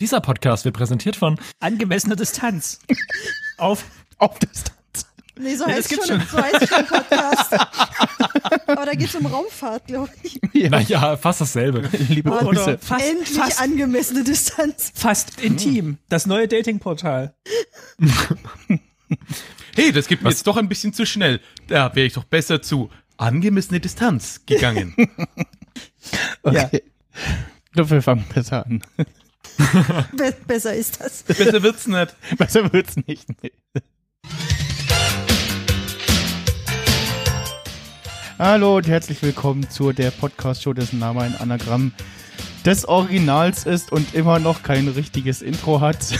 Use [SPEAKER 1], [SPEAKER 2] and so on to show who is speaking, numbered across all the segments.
[SPEAKER 1] Dieser Podcast wird präsentiert von
[SPEAKER 2] Angemessene Distanz. Auf,
[SPEAKER 3] auf Distanz.
[SPEAKER 4] Nee, so
[SPEAKER 2] Ja,
[SPEAKER 4] heißt
[SPEAKER 2] das gibt's
[SPEAKER 4] schon,
[SPEAKER 2] schon.
[SPEAKER 4] So heißt schon Podcast. Aber da geht's um Raumfahrt, glaube ich.
[SPEAKER 1] Naja, fast dasselbe.
[SPEAKER 3] Liebe
[SPEAKER 2] oder
[SPEAKER 3] Grüße.
[SPEAKER 2] fast,
[SPEAKER 4] Endlich
[SPEAKER 2] fast,
[SPEAKER 4] angemessene Distanz.
[SPEAKER 2] fast intim. Das neue Datingportal.
[SPEAKER 3] Hey, das geht mir jetzt doch ein bisschen zu schnell. Da wäre ich doch besser zu angemessene Distanz gegangen.
[SPEAKER 2] Okay.
[SPEAKER 3] Doch, wir fangen besser an.
[SPEAKER 4] Be besser ist das.
[SPEAKER 3] Besser wird's nicht. Besser wird's nicht. nee. Hallo und herzlich willkommen zu der Podcast-Show, dessen Name ein Anagramm des Originals ist und immer noch kein richtiges Intro hat.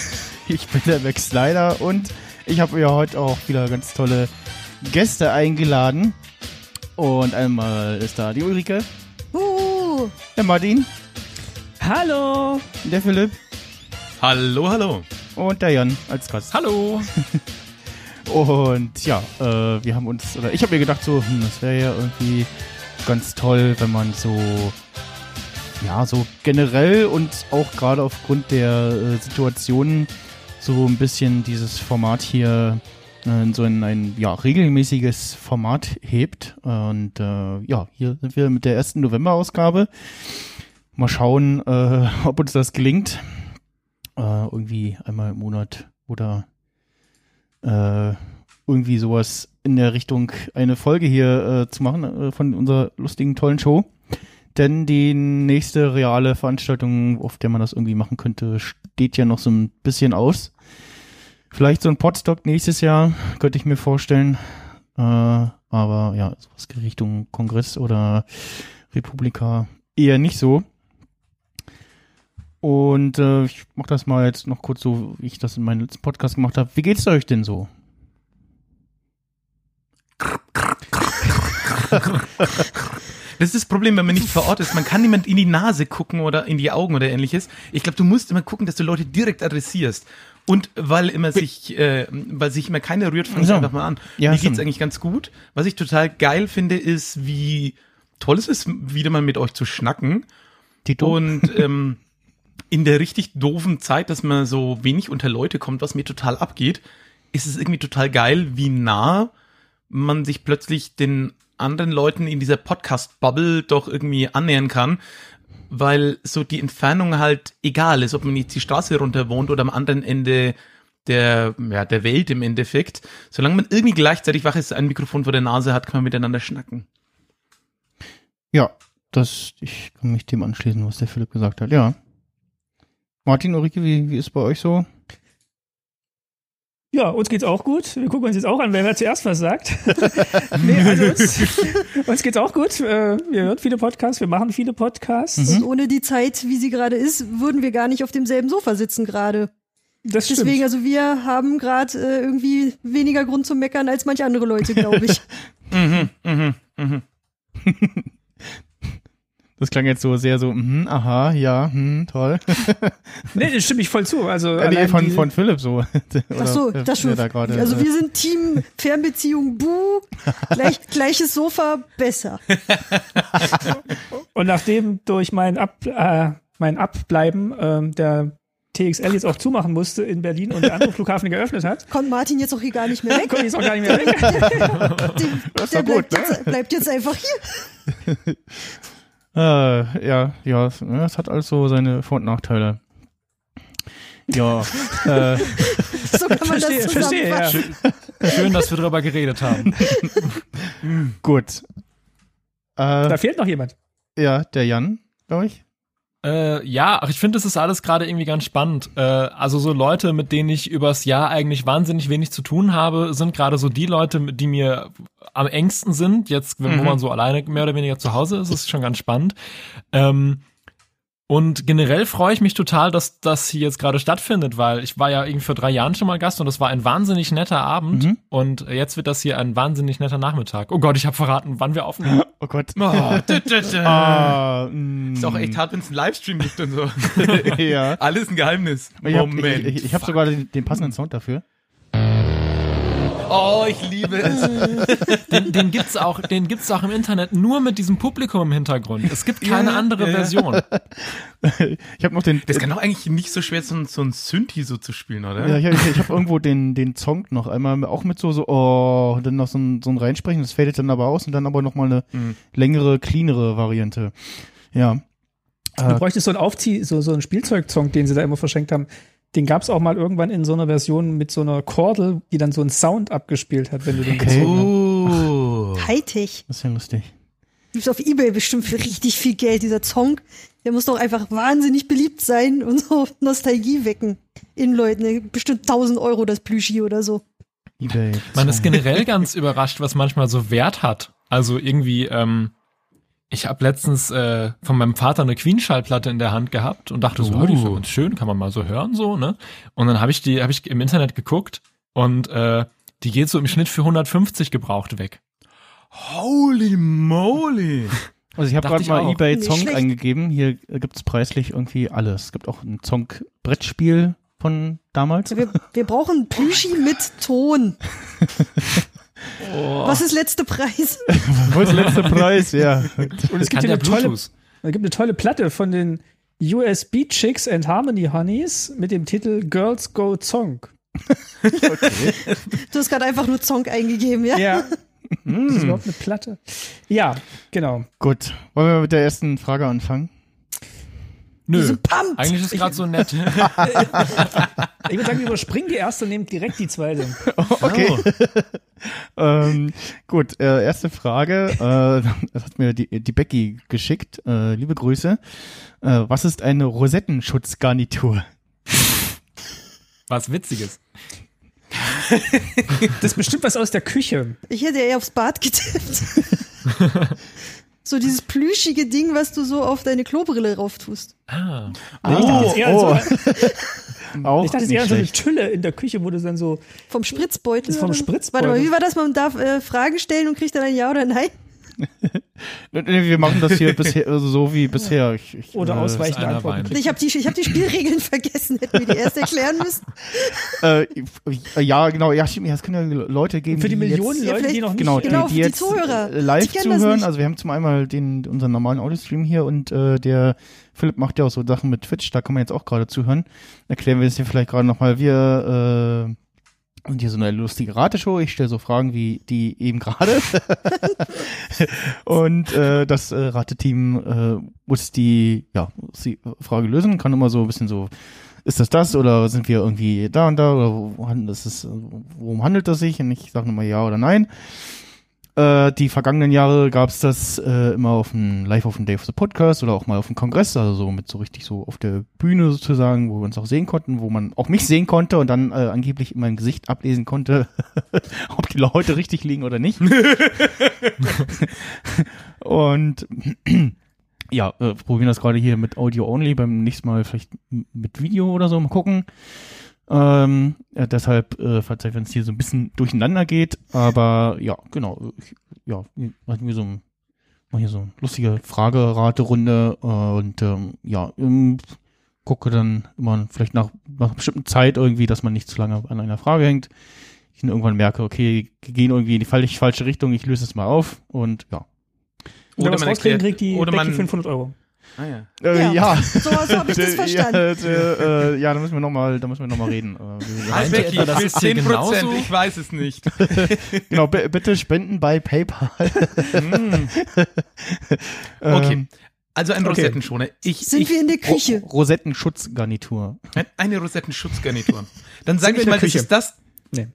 [SPEAKER 3] Ich bin der Max Snyder und ich habe mir heute auch wieder ganz tolle Gäste eingeladen. Und einmal ist da die Ulrike,
[SPEAKER 4] Uh,
[SPEAKER 3] der Martin,
[SPEAKER 2] Hallo.
[SPEAKER 3] der Philipp
[SPEAKER 5] Hallo, hallo.
[SPEAKER 3] und der Jan als Gast.
[SPEAKER 1] Hallo.
[SPEAKER 3] Und ja, äh, wir haben uns, oder ich habe mir gedacht, so, hm, das wäre ja irgendwie ganz toll, wenn man so, ja, so generell und auch gerade aufgrund der äh, Situation so ein bisschen dieses Format hier äh, in so in ein ja, regelmäßiges Format hebt. Und äh, ja, hier sind wir mit der ersten November-Ausgabe. Mal schauen, äh, ob uns das gelingt. Äh, irgendwie einmal im Monat oder äh, irgendwie sowas in der Richtung eine Folge hier äh, zu machen äh, von unserer lustigen, tollen Show. Denn die nächste reale Veranstaltung, auf der man das irgendwie machen könnte, steht ja noch so ein bisschen aus. Vielleicht so ein Podstock nächstes Jahr, könnte ich mir vorstellen. Äh, aber ja, sowas Richtung Kongress oder Republika eher nicht so. Und äh, ich mach das mal jetzt noch kurz so, wie ich das in meinem letzten Podcast gemacht habe. Wie geht's euch denn so?
[SPEAKER 5] Das ist das Problem, wenn man nicht vor Ort ist. Man kann niemand in die Nase gucken oder in die Augen oder ähnliches. Ich glaube, du musst immer gucken, dass du Leute direkt adressierst. Und weil immer sich, äh, weil sich immer keiner rührt, fang ich
[SPEAKER 3] So.
[SPEAKER 5] einfach mal an.
[SPEAKER 3] Ja,
[SPEAKER 5] Mir
[SPEAKER 3] stimmt.
[SPEAKER 5] geht's eigentlich ganz gut. Was ich total geil finde, ist, wie toll es ist, wieder mal mit euch zu schnacken.
[SPEAKER 3] Tito?
[SPEAKER 5] Und ähm, in der richtig doofen Zeit, dass man so wenig unter Leute kommt, was mir total abgeht, ist es irgendwie total geil, wie nah man sich plötzlich den anderen Leuten in dieser Podcast-Bubble doch irgendwie annähern kann, weil so die Entfernung halt egal ist, ob man jetzt die Straße runter wohnt oder am anderen Ende der, ja, der Welt im Endeffekt. Solange man irgendwie gleichzeitig wach ist, ein Mikrofon vor der Nase hat, kann man miteinander schnacken.
[SPEAKER 3] ja, das, ich kann mich dem anschließen, was der Philipp gesagt hat, ja. Martin, Ulrike, wie, wie ist bei euch so?
[SPEAKER 2] Ja, uns geht's auch gut. Wir gucken uns jetzt auch an, wer, wer zuerst was sagt. nee, also uns, uns geht's auch gut. Äh, Wir hören viele Podcasts, wir machen viele Podcasts.
[SPEAKER 3] Hm?
[SPEAKER 4] und ohne die Zeit, wie sie gerade ist, würden wir gar nicht auf demselben Sofa sitzen gerade.
[SPEAKER 2] Das stimmt.
[SPEAKER 4] Deswegen, also wir haben gerade äh, irgendwie weniger Grund zum Meckern als manche andere Leute, glaube ich.
[SPEAKER 5] Mhm, mhm, mhm.
[SPEAKER 3] Das klang jetzt so sehr so, mhm, aha, ja, hm, toll.
[SPEAKER 2] nee, das stimme ich voll zu. Also
[SPEAKER 3] Äh, nee,
[SPEAKER 2] allein
[SPEAKER 3] von,
[SPEAKER 2] die-
[SPEAKER 3] von Philipp so.
[SPEAKER 4] Ach so,
[SPEAKER 3] Oder, äh,
[SPEAKER 4] das
[SPEAKER 3] wer
[SPEAKER 4] schon.
[SPEAKER 3] Da gerade,
[SPEAKER 4] also
[SPEAKER 3] äh,
[SPEAKER 4] wir sind Team Fernbeziehung, buh, gleich, gleiches Sofa, besser.
[SPEAKER 2] Und nachdem durch mein, Ab, äh, mein Abbleiben ähm, der TXL jetzt auch zumachen musste in Berlin und der andere Flughafen geöffnet hat,
[SPEAKER 4] Kommt Martin jetzt auch hier gar nicht mehr weg.
[SPEAKER 2] konnte ich jetzt auch gar nicht mehr weg.
[SPEAKER 4] Dem, der
[SPEAKER 3] war gut, ne?
[SPEAKER 4] bleibt, jetzt, bleibt jetzt einfach hier.
[SPEAKER 3] Äh, ja, ja, es, ja, es hat also seine Vor- und Nachteile. Ja, äh,
[SPEAKER 4] So kann man
[SPEAKER 2] Verstehe,
[SPEAKER 4] das
[SPEAKER 2] verstehe, ja.
[SPEAKER 4] zusammenfassen.
[SPEAKER 1] Schön, dass wir darüber geredet haben.
[SPEAKER 3] gut. Äh,
[SPEAKER 2] Da fehlt noch jemand.
[SPEAKER 3] ja, der Jan, glaube ich.
[SPEAKER 1] Äh, ja, ach, ich finde, das ist alles gerade irgendwie ganz spannend. Äh, also so Leute, mit denen ich übers Jahr eigentlich wahnsinnig wenig zu tun habe, sind gerade so die Leute, mit- die mir am engsten sind. Jetzt, wenn wo man so alleine mehr oder weniger zu Hause ist, ist schon ganz spannend. Ähm, und generell freue ich mich total, dass das hier jetzt gerade stattfindet, weil ich war ja irgendwie vor drei Jahren schon mal Gast und das war ein wahnsinnig netter Abend.
[SPEAKER 3] Mhm.
[SPEAKER 1] Und jetzt wird das hier ein wahnsinnig netter Nachmittag. Oh Gott, ich habe verraten, wann wir aufnehmen.
[SPEAKER 3] Oh Gott.
[SPEAKER 5] Oh, dü- dü- dü.
[SPEAKER 3] Ah, mm.
[SPEAKER 5] Ist auch echt hart, wenn es einen Livestream gibt und so.
[SPEAKER 3] ja.
[SPEAKER 5] Alles ein Geheimnis.
[SPEAKER 3] Ich habe ich, ich, ich hab sogar den, den passenden Sound dafür.
[SPEAKER 5] Oh, ich liebe es.
[SPEAKER 1] Den, den gibt's auch, den gibt's auch im Internet nur mit diesem Publikum im Hintergrund. Es gibt keine
[SPEAKER 5] Ja,
[SPEAKER 1] andere
[SPEAKER 5] ja.
[SPEAKER 1] Version.
[SPEAKER 3] Ich habe noch den.
[SPEAKER 5] Das kann doch eigentlich nicht so schwer, so, ein- so ein Synthi so zu spielen, oder?
[SPEAKER 3] ja, ich habe ich hab irgendwo den, den Song noch einmal, auch mit so, so, oh, und dann noch so ein, so ein Reinsprechen, das fadet dann aber aus und dann aber nochmal eine
[SPEAKER 5] Mhm.
[SPEAKER 3] längere, cleanere Variante. Ja.
[SPEAKER 2] Du bräuchtest so ein Aufzieh, so, so einen Spielzeugzong, den sie da immer verschenkt haben. Den gab es auch mal irgendwann in so einer Version mit so einer Kordel, die dann so einen Sound abgespielt hat, wenn du den
[SPEAKER 3] Okay.
[SPEAKER 5] Oh.
[SPEAKER 4] Hightech.
[SPEAKER 3] Das ist ja lustig.
[SPEAKER 4] Gibt's auf Ebay bestimmt für richtig viel Geld, dieser Song. Der muss doch einfach wahnsinnig beliebt sein und so Nostalgie wecken in Leuten. Der gibt Bestimmt 1000 Euro das Plüschi oder so.
[SPEAKER 3] Ebay.
[SPEAKER 1] Man ist generell ganz überrascht, was manchmal so Wert hat. Also irgendwie, ähm, ich habe letztens äh, von meinem Vater eine Queen-Schallplatte in der Hand gehabt und dachte so, oh, die ist ja
[SPEAKER 5] Oh.
[SPEAKER 1] ganz schön, kann man mal so hören, so, ne? Und dann habe ich die, habe ich im Internet geguckt und äh, die geht so im Schnitt für 150 gebraucht weg.
[SPEAKER 5] Holy moly.
[SPEAKER 3] Also ich habe
[SPEAKER 1] Dachte
[SPEAKER 3] gerade
[SPEAKER 1] ich
[SPEAKER 3] mal
[SPEAKER 1] auch.
[SPEAKER 3] eBay
[SPEAKER 4] Nicht
[SPEAKER 3] Song
[SPEAKER 4] schlecht.
[SPEAKER 3] eingegeben. Hier gibt es preislich irgendwie alles. Es gibt auch ein Song Brettspiel von damals.
[SPEAKER 4] Also Wir, wir brauchen Plüschi mit Ton. Was ist letzte Preis? Genau.
[SPEAKER 3] Wo ist der letzte Preis? Ja.
[SPEAKER 2] Und es gibt
[SPEAKER 1] Kann
[SPEAKER 2] hier
[SPEAKER 1] der
[SPEAKER 2] eine tolle,
[SPEAKER 1] Bluetooth.
[SPEAKER 2] es gibt eine tolle Platte von den USB Chicks and Harmony Honeys mit dem Titel Girls Go Song.
[SPEAKER 4] Du hast gerade einfach nur Song eingegeben, ja?
[SPEAKER 2] Ja.
[SPEAKER 3] Mm.
[SPEAKER 2] Das ist überhaupt eine Platte. Ja, genau.
[SPEAKER 3] Gut. Wollen wir mit der ersten Frage anfangen?
[SPEAKER 1] Nö.
[SPEAKER 4] Diese Pump.
[SPEAKER 1] Eigentlich ist gerade so nett.
[SPEAKER 2] Ich würde sagen, wir überspringen die erste und nehmen direkt die zweite.
[SPEAKER 3] Okay. ähm, gut, äh, erste Frage. Äh, das hat mir die, die Becky geschickt. Äh, liebe Grüße. Äh, was ist eine Rosettenschutzgarnitur?
[SPEAKER 1] Was Witziges.
[SPEAKER 2] Das ist bestimmt was aus der Küche.
[SPEAKER 4] Ich hätte eher aufs Bad getippt. so dieses plüschige Ding, was du so auf deine Klobrille rauf tust.
[SPEAKER 1] Ah.
[SPEAKER 2] ich dachte, es ist eher an so,
[SPEAKER 3] Auch
[SPEAKER 2] ich dachte, es ist
[SPEAKER 3] Oh, nicht
[SPEAKER 2] eher an so eine
[SPEAKER 3] schlecht.
[SPEAKER 2] Tülle in der Küche, wo du dann so
[SPEAKER 4] Vom Spritzbeutel.
[SPEAKER 2] Vom
[SPEAKER 4] oder?
[SPEAKER 2] Spritzbeutel.
[SPEAKER 4] Warte mal, wie war das? Man darf äh, Fragen stellen und kriegt dann ein Ja oder Nein.
[SPEAKER 3] Nee, nee, Wir machen das hier bisher also so wie bisher. Ich, ich,
[SPEAKER 2] oder
[SPEAKER 3] äh,
[SPEAKER 2] ausweichende
[SPEAKER 1] einer
[SPEAKER 2] Antworten
[SPEAKER 1] Wein.
[SPEAKER 2] kriegst.
[SPEAKER 4] Ich habe die, ich hab die Spielregeln vergessen, hätten wir die erst erklären müssen.
[SPEAKER 3] Äh, ich- äh, ja, genau. Ja, stimmt. ja, Es können ja Leute geben,
[SPEAKER 2] Für die
[SPEAKER 3] die jetzt-
[SPEAKER 2] Millionen
[SPEAKER 4] Ja,
[SPEAKER 2] Leute, die
[SPEAKER 4] vielleicht-
[SPEAKER 2] noch nicht
[SPEAKER 3] Genau,
[SPEAKER 4] Genau,
[SPEAKER 3] die, die
[SPEAKER 4] die
[SPEAKER 3] jetzt
[SPEAKER 4] Zuhörer,
[SPEAKER 3] äh, live
[SPEAKER 4] die kennen das
[SPEAKER 3] zuhören.
[SPEAKER 4] nicht.
[SPEAKER 3] Also wir haben zum einen den, unseren normalen Audio-Stream hier und äh, der Philipp macht ja auch so Sachen mit Twitch, da kann man jetzt auch gerade zuhören. Erklären wir das hier vielleicht gerade nochmal. Wir äh, sind hier so eine lustige Rateshow. Ich stelle so Fragen wie die eben gerade. und äh, das äh, Rateteam äh, muss die, ja, muss die Frage lösen, kann immer so ein bisschen so ist das das oder sind wir irgendwie da und da oder wo- wo handelt es sich- worum handelt das sich? Und ich sage nochmal ja oder nein. Äh, die vergangenen Jahre gab es das äh, immer auf dem Live auf dem Day of the Podcast oder auch mal auf dem Kongress, also so mit so richtig so auf der Bühne sozusagen, wo wir uns auch sehen konnten, wo man auch mich sehen konnte und dann äh, angeblich in meinem Gesicht ablesen konnte, ob die Leute richtig liegen oder nicht. und ja, äh, probieren das gerade hier mit Audio Only, beim nächsten Mal vielleicht m- mit Video oder so, mal gucken. Ähm, ja, deshalb äh, verzeiht, wenn es hier so ein bisschen durcheinander geht, aber ja, genau. Ich, ja, wir machen hier so, ein, machen hier so eine lustige Frage-Rate-Runde äh, und ähm, ja, ähm, gucke dann immer vielleicht nach, nach einer bestimmten Zeit irgendwie, dass man nicht zu lange an einer Frage hängt. Ich dann irgendwann merke, okay, die gehen irgendwie in die falsche, falsche Richtung, ich löse es mal auf und ja.
[SPEAKER 2] Oder,
[SPEAKER 5] Oder
[SPEAKER 2] was
[SPEAKER 5] man
[SPEAKER 2] rauskriegen,
[SPEAKER 5] erklärt-
[SPEAKER 2] kriegt die
[SPEAKER 5] oder
[SPEAKER 2] Becky
[SPEAKER 5] man-
[SPEAKER 2] 500 Euro.
[SPEAKER 5] Ah, ja.
[SPEAKER 4] Ja. So, so habe ich das verstanden.
[SPEAKER 3] Äh, ja, der, äh, ja, da müssen wir nochmal, da müssen wir noch mal reden. Äh, wie gesagt.
[SPEAKER 1] Meint ihr etwa, das ist hier genauso?
[SPEAKER 5] ich weiß es nicht.
[SPEAKER 3] genau, b- bitte spenden bei PayPal.
[SPEAKER 5] Hm.
[SPEAKER 3] Ähm,
[SPEAKER 5] Okay. Also ein
[SPEAKER 2] Okay.
[SPEAKER 5] Rosettenschoner. Ich,
[SPEAKER 4] Sind
[SPEAKER 5] ich,
[SPEAKER 4] wir in der Küche?
[SPEAKER 3] Ro Rosettenschutzgarnitur.
[SPEAKER 5] ein- eine Rosettenschutzgarnitur. Dann
[SPEAKER 2] Sind wir
[SPEAKER 5] sage ich
[SPEAKER 2] in der
[SPEAKER 5] mal, das
[SPEAKER 2] Küche?
[SPEAKER 5] ist das,
[SPEAKER 2] Nee.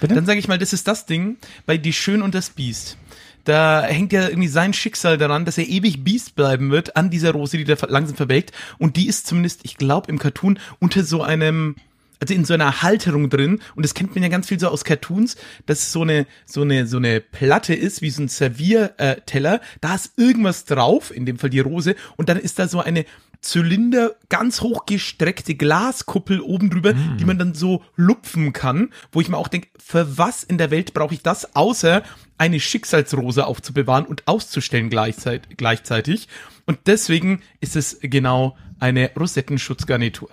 [SPEAKER 3] Bitte?
[SPEAKER 5] Dann sage ich mal, das ist das Ding bei Die Schön und das Biest. Da hängt ja irgendwie sein Schicksal daran, dass er ewig Biest bleiben wird an dieser Rose, die da ver- langsam verwelkt. Und die ist zumindest, ich glaube, im Cartoon unter so einem, also in so einer Halterung drin. Und das kennt man ja ganz viel so aus Cartoons, dass so eine, so eine, so eine Platte ist, wie so ein Servierteller. Äh, Teller. da ist irgendwas drauf, in dem Fall die Rose. Und dann ist da so eine Zylinder, ganz hochgestreckte Glaskuppel oben drüber, die man dann so lupfen kann, wo ich mir auch denke, für was in der Welt brauche ich das, außer eine Schicksalsrose aufzubewahren und auszustellen gleichzeit, gleichzeitig. Und deswegen ist es genau eine Rosettenschutzgarnitur.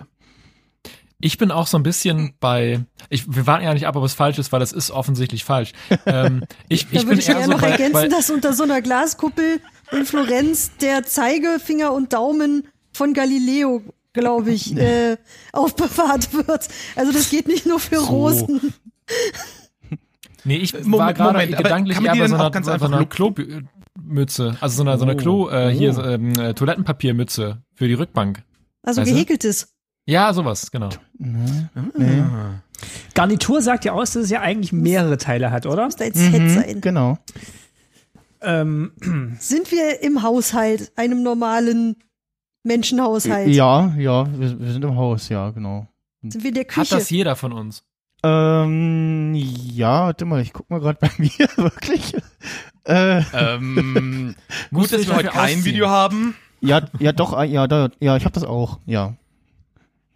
[SPEAKER 1] Ich bin auch so ein
[SPEAKER 5] Hm.
[SPEAKER 1] bisschen bei, ich, wir warten ja nicht ab, ob es falsch ist, weil das ist offensichtlich falsch. Ähm, ich
[SPEAKER 4] Da
[SPEAKER 1] ich bin
[SPEAKER 4] würde ich
[SPEAKER 1] eher
[SPEAKER 4] ja
[SPEAKER 1] so
[SPEAKER 4] noch
[SPEAKER 1] bei,
[SPEAKER 4] ergänzen,
[SPEAKER 1] bei,
[SPEAKER 4] dass unter so einer Glaskuppel in Florenz der Zeigefinger und Daumen von Galileo, glaube ich, äh, aufbewahrt wird. Also das geht nicht nur für Rosen.
[SPEAKER 1] nee, ich war
[SPEAKER 5] Moment,
[SPEAKER 1] gerade
[SPEAKER 5] Moment, aber
[SPEAKER 1] gedanklich
[SPEAKER 5] kann man
[SPEAKER 1] eher
[SPEAKER 5] die
[SPEAKER 1] bei
[SPEAKER 5] denn
[SPEAKER 1] so einer,
[SPEAKER 5] auch ganz
[SPEAKER 1] so
[SPEAKER 5] einfach
[SPEAKER 1] einer
[SPEAKER 5] look-
[SPEAKER 1] Klomütze, also so einer, so einer
[SPEAKER 3] Oh.
[SPEAKER 1] Klo, äh, hier,
[SPEAKER 3] Oh.
[SPEAKER 1] ähm, äh, Toilettenpapiermütze für die Rückbank.
[SPEAKER 4] Also
[SPEAKER 1] Also?
[SPEAKER 4] gehäkeltes.
[SPEAKER 1] Ja, sowas, genau.
[SPEAKER 5] Ah.
[SPEAKER 2] Garnitur sagt ja aus, dass es ja eigentlich mehrere Teile hat, oder?
[SPEAKER 4] Müsste ein Set sein.
[SPEAKER 3] Genau.
[SPEAKER 2] Ähm,
[SPEAKER 4] Sind wir im Haushalt, einem normalen Menschenhaushalt?
[SPEAKER 3] Ja, ja, wir, wir sind im Haus, ja, genau.
[SPEAKER 4] Sind wir in der
[SPEAKER 1] Hat
[SPEAKER 4] Küche?
[SPEAKER 1] das jeder von uns?
[SPEAKER 3] Ähm, ja, warte mal, ich guck mal gerade bei mir, wirklich. Äh,
[SPEAKER 5] ähm,
[SPEAKER 1] Musst
[SPEAKER 5] gut,
[SPEAKER 1] du
[SPEAKER 5] dass
[SPEAKER 1] dich
[SPEAKER 5] wir heute
[SPEAKER 1] dafür
[SPEAKER 5] kein
[SPEAKER 1] ausziehen?
[SPEAKER 5] Video haben.
[SPEAKER 3] ja, ja, doch, äh, ja, da, ja, ich hab das auch, ja.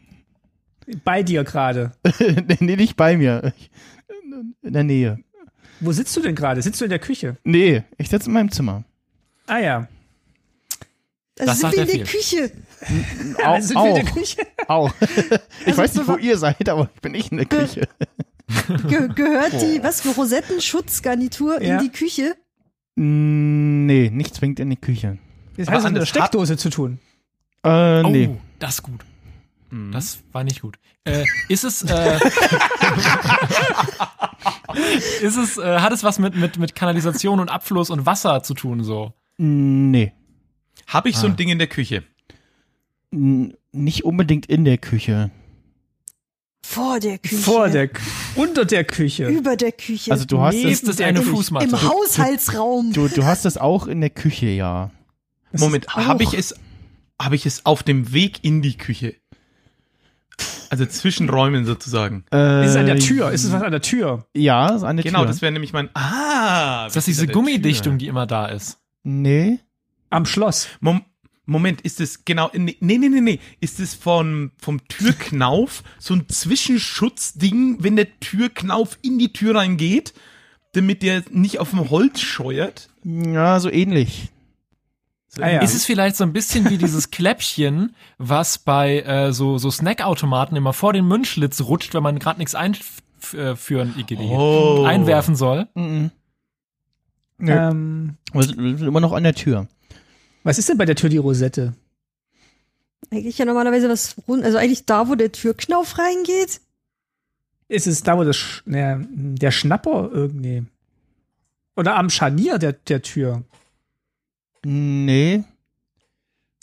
[SPEAKER 2] bei dir gerade.
[SPEAKER 3] nee, nee, nicht bei mir. Ich- In der Nähe.
[SPEAKER 2] Wo sitzt du denn gerade? Sitzt du in der Küche?
[SPEAKER 3] Nee, ich sitze in meinem Zimmer.
[SPEAKER 2] Ah ja.
[SPEAKER 4] also
[SPEAKER 1] das
[SPEAKER 4] sind
[SPEAKER 1] sagt
[SPEAKER 4] wir in
[SPEAKER 1] ja
[SPEAKER 4] der
[SPEAKER 1] viel.
[SPEAKER 4] Küche?
[SPEAKER 3] Au,
[SPEAKER 2] Sind Also wir
[SPEAKER 3] au,
[SPEAKER 2] in der Küche?
[SPEAKER 3] au. Ich
[SPEAKER 4] Also
[SPEAKER 3] weiß nicht, wo
[SPEAKER 4] bewa-
[SPEAKER 3] ihr seid, aber ich bin ich in der Küche.
[SPEAKER 4] Ge gehört
[SPEAKER 1] Oh.
[SPEAKER 4] die, was, eine Rosettenschutzgarnitur
[SPEAKER 2] Ja.
[SPEAKER 4] in die Küche?
[SPEAKER 3] Mm, Nee, nicht zwingend in die Küche.
[SPEAKER 2] Das
[SPEAKER 5] Aber
[SPEAKER 2] hat es mit der
[SPEAKER 5] anders hat-
[SPEAKER 2] Steckdose zu tun.
[SPEAKER 3] Äh,
[SPEAKER 1] Oh,
[SPEAKER 3] nee.
[SPEAKER 1] das ist gut.
[SPEAKER 5] Mhm.
[SPEAKER 1] Das war nicht gut. Äh, ist es, äh, ist es, äh, hat es was mit, mit, mit Kanalisation und Abfluss und Wasser zu tun, so?
[SPEAKER 3] mm, Nee.
[SPEAKER 5] Habe ich so
[SPEAKER 1] Ah.
[SPEAKER 5] ein Ding in der Küche?
[SPEAKER 3] N- Nicht unbedingt in der Küche.
[SPEAKER 4] Vor der Küche.
[SPEAKER 2] Vor der Kü- unter der Küche.
[SPEAKER 4] Über der Küche.
[SPEAKER 3] Also du hast
[SPEAKER 2] Neben
[SPEAKER 3] es.
[SPEAKER 1] Ist es
[SPEAKER 2] der
[SPEAKER 1] eine
[SPEAKER 2] Küche.
[SPEAKER 1] Fußmatte?
[SPEAKER 4] Im Haushaltsraum.
[SPEAKER 3] Du, du hast es auch in der Küche, ja.
[SPEAKER 5] Moment, habe
[SPEAKER 4] auch-
[SPEAKER 5] ich es habe ich es auf dem Weg in die Küche? Also zwischen Räumen sozusagen.
[SPEAKER 3] Äh,
[SPEAKER 2] Ist es an der Tür? Ist es was an der Tür?
[SPEAKER 3] Ja, ist an der
[SPEAKER 5] Genau,
[SPEAKER 3] Tür.
[SPEAKER 5] das wäre nämlich mein Ah,
[SPEAKER 1] Ist das diese
[SPEAKER 5] wieder der
[SPEAKER 1] Gummidichtung,
[SPEAKER 5] Tür.
[SPEAKER 1] die immer da ist?
[SPEAKER 3] Nee.
[SPEAKER 2] Am Schloss.
[SPEAKER 5] Mom Moment, ist das genau nee nee nee nee, ist das von vom Türknauf so ein Zwischenschutzding, wenn der Türknauf in die Tür reingeht, damit der nicht auf dem Holz scheuert?
[SPEAKER 3] Ja, so ähnlich.
[SPEAKER 5] So,
[SPEAKER 2] Ah ja.
[SPEAKER 1] Ist es vielleicht so ein bisschen wie dieses Kläppchen, was bei äh, so, so Snackautomaten immer vor den Mundschlitz rutscht, wenn man gerade nichts einführen,
[SPEAKER 5] Oh.
[SPEAKER 1] einwerfen soll?
[SPEAKER 3] Mhm. Nö.
[SPEAKER 2] Ähm,
[SPEAKER 3] Aber es ist immer noch an der Tür.
[SPEAKER 2] was ist denn bei der Tür die Rosette?
[SPEAKER 4] Eigentlich ja normalerweise das rund, also eigentlich da, wo der Türknauf reingeht.
[SPEAKER 2] Ist es da, wo das Sch ne, der Schnapper irgendwie? Oder am Scharnier der, der Tür?
[SPEAKER 3] Nee.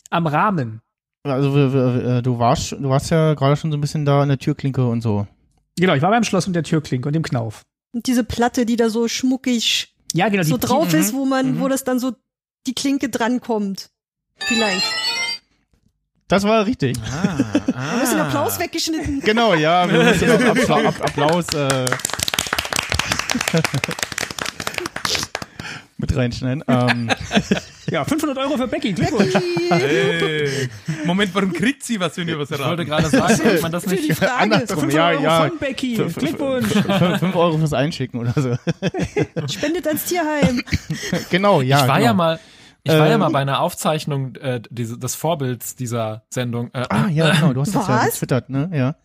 [SPEAKER 2] Am Rahmen?
[SPEAKER 3] Also w- w- äh, du warst, du warst ja gerade schon so ein bisschen da an der Türklinke und so.
[SPEAKER 2] Genau, ich war beim Schloss und der Türklinke und dem Knauf.
[SPEAKER 4] Und diese Platte, die da so schmuckig
[SPEAKER 2] Ja,
[SPEAKER 1] Also
[SPEAKER 2] genau.
[SPEAKER 4] so
[SPEAKER 2] die,
[SPEAKER 4] drauf
[SPEAKER 5] mhm,
[SPEAKER 4] ist, wo man,
[SPEAKER 5] mhm.
[SPEAKER 4] wo das dann so die Klinke drankommt. Vielleicht.
[SPEAKER 3] Das war richtig.
[SPEAKER 5] Ah, ah.
[SPEAKER 4] Du hast den Applaus weggeschnitten.
[SPEAKER 3] Genau, ja. Wir müssen noch Appla App- Applaus äh, mit reinschneiden. Ähm,
[SPEAKER 2] Ja, 500 Euro für Becky. Glückwunsch.
[SPEAKER 5] Hey. Moment, warum kriegt sie was, wenn ihr was
[SPEAKER 1] Ich wollte
[SPEAKER 5] erraten?
[SPEAKER 1] gerade sagen, ob man das
[SPEAKER 4] Für
[SPEAKER 1] nicht.
[SPEAKER 4] die Frage.
[SPEAKER 3] andersrum,
[SPEAKER 2] 500
[SPEAKER 3] ja,
[SPEAKER 2] Euro
[SPEAKER 3] ja.
[SPEAKER 2] von Becky.
[SPEAKER 3] F- f-
[SPEAKER 2] Glückwunsch.
[SPEAKER 3] f- Fünf Euro fürs Einschicken oder so.
[SPEAKER 4] Spendet ans Tierheim.
[SPEAKER 3] Genau, ja.
[SPEAKER 1] ich war
[SPEAKER 3] genau.
[SPEAKER 1] ja mal, ich war ja
[SPEAKER 3] Ähm.
[SPEAKER 1] mal bei einer Aufzeichnung äh, diese, des Vorbilds dieser Sendung äh,
[SPEAKER 3] Ah, ja, genau. Du hast das ja
[SPEAKER 4] Was?
[SPEAKER 3] getwittert, ne? Ja.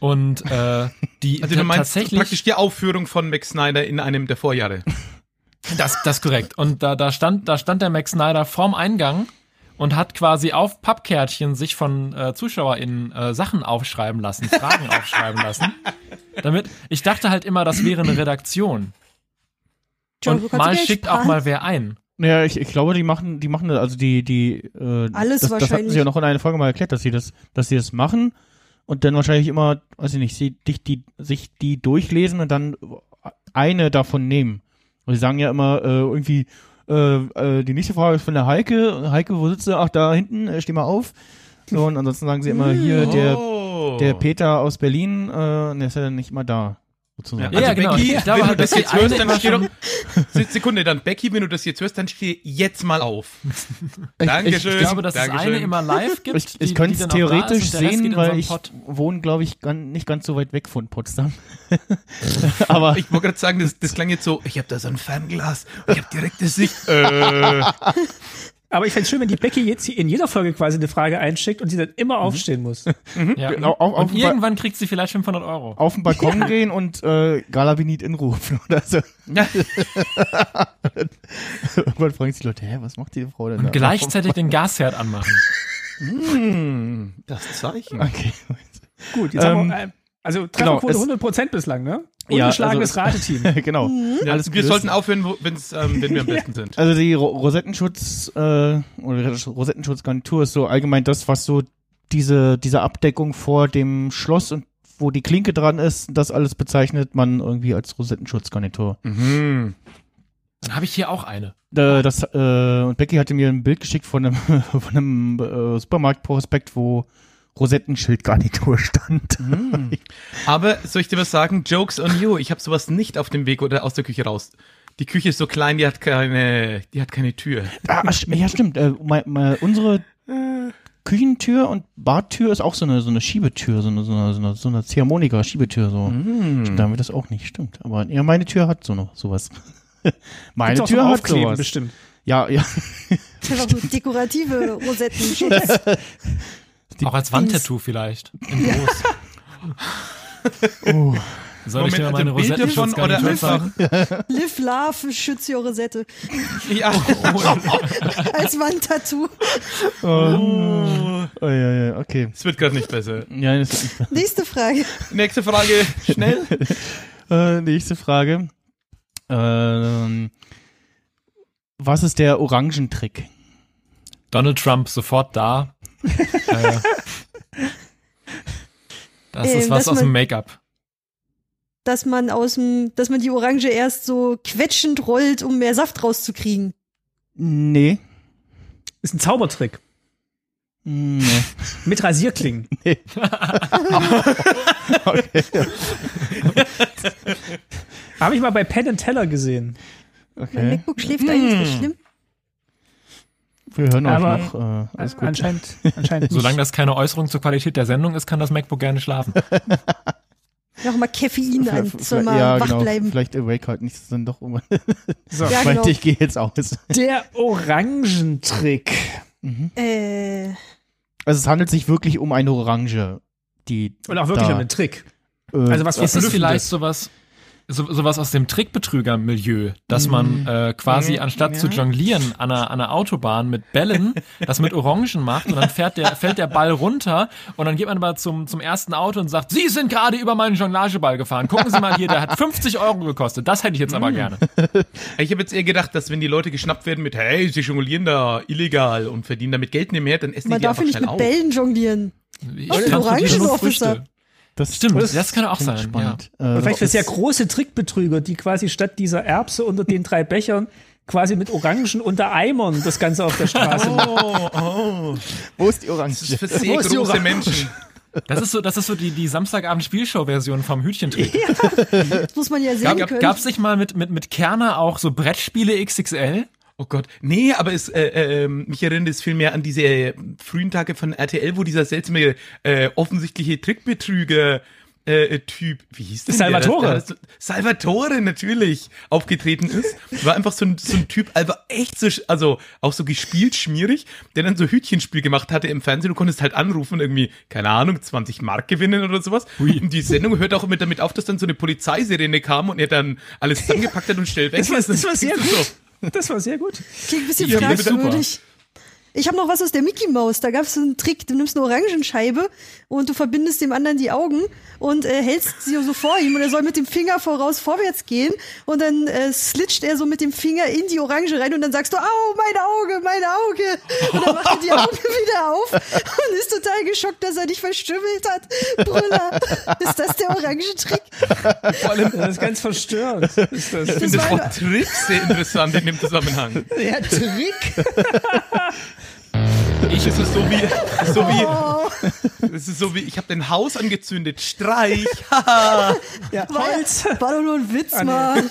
[SPEAKER 1] und äh, die
[SPEAKER 5] Also du meinst
[SPEAKER 1] tatsächlich
[SPEAKER 5] praktisch die Aufführung von Max Snyder in einem der Vorjahre.
[SPEAKER 1] Das, das ist korrekt. Und da, da stand, da stand der Max Snyder vorm Eingang und hat quasi auf Pappkärtchen sich von äh, ZuschauerInnen äh, Sachen aufschreiben lassen, Fragen aufschreiben lassen. Damit, ich dachte halt immer, das wäre eine Redaktion.
[SPEAKER 4] Tja, so
[SPEAKER 1] Und
[SPEAKER 4] kannst du
[SPEAKER 1] mal
[SPEAKER 4] Geld
[SPEAKER 1] schickt
[SPEAKER 4] sparen.
[SPEAKER 1] auch mal wer ein.
[SPEAKER 3] Naja, ich, ich glaube, die machen, die machen, also die, die, äh,
[SPEAKER 4] Alles
[SPEAKER 3] das, Das hatten
[SPEAKER 4] wahrscheinlich.
[SPEAKER 3] sie ja noch in einer Folge mal erklärt, dass sie das, dass sie das machen und dann wahrscheinlich immer, weiß ich nicht, sie, dich, die, sich die durchlesen und dann eine davon nehmen. Und sie sagen ja immer, äh, irgendwie, äh, äh, die nächste Frage ist von der Heike. Heike, wo sitzt du? Ach, da hinten, äh, steh mal auf. So, und ansonsten sagen sie immer, hier, der,
[SPEAKER 5] oh.
[SPEAKER 3] der Peter aus Berlin, äh, und der ist ja dann nicht mal da. Sozusagen.
[SPEAKER 1] Ja,
[SPEAKER 5] also
[SPEAKER 1] genau.
[SPEAKER 5] Becky,
[SPEAKER 1] Ich glaube
[SPEAKER 5] wenn du
[SPEAKER 1] halt,
[SPEAKER 5] das
[SPEAKER 1] dass die
[SPEAKER 5] jetzt hörst,
[SPEAKER 1] eine
[SPEAKER 5] dann
[SPEAKER 1] immer
[SPEAKER 5] steh
[SPEAKER 1] schon-
[SPEAKER 5] doch. Se- Sekunde, dann Becky, wenn du das jetzt hörst, dann steh jetzt mal auf. Dankeschön.
[SPEAKER 1] Ich glaube, dass es
[SPEAKER 5] Dankeschön.
[SPEAKER 1] eine immer live gibt.
[SPEAKER 3] Ich,
[SPEAKER 1] die-
[SPEAKER 3] ich
[SPEAKER 1] die
[SPEAKER 3] könnte es
[SPEAKER 1] dann auch da ist
[SPEAKER 3] theoretisch
[SPEAKER 1] und der Rest geht
[SPEAKER 3] sehen,
[SPEAKER 1] in so
[SPEAKER 3] weil
[SPEAKER 1] einen
[SPEAKER 3] ich
[SPEAKER 1] Pott.
[SPEAKER 3] wohne, glaube ich, gan- nicht ganz so weit weg von Potsdam. Aber
[SPEAKER 5] Ich wollte gerade sagen, das, das klang jetzt so, ich habe da so ein Fernglas, ich habe direkte Sicht. äh,
[SPEAKER 2] Aber ich fände es schön, wenn die Becky jetzt hier in jeder Folge quasi eine Frage einschickt und sie dann immer
[SPEAKER 3] Mhm.
[SPEAKER 2] aufstehen muss.
[SPEAKER 1] Ja.
[SPEAKER 3] Genau, auf- auf-
[SPEAKER 1] und irgendwann kriegt sie vielleicht 500 Euro.
[SPEAKER 3] Auf den Balkon gehen und äh, Galabinit inrufen oder so. Irgendwann fragen sich die Leute, hä, was macht die Frau denn da?
[SPEAKER 1] Und gleichzeitig den Gasherd anmachen.
[SPEAKER 5] Hm, das Zeichen.
[SPEAKER 3] Okay.
[SPEAKER 2] Gut, jetzt haben
[SPEAKER 3] Ähm,
[SPEAKER 2] wir, äh, also
[SPEAKER 3] genau,
[SPEAKER 2] Trefferquote
[SPEAKER 3] es-
[SPEAKER 2] 100 Prozent bislang, ne?
[SPEAKER 3] Ja, also
[SPEAKER 2] Ungeschlagenes Rateteam.
[SPEAKER 3] genau.
[SPEAKER 1] Mhm.
[SPEAKER 5] Ja,
[SPEAKER 3] Alles
[SPEAKER 5] also wir
[SPEAKER 3] gelöst.
[SPEAKER 5] sollten aufhören, wo- wenn's, ähm, wenn wir am besten sind.
[SPEAKER 3] Also die Ro Rosettenschutz äh, oder Rosettenschutzgarnitur ist so allgemein das, was so diese, diese Abdeckung vor dem Schloss und wo die Klinke dran ist, das alles bezeichnet man irgendwie als Rosettenschutzgarnitur.
[SPEAKER 5] Mhm.
[SPEAKER 1] Dann habe ich hier auch eine.
[SPEAKER 3] Äh, das, äh, und Becky hatte mir ein Bild geschickt von einem, von einem äh, Supermarktprospekt, wo Rosettenschildgarnitur stand.
[SPEAKER 5] Aber soll ich dir was sagen? Jokes on you. Ich habe sowas nicht auf dem Weg oder aus der Küche raus. Die Küche ist so klein, die hat keine, die hat keine Tür.
[SPEAKER 3] Ah, st- ja, stimmt. Äh, mein, mein, unsere Küchentür und Badtür ist auch so eine, so eine Schiebetür, so eine, so eine, so eine, so eine Ziehharmonika-Schiebetür. So.
[SPEAKER 2] Mm.
[SPEAKER 3] Stimmt, da haben wir das auch nicht, stimmt. Aber ja, meine Tür hat so noch sowas. meine
[SPEAKER 2] Gibt's auch
[SPEAKER 3] Tür
[SPEAKER 2] zum
[SPEAKER 3] hat sowas.
[SPEAKER 2] bestimmt.
[SPEAKER 3] Ja, ja.
[SPEAKER 4] Einfach so dekorative Rosetten.
[SPEAKER 1] auch als Wandtattoo vielleicht. In groß.
[SPEAKER 3] Oh.
[SPEAKER 1] Soll ich
[SPEAKER 5] Moment,
[SPEAKER 1] dir mal
[SPEAKER 5] also
[SPEAKER 1] meine
[SPEAKER 5] Bild davon oder
[SPEAKER 1] Rosettenschutzgarnitur
[SPEAKER 5] einfach-
[SPEAKER 1] zeigen?
[SPEAKER 4] Live, love, schütze your Rosette.
[SPEAKER 5] Ja.
[SPEAKER 4] Als Wandtattoo.
[SPEAKER 5] Oh.
[SPEAKER 3] Oh, ja, ja, okay.
[SPEAKER 5] Es wird gerade nicht besser.
[SPEAKER 3] Ja, das,
[SPEAKER 4] Nächste Frage.
[SPEAKER 5] Nächste Frage, schnell.
[SPEAKER 3] äh, nächste Frage. Ähm, was ist der Orangentrick?
[SPEAKER 1] Donald Trump sofort da. äh, das
[SPEAKER 4] Ähm,
[SPEAKER 1] ist was
[SPEAKER 4] dass
[SPEAKER 1] aus dem
[SPEAKER 4] man-
[SPEAKER 1] Make-up.
[SPEAKER 4] Dass man aus dem, dass man die Orange erst so quetschend rollt, um mehr Saft rauszukriegen.
[SPEAKER 3] Nee.
[SPEAKER 2] Ist ein Zaubertrick.
[SPEAKER 3] Mm, Nee.
[SPEAKER 2] Mit Rasierklingen.
[SPEAKER 3] Okay.
[SPEAKER 2] Habe ich mal bei Penn and Teller gesehen.
[SPEAKER 4] Mein
[SPEAKER 3] okay.
[SPEAKER 4] MacBook schläft eigentlich nicht schlimm.
[SPEAKER 3] Wir hören
[SPEAKER 2] Aber-
[SPEAKER 3] euch noch. Äh, alles gut.
[SPEAKER 2] Anscheinend, anscheinend nicht.
[SPEAKER 1] Solange das keine Äußerung zur Qualität der Sendung ist, kann das MacBook gerne schlafen.
[SPEAKER 4] Noch mal Koffein an,
[SPEAKER 3] Vielleicht-
[SPEAKER 4] soll mal
[SPEAKER 3] ja,
[SPEAKER 4] wach
[SPEAKER 3] genau.
[SPEAKER 4] bleiben.
[SPEAKER 3] Vielleicht Awake halt nicht, dann doch irgendwann.
[SPEAKER 4] Ja,
[SPEAKER 3] Ich meinte,
[SPEAKER 4] genau.
[SPEAKER 3] ich gehe jetzt aus.
[SPEAKER 2] Der Orangentrick.
[SPEAKER 4] Äh,
[SPEAKER 3] Also es handelt sich wirklich um eine Orange, die
[SPEAKER 2] Und auch wirklich
[SPEAKER 3] da,
[SPEAKER 2] um einen Trick.
[SPEAKER 3] äh,
[SPEAKER 2] Also was
[SPEAKER 1] Ist es vielleicht
[SPEAKER 2] Verblüffendes.
[SPEAKER 1] sowas, so, sowas aus dem Trickbetrüger-Milieu, dass man äh, quasi anstatt zu jonglieren an einer, an einer Autobahn mit Bällen, das mit Orangen macht und dann fährt der, fällt der Ball runter und dann geht man aber zum, zum ersten Auto und sagt, Sie sind gerade über meinen Jonglageball gefahren. Gucken Sie mal hier, der hat 50 Euro gekostet. Das hätte ich jetzt aber gerne.
[SPEAKER 5] Ich habe jetzt eher gedacht, dass wenn die Leute geschnappt werden mit, hey, sie jonglieren da illegal und verdienen damit Geld nebenher, dann essen
[SPEAKER 4] man
[SPEAKER 5] die die
[SPEAKER 4] darf
[SPEAKER 5] einfach
[SPEAKER 4] ja nicht
[SPEAKER 5] schnell
[SPEAKER 4] mit
[SPEAKER 5] auf.
[SPEAKER 4] Bällen jonglieren.
[SPEAKER 1] Ich
[SPEAKER 4] Ach,
[SPEAKER 1] transportiere
[SPEAKER 4] der
[SPEAKER 1] nur
[SPEAKER 4] Orangenofficer.
[SPEAKER 1] Früchte.
[SPEAKER 3] das
[SPEAKER 1] Stimmt,
[SPEAKER 3] das
[SPEAKER 1] das kann auch
[SPEAKER 3] klingt
[SPEAKER 1] sein.
[SPEAKER 3] Spannend.
[SPEAKER 2] Und
[SPEAKER 3] Äh,
[SPEAKER 2] vielleicht für
[SPEAKER 3] ist
[SPEAKER 2] sehr große Trickbetrüger, die quasi statt dieser Erbse unter den drei Bechern quasi mit Orangen unter Eimern das Ganze auf der Straße machen.
[SPEAKER 5] Oh, oh.
[SPEAKER 3] wo ist die
[SPEAKER 5] Das ist
[SPEAKER 3] Orange?
[SPEAKER 5] für sehr
[SPEAKER 2] Wo ist die
[SPEAKER 5] große
[SPEAKER 2] Orange?
[SPEAKER 5] Menschen.
[SPEAKER 1] Ja. Das ist so, das ist so die, die Samstagabend-Spielshow-Version vom Hütchentrick.
[SPEAKER 4] Das muss man ja sehen
[SPEAKER 1] Gab,
[SPEAKER 4] können.
[SPEAKER 1] gab's nicht mal mit, mit, mit Kerner auch so Brettspiele XXL?
[SPEAKER 5] Oh Gott. Nee, aber es, äh, äh, mich erinnert es vielmehr an diese äh, frühen Tage von RTL, wo dieser seltsame, äh, offensichtliche Trickbetrüger äh, äh, Typ, wie hieß denn
[SPEAKER 2] Salvatore.
[SPEAKER 5] Der, der, Salvatore, natürlich, aufgetreten ist. War einfach so ein, so ein Typ, einfach echt so, sch- also auch so gespielt schmierig, der dann so Hütchenspiel gemacht hatte im Fernsehen. Du konntest halt anrufen und irgendwie, keine Ahnung, 20 Mark gewinnen oder sowas. Und die Sendung hört auch immer damit auf, dass dann so eine Polizeisirene kam und er dann alles zusammengepackt hat und schnell weg
[SPEAKER 2] Das war,
[SPEAKER 5] ist.
[SPEAKER 2] das war sehr
[SPEAKER 5] Und so.
[SPEAKER 2] gut. Das war sehr gut.
[SPEAKER 4] Klingt ein bisschen
[SPEAKER 5] Ja, bitte.
[SPEAKER 4] fragwürdig. Ich habe noch was aus der Mickey Maus. Da gab es einen Trick. Du nimmst eine Orangenscheibe und du verbindest dem anderen die Augen und äh, hältst sie so vor ihm und er soll mit dem Finger voraus vorwärts gehen und dann äh, slitscht er so mit dem Finger in die Orange rein und dann sagst du, au, mein Auge, mein Auge. Und dann macht er die Augen wieder auf und ist total geschockt, dass er nicht verstümmelt hat. Brüller, ist das der Orangentrick?
[SPEAKER 5] Vor allem
[SPEAKER 2] Das ist ganz verstörend. Ist das.
[SPEAKER 5] Ich finde das
[SPEAKER 4] Das war
[SPEAKER 5] Wort Trick sehr interessant in dem Zusammenhang.
[SPEAKER 2] Der Trick.
[SPEAKER 5] Ich es ist so wie, es ist so
[SPEAKER 4] Oh,
[SPEAKER 5] wie, es ist so wie, ich habe dein Haus angezündet, Streich.
[SPEAKER 2] Ja,
[SPEAKER 4] War, ja-
[SPEAKER 2] Holz. Ah,
[SPEAKER 4] war doch nur ein Witz,
[SPEAKER 2] nee.
[SPEAKER 4] Mann.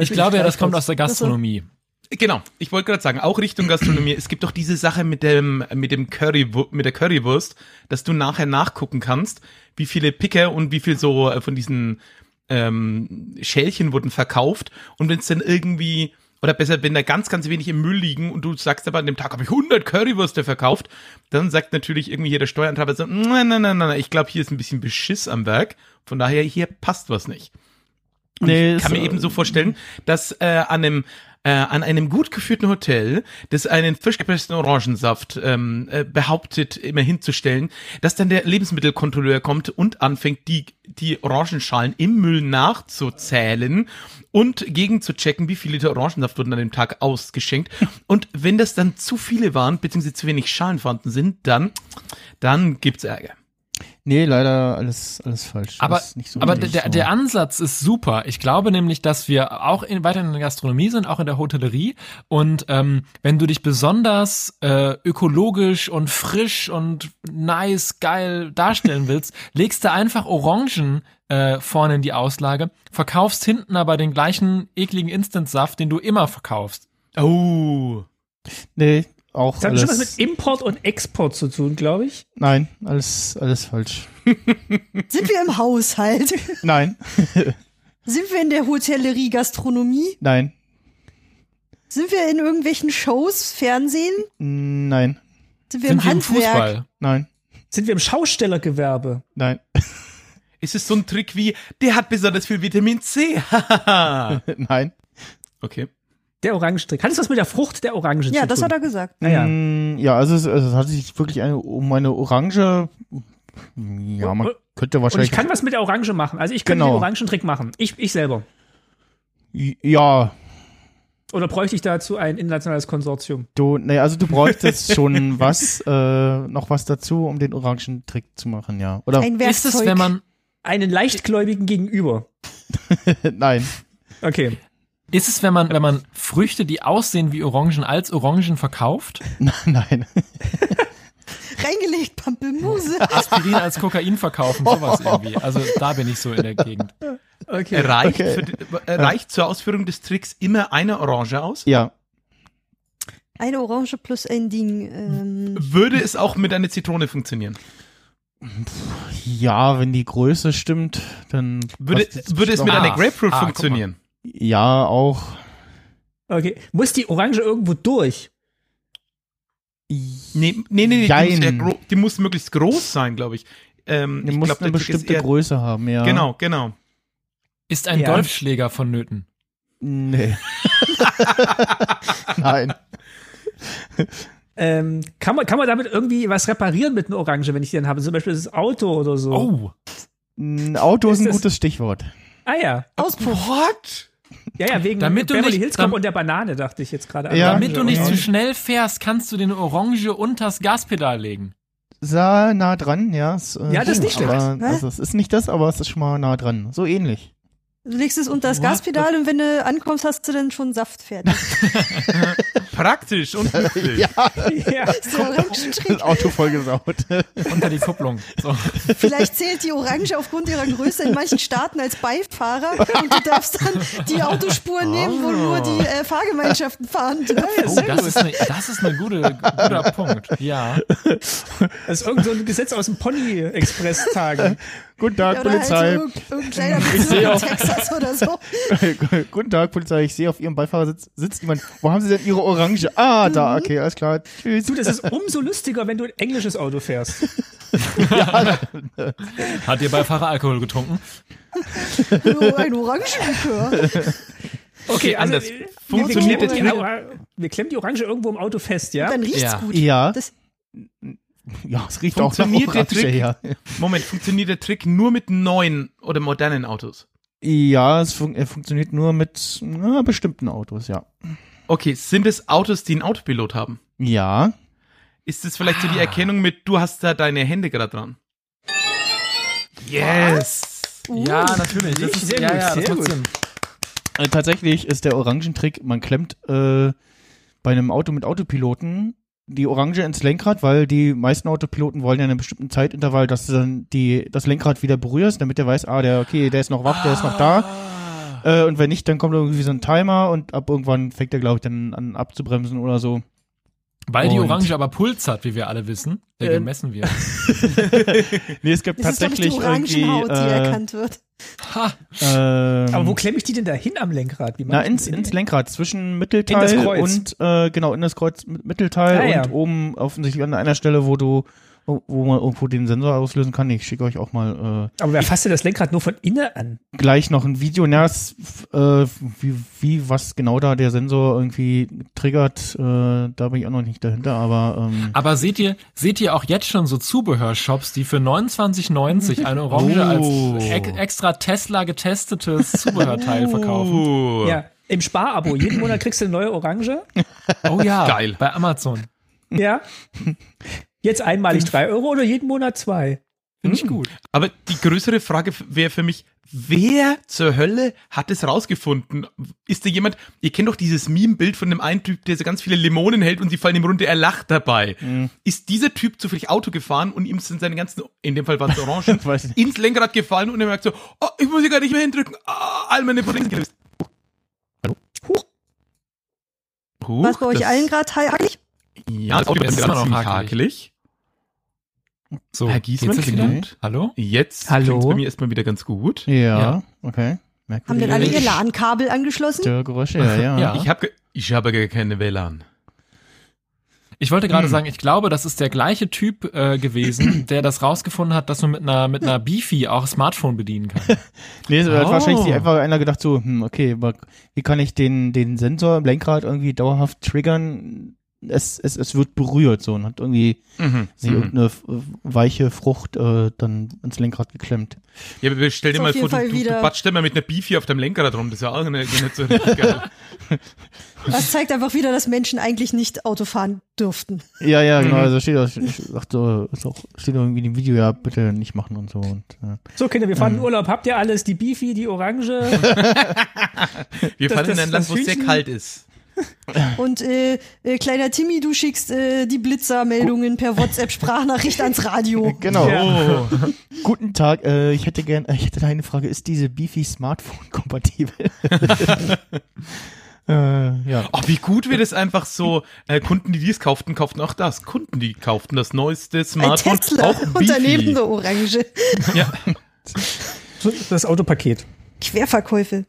[SPEAKER 1] Ich glaube ja, das kommt aus der Gastronomie.
[SPEAKER 5] genau, ich wollte gerade sagen, auch Richtung Gastronomie. Es gibt doch diese Sache mit dem, mit dem Curry, mit der Currywurst, dass du nachher nachgucken kannst, wie viele Picker und wie viel so äh, von diesen ähm, Schälchen wurden verkauft. Und wenn es dann irgendwie Oder besser, wenn da ganz, ganz wenig im Müll liegen und du sagst aber, an dem Tag habe ich 100 Currywürste verkauft, dann sagt natürlich irgendwie hier der Steuerantreiber so, nein, nein, nein, nein, ich glaube, hier ist ein bisschen Beschiss am Werk. Von daher, hier passt was nicht.
[SPEAKER 3] Nee,
[SPEAKER 5] Ich kann
[SPEAKER 3] ist,
[SPEAKER 5] mir
[SPEAKER 3] äh,
[SPEAKER 5] eben so vorstellen, dass äh, an einem äh, an einem gut geführten Hotel, das einen frisch gepressten Orangensaft ähm, äh, behauptet, immer hinzustellen, dass dann der Lebensmittelkontrolleur kommt und anfängt, die, die Orangenschalen im Müll nachzuzählen und gegen zu checken, wie viele Liter Orangensaft wurden an dem Tag ausgeschenkt. Und wenn das dann zu viele waren, beziehungsweise zu wenig Schalen vorhanden sind, dann, dann gibt's Ärger.
[SPEAKER 3] Nee, leider alles, alles falsch.
[SPEAKER 1] Aber,
[SPEAKER 3] Ist nicht so
[SPEAKER 1] aber
[SPEAKER 3] richtig
[SPEAKER 1] der,
[SPEAKER 3] so.
[SPEAKER 1] der Ansatz ist super. Ich glaube nämlich, dass wir auch in, weiterhin in der Gastronomie sind, auch in der Hotellerie. Und ähm, wenn du dich besonders äh, ökologisch und frisch und nice, geil darstellen willst, legst du einfach Orangen äh, vorne in die Auslage, verkaufst hinten aber den gleichen ekligen Instant-Saft, den du immer verkaufst.
[SPEAKER 5] Oh.
[SPEAKER 3] Nee, auch
[SPEAKER 2] Das hat schon was
[SPEAKER 3] alles.
[SPEAKER 2] mit E- Import und Export zu tun, glaube ich.
[SPEAKER 3] Nein, alles, alles falsch.
[SPEAKER 4] Sind wir im Haushalt?
[SPEAKER 3] Nein,
[SPEAKER 4] Sind wir in der Hotellerie, Gastronomie?
[SPEAKER 3] nein,
[SPEAKER 4] Sind wir in irgendwelchen Shows, Fernsehen?
[SPEAKER 3] nein,
[SPEAKER 4] Sind wir
[SPEAKER 1] Sind
[SPEAKER 4] im
[SPEAKER 1] wir im
[SPEAKER 4] Handwerk?
[SPEAKER 1] Fußball?
[SPEAKER 3] nein,
[SPEAKER 2] Sind wir im Schaustellergewerbe?
[SPEAKER 3] nein,
[SPEAKER 5] Ist es so ein Trick wie, der hat besonders viel Vitamin C.
[SPEAKER 3] nein.
[SPEAKER 5] okay.
[SPEAKER 2] Der Orangenstrick. Hat es was mit der Frucht der Orangen zu tun? Ah
[SPEAKER 4] Ja, das hat er gesagt.
[SPEAKER 2] Naja.
[SPEAKER 3] Mm, Ja, also es, also es hat sich wirklich eine, um eine Orange. Ja, man könnte
[SPEAKER 2] Und ich
[SPEAKER 3] wahrscheinlich.
[SPEAKER 2] kann was mit der Orange machen. Also ich könnte
[SPEAKER 3] Genau.
[SPEAKER 2] den Orangentrick machen. Ich, ich selber.
[SPEAKER 3] ja,
[SPEAKER 2] Oder bräuchte ich dazu ein internationales Konsortium?
[SPEAKER 3] du, nee, also du bräuchtest schon was, äh, noch was dazu, um den Orangentrick zu machen, ja. Oder
[SPEAKER 4] Ein
[SPEAKER 1] genau. Ist
[SPEAKER 4] Werkzeug.
[SPEAKER 1] es, wenn man,
[SPEAKER 2] Einen leichtgläubigen Gegenüber.
[SPEAKER 3] nein.
[SPEAKER 2] Okay.
[SPEAKER 1] ist es, wenn man, wenn man Früchte, die aussehen wie Orangen, als Orangen verkauft?
[SPEAKER 3] Nein.
[SPEAKER 4] Reingelegt, Pampelmuse.
[SPEAKER 1] Aspirin als Kokain verkaufen, sowas irgendwie. Also da bin ich so in der Gegend.
[SPEAKER 2] Okay.
[SPEAKER 5] Reicht,
[SPEAKER 3] Okay.
[SPEAKER 5] für, die- äh, reicht zur Ausführung des Tricks immer eine Orange aus?
[SPEAKER 3] Ja.
[SPEAKER 4] Eine Orange plus ein Ding. Ähm,
[SPEAKER 5] Würde es auch mit einer Zitrone funktionieren?
[SPEAKER 3] Ja, wenn die Größe stimmt, dann.
[SPEAKER 5] Würde,
[SPEAKER 3] passt
[SPEAKER 5] würde es mit
[SPEAKER 1] Ah,
[SPEAKER 5] einer
[SPEAKER 1] ah, guck
[SPEAKER 5] Grapefruit
[SPEAKER 1] mal.
[SPEAKER 5] funktionieren?
[SPEAKER 3] Ja, auch.
[SPEAKER 2] okay. Muss die Orange irgendwo durch?
[SPEAKER 5] Nee, nee, nee, nee die, muss
[SPEAKER 3] Jein.
[SPEAKER 5] ja gro- die muss möglichst groß sein, glaube ich. Ähm,
[SPEAKER 3] Du
[SPEAKER 5] ich
[SPEAKER 3] musst
[SPEAKER 5] glaub,
[SPEAKER 3] eine
[SPEAKER 5] der Trick ist
[SPEAKER 3] bestimmte
[SPEAKER 5] eher-
[SPEAKER 3] Größe ne? haben, ja.
[SPEAKER 5] Genau, genau.
[SPEAKER 1] Ist ein
[SPEAKER 2] Ja.
[SPEAKER 1] Golfschläger vonnöten?
[SPEAKER 3] Nee. Nein.
[SPEAKER 2] Ähm, kann, man, kann man damit irgendwie was reparieren mit einer Orange, wenn ich die dann habe? Zum Beispiel das Auto oder so.
[SPEAKER 1] Oh,
[SPEAKER 3] Ein Auto ist
[SPEAKER 2] Ist
[SPEAKER 3] ein
[SPEAKER 2] das-
[SPEAKER 3] gutes Stichwort.
[SPEAKER 2] Ah ja.
[SPEAKER 4] Auspuff.
[SPEAKER 5] What?
[SPEAKER 2] Ja, ja, wegen
[SPEAKER 1] Damit du
[SPEAKER 2] Beverly
[SPEAKER 1] nicht-
[SPEAKER 2] Hills Cop
[SPEAKER 1] dam-
[SPEAKER 2] und der Banane, dachte ich jetzt gerade. an.
[SPEAKER 3] Ja.
[SPEAKER 1] damit du nicht
[SPEAKER 2] Orange.
[SPEAKER 1] zu schnell fährst, kannst du den Orange unters Gaspedal legen.
[SPEAKER 3] Sehr nah dran, ja. Es, äh,
[SPEAKER 2] Ja, das ist nicht schlecht.
[SPEAKER 3] aber,
[SPEAKER 4] Hä?
[SPEAKER 3] Also es ist nicht das, aber es ist schon mal nah dran. So ähnlich.
[SPEAKER 4] Du legst es unter das
[SPEAKER 1] What?
[SPEAKER 4] Gaspedal und wenn du ankommst, hast du dann schon Saft fertig.
[SPEAKER 5] Praktisch und nützlich.
[SPEAKER 2] Ja.
[SPEAKER 4] Das ist der Orangenstrich.
[SPEAKER 3] Das Auto vollgesaut.
[SPEAKER 1] Unter die Kupplung. So.
[SPEAKER 4] Vielleicht zählt die Orange aufgrund ihrer Größe in manchen Staaten als Beifahrer und du darfst dann die Autospur nehmen, wo nur die äh, Fahrgemeinschaften fahren dürfen.
[SPEAKER 1] Oh, das ist, eine, das ist ein gute, guter Punkt. Ja.
[SPEAKER 2] Das ist irgend so ein Gesetz aus dem Pony-Express-Tagen.
[SPEAKER 3] Guten Tag,
[SPEAKER 4] Oder halt so
[SPEAKER 3] Polizei.
[SPEAKER 4] irgendein, irgendein kleiner Bezirk in Texas oder so.
[SPEAKER 3] Guten Tag, Polizei. Ich sehe auf Ihrem Beifahrersitz sitzt jemand. Wo haben Sie denn Ihre Orange? Ah,
[SPEAKER 4] Mhm.
[SPEAKER 3] da. Okay, alles klar. Tschüss.
[SPEAKER 2] Du, das ist umso lustiger, wenn du ein englisches Auto fährst.
[SPEAKER 1] Hat ihr Beifahrer Alkohol getrunken?
[SPEAKER 4] Nur ein Orangenlikör.
[SPEAKER 5] Okay,
[SPEAKER 2] also,
[SPEAKER 5] anders.
[SPEAKER 2] äh, wir- wir,
[SPEAKER 5] Funktioniert der
[SPEAKER 2] klemmen die,
[SPEAKER 5] Trick?
[SPEAKER 2] Ora- wir klemmen die Orange irgendwo im Auto fest, ja?
[SPEAKER 4] Dann riecht's
[SPEAKER 5] Ja.
[SPEAKER 4] gut.
[SPEAKER 3] Ja.
[SPEAKER 4] Das-
[SPEAKER 3] Ja, es riecht auch nach
[SPEAKER 5] Funktioniert der
[SPEAKER 3] Orange,
[SPEAKER 5] Trick?
[SPEAKER 3] ja.
[SPEAKER 5] Moment, funktioniert der Trick nur mit neuen oder modernen Autos?
[SPEAKER 3] Ja, es fun er funktioniert nur mit na, bestimmten Autos, ja.
[SPEAKER 5] Okay, sind es Autos, die einen Autopilot haben?
[SPEAKER 3] Ja.
[SPEAKER 5] Ist es vielleicht so die Erkennung mit, du hast da deine Hände gerade dran? Yes!
[SPEAKER 4] Uh.
[SPEAKER 1] Ja, natürlich. Das
[SPEAKER 2] Nicht?
[SPEAKER 1] ist,
[SPEAKER 2] Sehr
[SPEAKER 1] ja,
[SPEAKER 2] gut,
[SPEAKER 1] ja, das
[SPEAKER 2] sehr
[SPEAKER 1] macht
[SPEAKER 2] gut.
[SPEAKER 1] Sinn.
[SPEAKER 3] Äh, tatsächlich ist der Orangentrick, man klemmt äh, bei einem Auto mit Autopiloten die Orange ins Lenkrad, weil die meisten Autopiloten wollen ja in einem bestimmten Zeitintervall, dass du dann die, das Lenkrad wieder berührst, damit der weiß, ah, der, okay, der ist noch wach, der ist noch da. Äh, und wenn nicht, dann kommt irgendwie so ein Timer und ab irgendwann fängt er, glaube ich, dann an abzubremsen oder so.
[SPEAKER 1] Weil die
[SPEAKER 3] Und-
[SPEAKER 1] Orange aber Puls hat, wie wir alle wissen. Der
[SPEAKER 3] Ähm.
[SPEAKER 1] gemessen wird.
[SPEAKER 3] Nee, es gibt
[SPEAKER 4] Das ist, glaube ich, die
[SPEAKER 3] tatsächlich irgendwie.
[SPEAKER 4] Orangenhaut, die
[SPEAKER 3] äh,
[SPEAKER 4] erkannt wird.
[SPEAKER 1] Ha!
[SPEAKER 3] ähm,
[SPEAKER 2] Aber wo klemme ich die denn da hin am Lenkrad? Wie
[SPEAKER 3] Na,
[SPEAKER 2] mach ich
[SPEAKER 3] ins,
[SPEAKER 2] denn
[SPEAKER 3] ins
[SPEAKER 2] die?
[SPEAKER 3] Lenkrad, zwischen Mittelteil
[SPEAKER 2] In das Kreuz.
[SPEAKER 3] und äh, genau, in das Kreuz M- Mittelteil
[SPEAKER 2] Ah, ja.
[SPEAKER 3] und oben offensichtlich an einer Stelle, wo du, wo wo man irgendwo den Sensor auslösen kann. Ich schicke euch auch mal
[SPEAKER 2] Aber wer fasst denn das Lenkrad nur von innen an?
[SPEAKER 3] äh, gleich noch ein Video, na, es, f- äh, wie, wie, was genau da der Sensor irgendwie triggert, äh, da bin ich auch noch nicht dahinter, aber ähm,
[SPEAKER 1] Aber seht ihr, seht ihr auch jetzt schon so Zubehörshops, die für 29,90 eine Orange
[SPEAKER 5] Oh.
[SPEAKER 1] als ex extra Tesla getestetes Zubehörteil verkaufen?
[SPEAKER 5] Oh.
[SPEAKER 2] Uh. Ja, im Sparabo. Jeden Monat kriegst du eine neue Orange.
[SPEAKER 1] Oh ja,
[SPEAKER 5] Geil.
[SPEAKER 1] bei Amazon.
[SPEAKER 2] Ja. Jetzt einmalig drei Euro oder jeden Monat zwei?
[SPEAKER 1] Finde ich gut.
[SPEAKER 5] Aber die größere Frage f- wäre für mich, wer zur Hölle hat es rausgefunden? Ist da jemand, ihr kennt doch dieses Meme-Bild von dem einen Typ, der so ganz viele Limonen hält und sie fallen ihm runter, er lacht dabei. Ist dieser Typ zufällig Auto gefahren und ihm sind seine ganzen, in dem Fall waren es Orangen,
[SPEAKER 3] Weiß nicht.
[SPEAKER 5] ins Lenkrad gefallen und er merkt so, oh, ich muss hier gar nicht mehr hindrücken, ah, all meine Potenzen gelöst. Hallo? Huch. Huch,
[SPEAKER 4] War es bei euch
[SPEAKER 5] das-
[SPEAKER 4] allen gerade heilig?
[SPEAKER 5] Ja, das Auto
[SPEAKER 1] Jetzt
[SPEAKER 5] ist
[SPEAKER 1] ist man
[SPEAKER 5] gerade
[SPEAKER 1] auch
[SPEAKER 5] ziemlich
[SPEAKER 1] hakelig.
[SPEAKER 5] hakelig.
[SPEAKER 1] So,
[SPEAKER 5] Herr Giesmann,
[SPEAKER 1] geht's jetzt
[SPEAKER 5] vielen
[SPEAKER 1] wieder?
[SPEAKER 5] Dank.
[SPEAKER 1] Hallo?
[SPEAKER 5] Jetzt
[SPEAKER 2] Hallo?
[SPEAKER 5] klingt's bei mir erstmal wieder ganz gut.
[SPEAKER 3] ja,
[SPEAKER 1] ja.
[SPEAKER 3] okay.
[SPEAKER 4] Haben denn alle
[SPEAKER 3] Merkwürdige
[SPEAKER 4] ihr LAN-Kabel angeschlossen?
[SPEAKER 3] Störgeräusche, ja, ja.
[SPEAKER 1] Ja.
[SPEAKER 5] Ich habe ich habe gar keine WLAN.
[SPEAKER 1] Ich wollte gerade
[SPEAKER 5] Hm.
[SPEAKER 1] sagen, ich glaube, das ist der gleiche Typ äh, gewesen, der das rausgefunden hat, dass man mit einer mit einer Bifi auch Smartphone bedienen kann.
[SPEAKER 3] Nee, so hat
[SPEAKER 1] Oh.
[SPEAKER 3] wahrscheinlich sich einfach einer gedacht so, hm, okay, aber wie kann ich den, den Sensor im Lenkrad irgendwie dauerhaft triggern? Es, es, es wird berührt so und hat irgendwie
[SPEAKER 5] Mhm.
[SPEAKER 3] sich irgendeine f- weiche Frucht äh, dann ins Lenkrad geklemmt.
[SPEAKER 5] Ja, aber stell dir
[SPEAKER 4] Ist
[SPEAKER 5] mal
[SPEAKER 4] auf
[SPEAKER 5] vor,
[SPEAKER 4] jeden
[SPEAKER 5] du,
[SPEAKER 4] Fall
[SPEAKER 5] du, du
[SPEAKER 4] wieder-
[SPEAKER 5] batschst immer mit einer Beefy auf deinem Lenkrad rum. Das ist ja auch nicht, nicht so richtig geil.
[SPEAKER 4] Das zeigt einfach wieder, dass Menschen eigentlich nicht Auto fahren dürften.
[SPEAKER 3] Ja, ja, genau, also steht da, ich ich dachte, ist auch, steht da irgendwie in dem Video, ja, bitte nicht machen und so. Und, ja.
[SPEAKER 2] So, Kinder, wir fahren in Urlaub. Habt ihr alles? Die Beefy, die Orange?
[SPEAKER 5] Wir
[SPEAKER 2] Das- das-
[SPEAKER 5] fahren in ein Land,
[SPEAKER 2] das
[SPEAKER 5] wo es sehr
[SPEAKER 2] Hühnchen-
[SPEAKER 5] kalt ist.
[SPEAKER 4] Und äh, äh, kleiner Timmy, du schickst äh, die Blitzermeldungen per WhatsApp-Sprachnachricht ans Radio.
[SPEAKER 3] Genau.
[SPEAKER 5] Oh.
[SPEAKER 2] Ja.
[SPEAKER 3] Guten Tag, äh, ich hätte gern, ich hätte da eine Frage, ist diese Beefy Smartphone kompatibel? äh, ja.
[SPEAKER 5] Oh, wie gut wir das einfach so, äh, Kunden, die dies kauften, kauften auch das. Kunden, die kauften das neueste
[SPEAKER 4] Ein
[SPEAKER 5] Smartphone,
[SPEAKER 4] Tesla
[SPEAKER 5] auch
[SPEAKER 4] und daneben
[SPEAKER 5] Beefy.
[SPEAKER 4] eine Orange.
[SPEAKER 5] Ja.
[SPEAKER 2] So, das Autopaket.
[SPEAKER 4] Querverkäufe.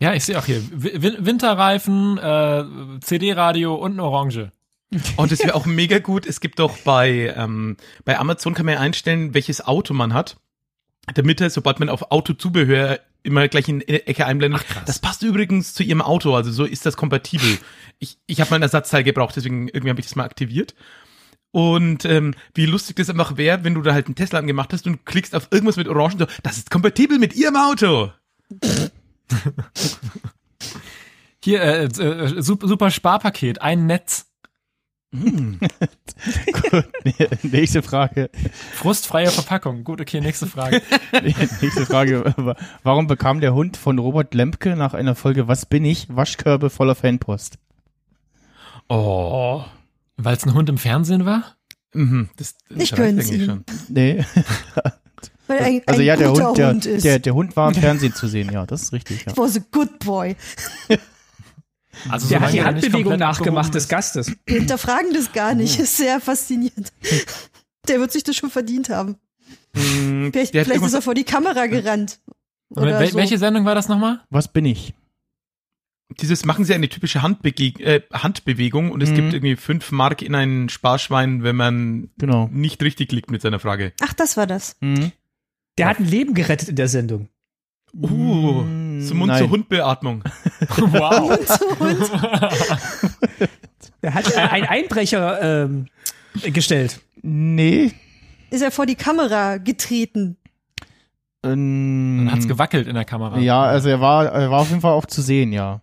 [SPEAKER 1] Ja, ich sehe auch hier Wi- Win- Winterreifen, äh, CD-Radio und eine Orange.
[SPEAKER 5] Und Oh, das wäre auch mega gut. Es gibt doch bei, ähm, bei Amazon kann man ja einstellen, welches Auto man hat, damit er, sobald man auf Autozubehör immer gleich in die Ecke einblendet. das passt übrigens zu ihrem Auto, also so ist das kompatibel. Ich, ich habe mal ein Ersatzteil gebraucht, deswegen irgendwie habe ich das mal aktiviert. Und ähm, wie lustig das einfach wäre, wenn du da halt einen Tesla angemacht hast und klickst auf irgendwas mit Orangen, so, das ist kompatibel mit ihrem Auto.
[SPEAKER 1] Hier äh, äh, super, super Sparpaket, ein Netz,
[SPEAKER 3] Gut, nächste Frage.
[SPEAKER 1] frustfreie Verpackung. Gut, okay, nächste Frage.
[SPEAKER 3] Nächste Frage. Warum bekam der Hund von Robert Lempke nach einer Folge Was bin ich? Waschkörbe voller Fanpost.
[SPEAKER 5] Oh.
[SPEAKER 1] Weil es ein Hund im Fernsehen war?
[SPEAKER 5] Mhm, das, das
[SPEAKER 4] Ich
[SPEAKER 5] reicht
[SPEAKER 4] gönn's
[SPEAKER 5] eigentlich
[SPEAKER 4] ihm.
[SPEAKER 5] schon.
[SPEAKER 3] Nee.
[SPEAKER 4] Weil ein,
[SPEAKER 3] Also
[SPEAKER 4] ein
[SPEAKER 3] ja, der
[SPEAKER 4] guter
[SPEAKER 3] Hund, der,
[SPEAKER 4] Hund ist.
[SPEAKER 3] der, der Hund war im Fernsehen zu sehen, ja, das ist richtig, ja.
[SPEAKER 4] was a good boy.
[SPEAKER 1] Also
[SPEAKER 2] Der hat
[SPEAKER 1] solange
[SPEAKER 2] die
[SPEAKER 1] er nicht
[SPEAKER 2] Handbewegung
[SPEAKER 1] komplett abgehoben
[SPEAKER 2] nachgemacht des
[SPEAKER 1] ist.
[SPEAKER 2] Gastes.
[SPEAKER 4] Wir hinterfragen das gar nicht. Ist sehr faszinierend. Der wird sich das schon verdient haben.
[SPEAKER 5] Mhm,
[SPEAKER 4] Vielleicht,
[SPEAKER 5] der hat
[SPEAKER 4] vielleicht
[SPEAKER 5] irgendwas-
[SPEAKER 4] ist er vor die Kamera gerannt. Oder
[SPEAKER 1] Wel
[SPEAKER 4] so.
[SPEAKER 1] Welche Sendung war das nochmal?
[SPEAKER 3] Was bin ich?
[SPEAKER 5] dieses machen sie eine typische Handbege äh, Handbewegung und es
[SPEAKER 3] Mhm.
[SPEAKER 5] gibt irgendwie fünf Mark in einen Sparschwein, wenn man
[SPEAKER 3] Genau.
[SPEAKER 5] nicht richtig liegt mit seiner Frage.
[SPEAKER 4] Ach, das war das.
[SPEAKER 3] Mhm.
[SPEAKER 2] Der hat ein Leben gerettet in der Sendung.
[SPEAKER 5] Uh,
[SPEAKER 3] Mm,
[SPEAKER 5] so Mund-zu-Hund-Beatmung.
[SPEAKER 1] Wow.
[SPEAKER 4] Zu Hund.
[SPEAKER 2] Der hat äh, einen Einbrecher ähm, gestellt.
[SPEAKER 3] Nee.
[SPEAKER 4] Ist er vor die Kamera getreten.
[SPEAKER 3] Ähm,
[SPEAKER 1] Dann
[SPEAKER 5] Mm.
[SPEAKER 1] hat's gewackelt in der Kamera.
[SPEAKER 3] ja, also er war, er war auf jeden Fall auch zu sehen, ja.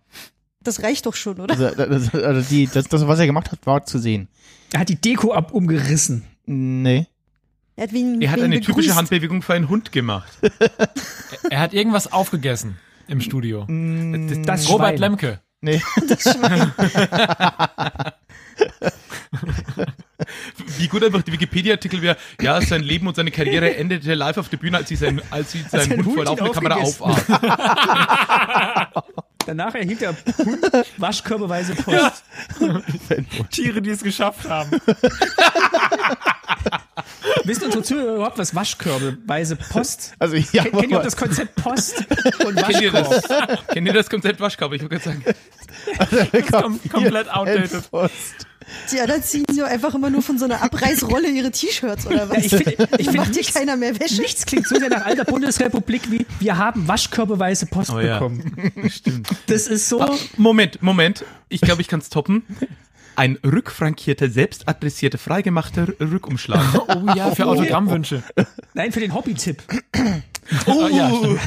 [SPEAKER 4] Das reicht doch schon, oder?
[SPEAKER 3] Also, das, also die, das, das, was er gemacht hat, war zu sehen.
[SPEAKER 2] Er hat die Deko ab umgerissen.
[SPEAKER 3] Nee.
[SPEAKER 4] Er hat, wen,
[SPEAKER 5] Er hat
[SPEAKER 4] wen
[SPEAKER 5] eine
[SPEAKER 4] begrüßt.
[SPEAKER 5] typische Handbewegung für einen Hund gemacht.
[SPEAKER 1] Er hat irgendwas aufgegessen im Studio.
[SPEAKER 2] Mm. Das
[SPEAKER 1] Robert
[SPEAKER 2] Schwein.
[SPEAKER 1] Lemke.
[SPEAKER 3] Nee.
[SPEAKER 5] Wie gut einfach der Wikipedia-Artikel wäre, ja, sein Leben und seine Karriere endete live auf der Bühne, als sie seinen, als sie seinen
[SPEAKER 2] ein
[SPEAKER 5] Hund
[SPEAKER 2] Hund
[SPEAKER 5] vor
[SPEAKER 2] ihn
[SPEAKER 5] laufender Kamera
[SPEAKER 2] aufgegessen
[SPEAKER 5] aufatmet.
[SPEAKER 2] Danach erhielt der Hund waschkörbeweise Post.
[SPEAKER 3] Fanboy.
[SPEAKER 1] Tiere, die es geschafft haben.
[SPEAKER 2] Wissen unsere Zuhörer überhaupt, was waschkörbeweise Post?
[SPEAKER 3] Also ja,
[SPEAKER 2] Kennt ihr auch
[SPEAKER 3] aber-
[SPEAKER 2] das Konzept Post und
[SPEAKER 5] Kennt ihr
[SPEAKER 2] Waschkorb?
[SPEAKER 5] das? Kennt ihr das komplett Waschkörper? Ich würde sagen,
[SPEAKER 1] kom- komplett outdated.
[SPEAKER 3] Fanpost.
[SPEAKER 4] Die anderen ziehen ja einfach immer nur von so einer Abreißrolle ihre T-Shirts oder was.
[SPEAKER 2] Ich finde, ich
[SPEAKER 4] Dann macht
[SPEAKER 2] find,
[SPEAKER 4] dir
[SPEAKER 2] nichts,
[SPEAKER 4] keiner mehr Wäsche.
[SPEAKER 2] nichts klingt so sehr nach alter Bundesrepublik wie wir haben waschkörbeweise Post
[SPEAKER 5] Oh ja.
[SPEAKER 2] bekommen.
[SPEAKER 5] stimmt.
[SPEAKER 2] Das ist so.
[SPEAKER 5] Moment, Moment. Ich glaube, ich kann es toppen. Ein rückfrankierter, selbstadressierter, freigemachter Rückumschlag.
[SPEAKER 1] Oh ja, für Autogrammwünsche.
[SPEAKER 2] Oh. Nein, für den Hobby-Tipp.
[SPEAKER 5] Oh,
[SPEAKER 1] ja, stimmt.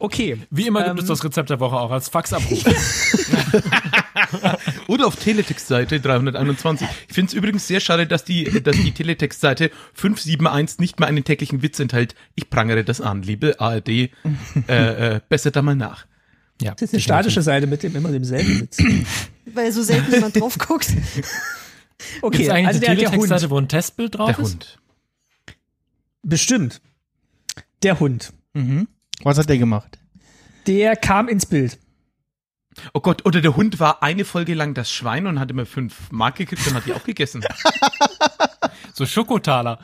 [SPEAKER 2] Okay.
[SPEAKER 1] Wie immer gibt
[SPEAKER 2] Ähm.
[SPEAKER 1] es das Rezept der Woche auch als Faxabruf.
[SPEAKER 5] Oder auf Teletext-Seite 321. Ich finde es übrigens sehr schade, dass die, dass die Teletext-Seite 571 nicht mal einen täglichen Witz enthält. Ich prangere das an, liebe ARD. Äh, äh, besser da mal nach.
[SPEAKER 1] Ja,
[SPEAKER 2] Das ist eine statische Seite mit dem immer demselben Witz.
[SPEAKER 4] Weil so selten jemand drauf guckt.
[SPEAKER 1] Gibt
[SPEAKER 2] Okay,
[SPEAKER 1] es eigentlich
[SPEAKER 2] also der,
[SPEAKER 1] eine
[SPEAKER 2] der Hund.
[SPEAKER 1] Teletext-Seite, wo ein Testbild drauf
[SPEAKER 5] Der
[SPEAKER 1] ist?
[SPEAKER 5] Hund.
[SPEAKER 2] Bestimmt. Der Hund.
[SPEAKER 3] Was hat der gemacht?
[SPEAKER 2] Der kam ins Bild.
[SPEAKER 5] Oh Gott, oder der Hund war eine Folge lang das Schwein und hat immer fünf Mark gekriegt und hat die auch gegessen.
[SPEAKER 1] So Schokotaler.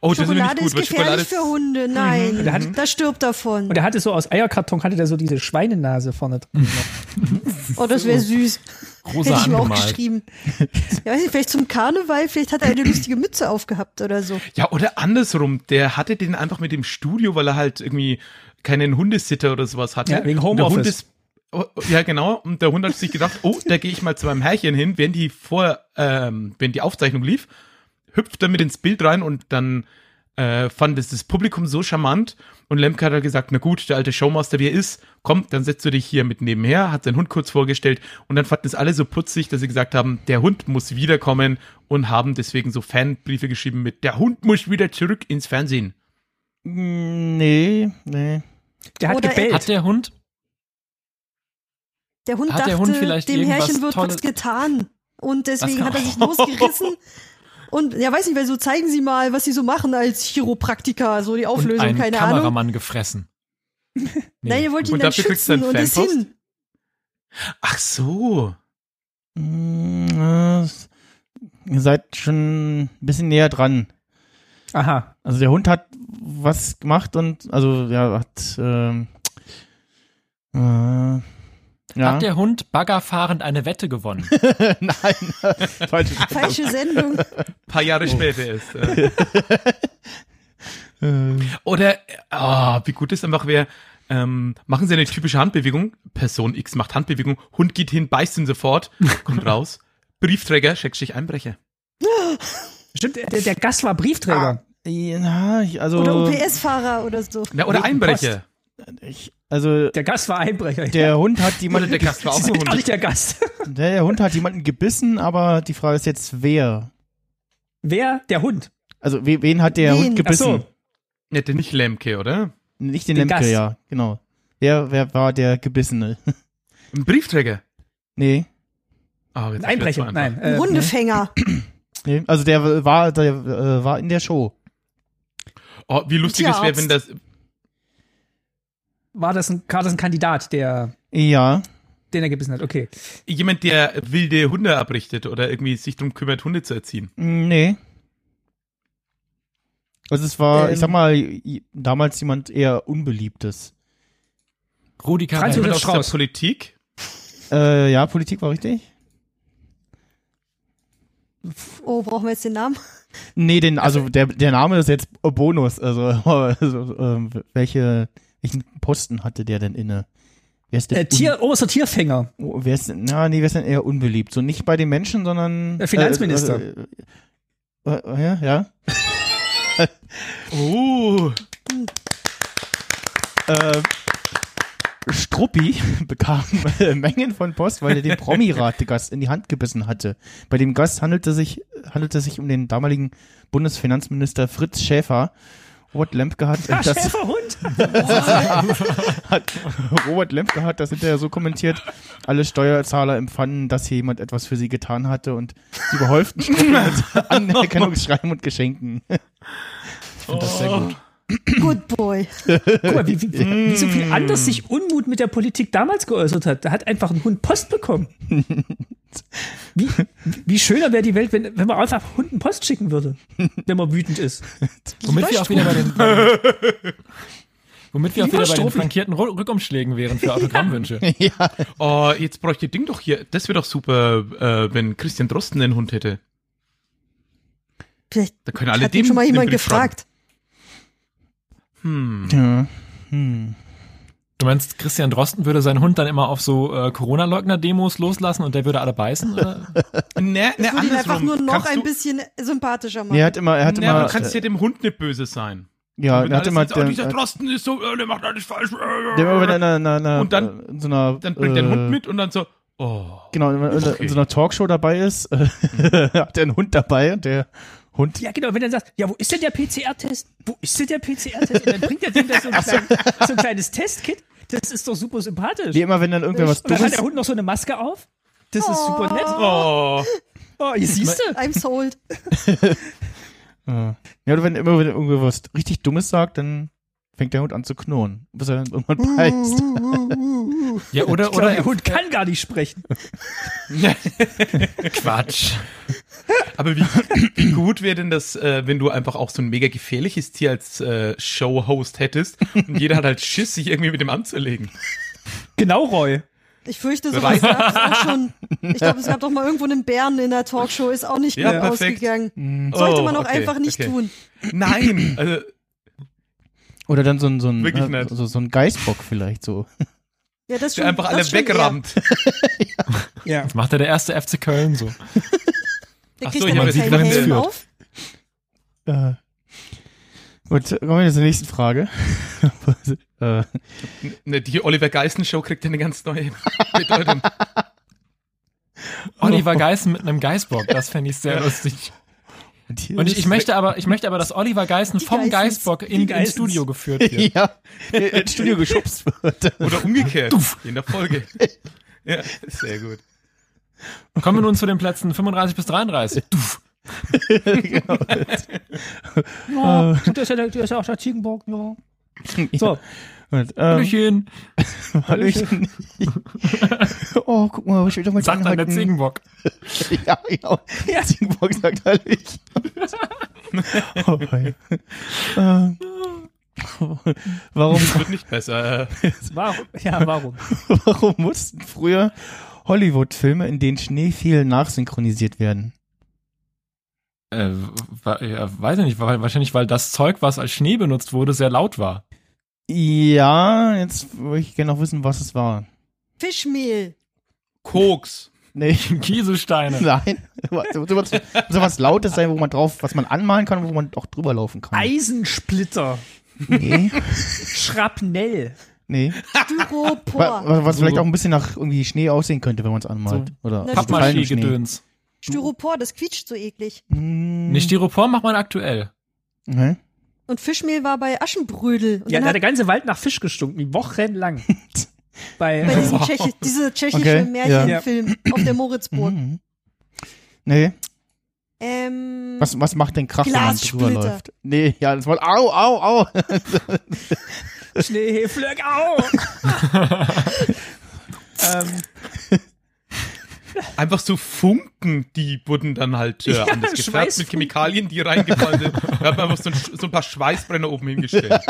[SPEAKER 5] Oh, das ist nämlich
[SPEAKER 4] Schokolade
[SPEAKER 5] gut,
[SPEAKER 4] ist
[SPEAKER 5] weil Schokolade
[SPEAKER 4] gefährlich
[SPEAKER 5] ist Mhm.
[SPEAKER 4] für Hunde. Nein,
[SPEAKER 2] Der hat-
[SPEAKER 4] da stirbt davon.
[SPEAKER 2] Und er hatte so aus Eierkarton, hatte der so diese Schweinenase vorne drin.
[SPEAKER 4] Oh, das wäre süß.
[SPEAKER 1] Rosa
[SPEAKER 4] Hätte ich ihm auch
[SPEAKER 1] angemalt.
[SPEAKER 4] geschrieben. Ja, weiß nicht, vielleicht zum Karneval, vielleicht hat er eine lustige Mütze aufgehabt oder so.
[SPEAKER 5] Ja, oder andersrum, der hatte den einfach mit dem Studio, weil er halt irgendwie keinen Hundesitter oder sowas hatte.
[SPEAKER 2] Ja, wegen
[SPEAKER 5] Und der Hund
[SPEAKER 2] Homeoffice.
[SPEAKER 5] ist, oh, oh, ja, genau. Und der Hund hat sich gedacht, oh, da gehe ich mal zu meinem Herrchen hin, wenn die vor, ähm, wenn die Aufzeichnung lief, hüpft er mit ins Bild rein und dann äh, fand es das Publikum so charmant und Lemke hat halt gesagt, na gut, der alte Showmaster, wie er ist, komm, dann setzt du dich hier mit nebenher, hat seinen Hund kurz vorgestellt und dann fanden es alle so putzig, dass sie gesagt haben, der Hund muss wiederkommen und haben deswegen so Fanbriefe geschrieben mit, der Hund muss wieder zurück ins Fernsehen.
[SPEAKER 3] Hm, Nee, nee.
[SPEAKER 2] Der hat
[SPEAKER 4] Oder er-
[SPEAKER 2] gebellt.
[SPEAKER 1] Hat der Hund?
[SPEAKER 4] Der Hund
[SPEAKER 1] Hat der
[SPEAKER 4] dachte,
[SPEAKER 1] Hund vielleicht
[SPEAKER 4] dem
[SPEAKER 1] irgendwas
[SPEAKER 4] Herrchen wird
[SPEAKER 1] Tolles-
[SPEAKER 4] was getan. Und deswegen
[SPEAKER 1] kann
[SPEAKER 4] hat er sich losgerissen. Und ja, weiß nicht, weil so zeigen sie mal, was sie so machen als Chiropraktiker, so die
[SPEAKER 1] Und
[SPEAKER 4] Auflösung,
[SPEAKER 1] einen
[SPEAKER 4] keine Ahnung.
[SPEAKER 1] Kameramann gefressen. Nee.
[SPEAKER 4] Nein, ihr wollt ihn
[SPEAKER 5] Und
[SPEAKER 4] dann
[SPEAKER 5] dafür kriegst du
[SPEAKER 4] schützen
[SPEAKER 5] einen
[SPEAKER 4] und ist
[SPEAKER 5] Fanpost?
[SPEAKER 4] hin.
[SPEAKER 5] Ach so.
[SPEAKER 3] Mm, äh, s- Ihr seid schon ein bisschen näher dran.
[SPEAKER 2] Aha.
[SPEAKER 3] Also der Hund hat was gemacht und also ja hat ähm, äh, ja.
[SPEAKER 1] Hat der Hund baggerfahrend eine Wette gewonnen?
[SPEAKER 3] Nein, falsche.
[SPEAKER 4] Falsche Sendung.
[SPEAKER 5] paar Jahre
[SPEAKER 2] Oh.
[SPEAKER 5] später ist. Äh.
[SPEAKER 3] Äh,
[SPEAKER 2] Ähm.
[SPEAKER 5] Oder, ah, wie gut es einfach wäre, ähm, machen Sie eine typische Handbewegung. Person X macht Handbewegung, Hund geht hin, beißt ihn sofort, kommt raus. Briefträger, schrägstrich Einbrecher.
[SPEAKER 2] Stimmt, der, der Gast war
[SPEAKER 3] Ah.
[SPEAKER 2] Briefträger.
[SPEAKER 3] na, ich, also
[SPEAKER 4] Oder UPS-Fahrer oder so.
[SPEAKER 5] Na, oder
[SPEAKER 2] Wegen
[SPEAKER 5] Einbrecher.
[SPEAKER 3] ich, also
[SPEAKER 2] Der Gast war Einbrecher.
[SPEAKER 3] der Hund hat
[SPEAKER 5] Oder
[SPEAKER 3] jemanden
[SPEAKER 5] der Gast war auch ein
[SPEAKER 2] Auch
[SPEAKER 5] Hund.
[SPEAKER 2] nicht der Gast.
[SPEAKER 3] der, der Hund hat jemanden gebissen, aber die Frage ist jetzt wer?
[SPEAKER 2] Wer? Der Hund.
[SPEAKER 3] Also we, wen hat der
[SPEAKER 4] Wen?
[SPEAKER 3] Hund
[SPEAKER 2] Ach
[SPEAKER 3] gebissen?
[SPEAKER 2] so.
[SPEAKER 5] Nette nicht Lemke, oder?
[SPEAKER 3] Nicht den,
[SPEAKER 2] Den
[SPEAKER 3] Lemke,
[SPEAKER 2] Gast.
[SPEAKER 3] ja, genau. Wer wer war der gebissene?
[SPEAKER 5] Ein Briefträger.
[SPEAKER 3] nee,
[SPEAKER 5] Ah, jetzt
[SPEAKER 2] Ein
[SPEAKER 5] ist
[SPEAKER 2] Einbrecher.
[SPEAKER 5] wieder zu einfach.
[SPEAKER 2] Nein.
[SPEAKER 4] Ein
[SPEAKER 2] Äh,
[SPEAKER 4] Hundefänger.
[SPEAKER 3] nee, also der war der äh, war in der Show.
[SPEAKER 5] Oh, wie lustig es wäre, wenn das.
[SPEAKER 2] war das ein, war das ein Kandidat, der,
[SPEAKER 3] Ja.
[SPEAKER 2] den er gebissen hat? Okay.
[SPEAKER 5] Jemand, der wilde Hunde abrichtet oder irgendwie sich drum kümmert, Hunde zu erziehen.
[SPEAKER 3] Nee. Also es war,
[SPEAKER 2] Ähm.
[SPEAKER 3] ich sag mal, i- damals jemand eher Unbeliebtes.
[SPEAKER 1] Rudi
[SPEAKER 2] Franz
[SPEAKER 1] Karel.
[SPEAKER 2] Josef
[SPEAKER 5] Jemand aus der
[SPEAKER 2] Strauß.
[SPEAKER 5] Politik.
[SPEAKER 3] Äh, ja, Politik war richtig?
[SPEAKER 4] Oh, brauchen wir jetzt den Namen?
[SPEAKER 3] Nee, den, also der, der Name ist jetzt Bonus. Also, also ähm, welche, welchen Posten hatte der denn inne? Wer ist denn,
[SPEAKER 2] Äh, Tier, oberster Tierfänger.
[SPEAKER 3] un, oh, wer ist denn, na, nee, wer ist denn eher unbeliebt? So nicht bei den Menschen, sondern...
[SPEAKER 2] Der Finanzminister.
[SPEAKER 3] Äh, äh, äh, äh, ja, ja.
[SPEAKER 2] Uh.
[SPEAKER 5] Oh.
[SPEAKER 3] äh, Struppi bekam äh, Mengen von Post, weil er den Promi-Rategast in die Hand gebissen hatte. Bei dem Gast handelte sich, handelte sich um den damaligen Bundesfinanzminister Fritz Schäfer. Robert Lemke hat
[SPEAKER 2] Ah,
[SPEAKER 3] äh, das,
[SPEAKER 2] Schäferhund.
[SPEAKER 3] hat, Robert Lemke hat das hinterher so kommentiert, alle Steuerzahler empfanden, dass hier jemand etwas für sie getan hatte und sie behäuften Struppi mit Anerkennungsschreiben und Geschenken. Ich finde das sehr gut.
[SPEAKER 4] Good boy.
[SPEAKER 2] Guck mal, wie, wie, wie so
[SPEAKER 3] Mm.
[SPEAKER 2] viel anders sich Unmut mit der Politik damals geäußert hat. Da hat einfach ein Hund Post bekommen. Wie, wie schöner wäre die Welt, wenn, wenn man einfach Hunden Post schicken würde, wenn man wütend ist.
[SPEAKER 1] Womit wir auch wieder bei den, bei den womit wir auch wieder bei den frankierten Ru- Rückumschlägen wären für Autogrammwünsche.
[SPEAKER 5] Oh, jetzt bräuchte Ding doch hier. Das wäre doch super, äh, wenn Christian Drosten einen Hund hätte.
[SPEAKER 4] Vielleicht
[SPEAKER 5] Da können alle
[SPEAKER 4] hat
[SPEAKER 5] dem
[SPEAKER 4] ihn schon mal
[SPEAKER 5] den
[SPEAKER 4] jemand
[SPEAKER 5] Brief schreiben.
[SPEAKER 4] gefragt.
[SPEAKER 5] Hm.
[SPEAKER 3] Ja.
[SPEAKER 1] Du meinst, Christian Drosten würde seinen Hund dann immer auf so äh, Corona-Leugner-Demos loslassen und der würde alle beißen? Oder?
[SPEAKER 5] Ne, ne,
[SPEAKER 4] Ich würde ihn einfach
[SPEAKER 5] andersrum.
[SPEAKER 4] nur noch
[SPEAKER 5] Kannst
[SPEAKER 4] ein
[SPEAKER 5] du-
[SPEAKER 4] bisschen sympathischer machen.
[SPEAKER 3] Nee, er hat immer, er hat
[SPEAKER 5] Ne,
[SPEAKER 3] immer,
[SPEAKER 5] aber du kannst ja dem Hund nicht böse sein.
[SPEAKER 3] ja,
[SPEAKER 5] Wenn
[SPEAKER 3] er hat
[SPEAKER 5] alles
[SPEAKER 3] immer,
[SPEAKER 5] jetzt, oh,
[SPEAKER 3] der,
[SPEAKER 5] dieser
[SPEAKER 3] der,
[SPEAKER 5] Drosten ist so, äh, der macht alles falsch. äh,
[SPEAKER 3] immer wenn er in einer, in einer,
[SPEAKER 5] Und dann-
[SPEAKER 3] in so einer,
[SPEAKER 5] Dann bringt er den
[SPEAKER 3] äh,
[SPEAKER 5] Hund mit und dann so, oh.
[SPEAKER 3] Genau, wenn er in,
[SPEAKER 5] Okay. Mhm.
[SPEAKER 3] in so einer Talkshow dabei ist, äh, hat er einen Hund dabei und der Hund,
[SPEAKER 2] Ja, genau, wenn er sagt, ja, wo ist denn der PCR-Test? Wo ist denn der PCR-Test? Und dann bringt er dem das so ein, klein, so ein kleines Testkit. Das ist doch super sympathisch.
[SPEAKER 3] wie immer, wenn dann irgendwer was
[SPEAKER 2] Und dann hat
[SPEAKER 3] Dummes,
[SPEAKER 2] der Hund noch so eine Maske auf. Das ist super nett.
[SPEAKER 5] Oh.
[SPEAKER 2] Oh, ihr siehst du.
[SPEAKER 4] I'm sold.
[SPEAKER 3] ja, oder wenn immer, wenn irgendwer was richtig Dummes sagt, dann fängt der Hund an zu knurren, bis er dann
[SPEAKER 5] Uh.
[SPEAKER 3] irgendwann beißt.
[SPEAKER 1] Ja, oder,
[SPEAKER 2] Oder äh,
[SPEAKER 1] oder
[SPEAKER 2] der Hund kann gar nicht sprechen.
[SPEAKER 1] Quatsch.
[SPEAKER 5] Aber wie, wie gut wäre denn das, äh, wenn du einfach auch so ein mega gefährliches Tier als äh, Show-Host hättest und jeder hat halt Schiss, sich irgendwie mit dem anzulegen.
[SPEAKER 2] Genau, Roy.
[SPEAKER 4] Ich fürchte, sowas gab es auch schon. Ich glaube, es gab doch mal irgendwo einen Bären in der Talkshow, ist auch nicht
[SPEAKER 5] Ja,
[SPEAKER 4] gut
[SPEAKER 5] perfekt.
[SPEAKER 4] ausgegangen. Sollte
[SPEAKER 5] Oh,
[SPEAKER 4] man auch
[SPEAKER 5] okay,
[SPEAKER 4] einfach nicht
[SPEAKER 5] okay.
[SPEAKER 4] tun.
[SPEAKER 5] Nein, also
[SPEAKER 3] Oder dann so ein, so ein,
[SPEAKER 5] Wirklich
[SPEAKER 3] äh,
[SPEAKER 5] nett.
[SPEAKER 3] so, so ein Geißbock vielleicht so.
[SPEAKER 4] Ja, das schon,
[SPEAKER 5] der einfach alle
[SPEAKER 4] das schon
[SPEAKER 5] wegrammt.
[SPEAKER 2] Ja.
[SPEAKER 1] Das macht ja der erste FC Köln so.
[SPEAKER 4] eher. Der
[SPEAKER 5] Ach
[SPEAKER 4] kriegt
[SPEAKER 5] so,
[SPEAKER 4] dann
[SPEAKER 5] ja,
[SPEAKER 4] auch
[SPEAKER 5] aber sie
[SPEAKER 4] keinen
[SPEAKER 1] dahin
[SPEAKER 4] Helm
[SPEAKER 1] führt.
[SPEAKER 4] auf.
[SPEAKER 3] Äh. Gut, kommen wir jetzt zur nächsten Frage. äh,
[SPEAKER 5] Ne, Die Oliver Geißen-Show kriegt ja eine ganz neue Bedeutung.
[SPEAKER 4] Oh.
[SPEAKER 1] Oliver Geißen mit einem Geißbock, das fände ich sehr lustig. Und ich, ich möchte aber, ich möchte aber, dass Oliver Geißen
[SPEAKER 4] Die
[SPEAKER 1] vom
[SPEAKER 4] Geissens,
[SPEAKER 1] Geißbock
[SPEAKER 2] die
[SPEAKER 1] in, ins
[SPEAKER 2] Geissens.
[SPEAKER 1] Studio geführt wird.
[SPEAKER 3] ja, ins Studio geschubst wird.
[SPEAKER 5] Oder umgekehrt. In der Folge. Ja, sehr gut.
[SPEAKER 1] Kommen wir nun zu den Plätzen 35 bis 33. Duff.
[SPEAKER 2] Ja, das ist ja, der- das ist ja auch der Ziegenbock, ja. So,
[SPEAKER 3] Und, ähm,
[SPEAKER 1] Hallöchen.
[SPEAKER 3] Hallöchen. oh, guck mal, was ich halt wieder mal
[SPEAKER 1] Sagt dann der
[SPEAKER 3] anhalten.
[SPEAKER 1] Ziegenbock.
[SPEAKER 3] Ja, ja.
[SPEAKER 2] Ja.
[SPEAKER 3] Ziegenbock sagt Hallöchen. oh, wei. ähm, warum,
[SPEAKER 5] Das wird nicht besser.
[SPEAKER 2] warum? Ja, warum?
[SPEAKER 3] warum mussten früher Hollywood-Filme, in denen Schnee fiel, nachsynchronisiert werden?
[SPEAKER 1] Äh, wa- ja, weiß ich nicht, weil, wahrscheinlich, weil das Zeug, was als Schnee benutzt wurde, sehr laut war.
[SPEAKER 3] Ja, jetzt würde ich gerne noch wissen, was es war.
[SPEAKER 4] Fischmehl.
[SPEAKER 5] Koks.
[SPEAKER 3] Nee,
[SPEAKER 1] Kieselsteine.
[SPEAKER 3] nein. So, so, was- so was Lautes sein, wo man drauf, was man anmalen kann, wo man auch drüber laufen kann.
[SPEAKER 2] Eisensplitter.
[SPEAKER 3] Nee,
[SPEAKER 2] Schrapnell.
[SPEAKER 3] nee. Wa-
[SPEAKER 4] Styropor.
[SPEAKER 3] wa- Was vielleicht auch ein bisschen nach irgendwie Schnee aussehen könnte, wenn man es anmalt. Oder
[SPEAKER 4] Na,
[SPEAKER 3] gefallenen Schnee.
[SPEAKER 1] Pappmaschie-Gedöns.
[SPEAKER 4] Styropor, das quietscht so eklig.
[SPEAKER 3] Hm,
[SPEAKER 1] Nee, Styropor macht man aktuell.
[SPEAKER 3] ne?
[SPEAKER 4] Und Fischmehl war bei Aschenbrödel. Und
[SPEAKER 2] Ja, da
[SPEAKER 4] dann
[SPEAKER 2] hat
[SPEAKER 4] hat
[SPEAKER 2] der ganze Wald nach Fisch gestunken, wochenlang. Bei,
[SPEAKER 4] bei diesem Tschechi diese tschechische
[SPEAKER 3] Okay,
[SPEAKER 4] Märchenfilm auf der Moritzburg.
[SPEAKER 3] Mhm.
[SPEAKER 4] Hm.
[SPEAKER 3] Nee,
[SPEAKER 4] Ähm,
[SPEAKER 3] was, was macht denn Krach, wenn man drüber
[SPEAKER 4] Glassplitter.
[SPEAKER 3] läuft? Nee, ja, das war au, au, au.
[SPEAKER 2] Schneehefleck, au! ähm,
[SPEAKER 5] Einfach so Funken, die wurden dann halt äh,
[SPEAKER 2] Ja,
[SPEAKER 5] anders gefärbt mit
[SPEAKER 2] Schweißfunken.
[SPEAKER 5] Chemikalien, die reingefallen sind. Wir haben einfach so ein, so ein paar Schweißbrenner oben hingestellt.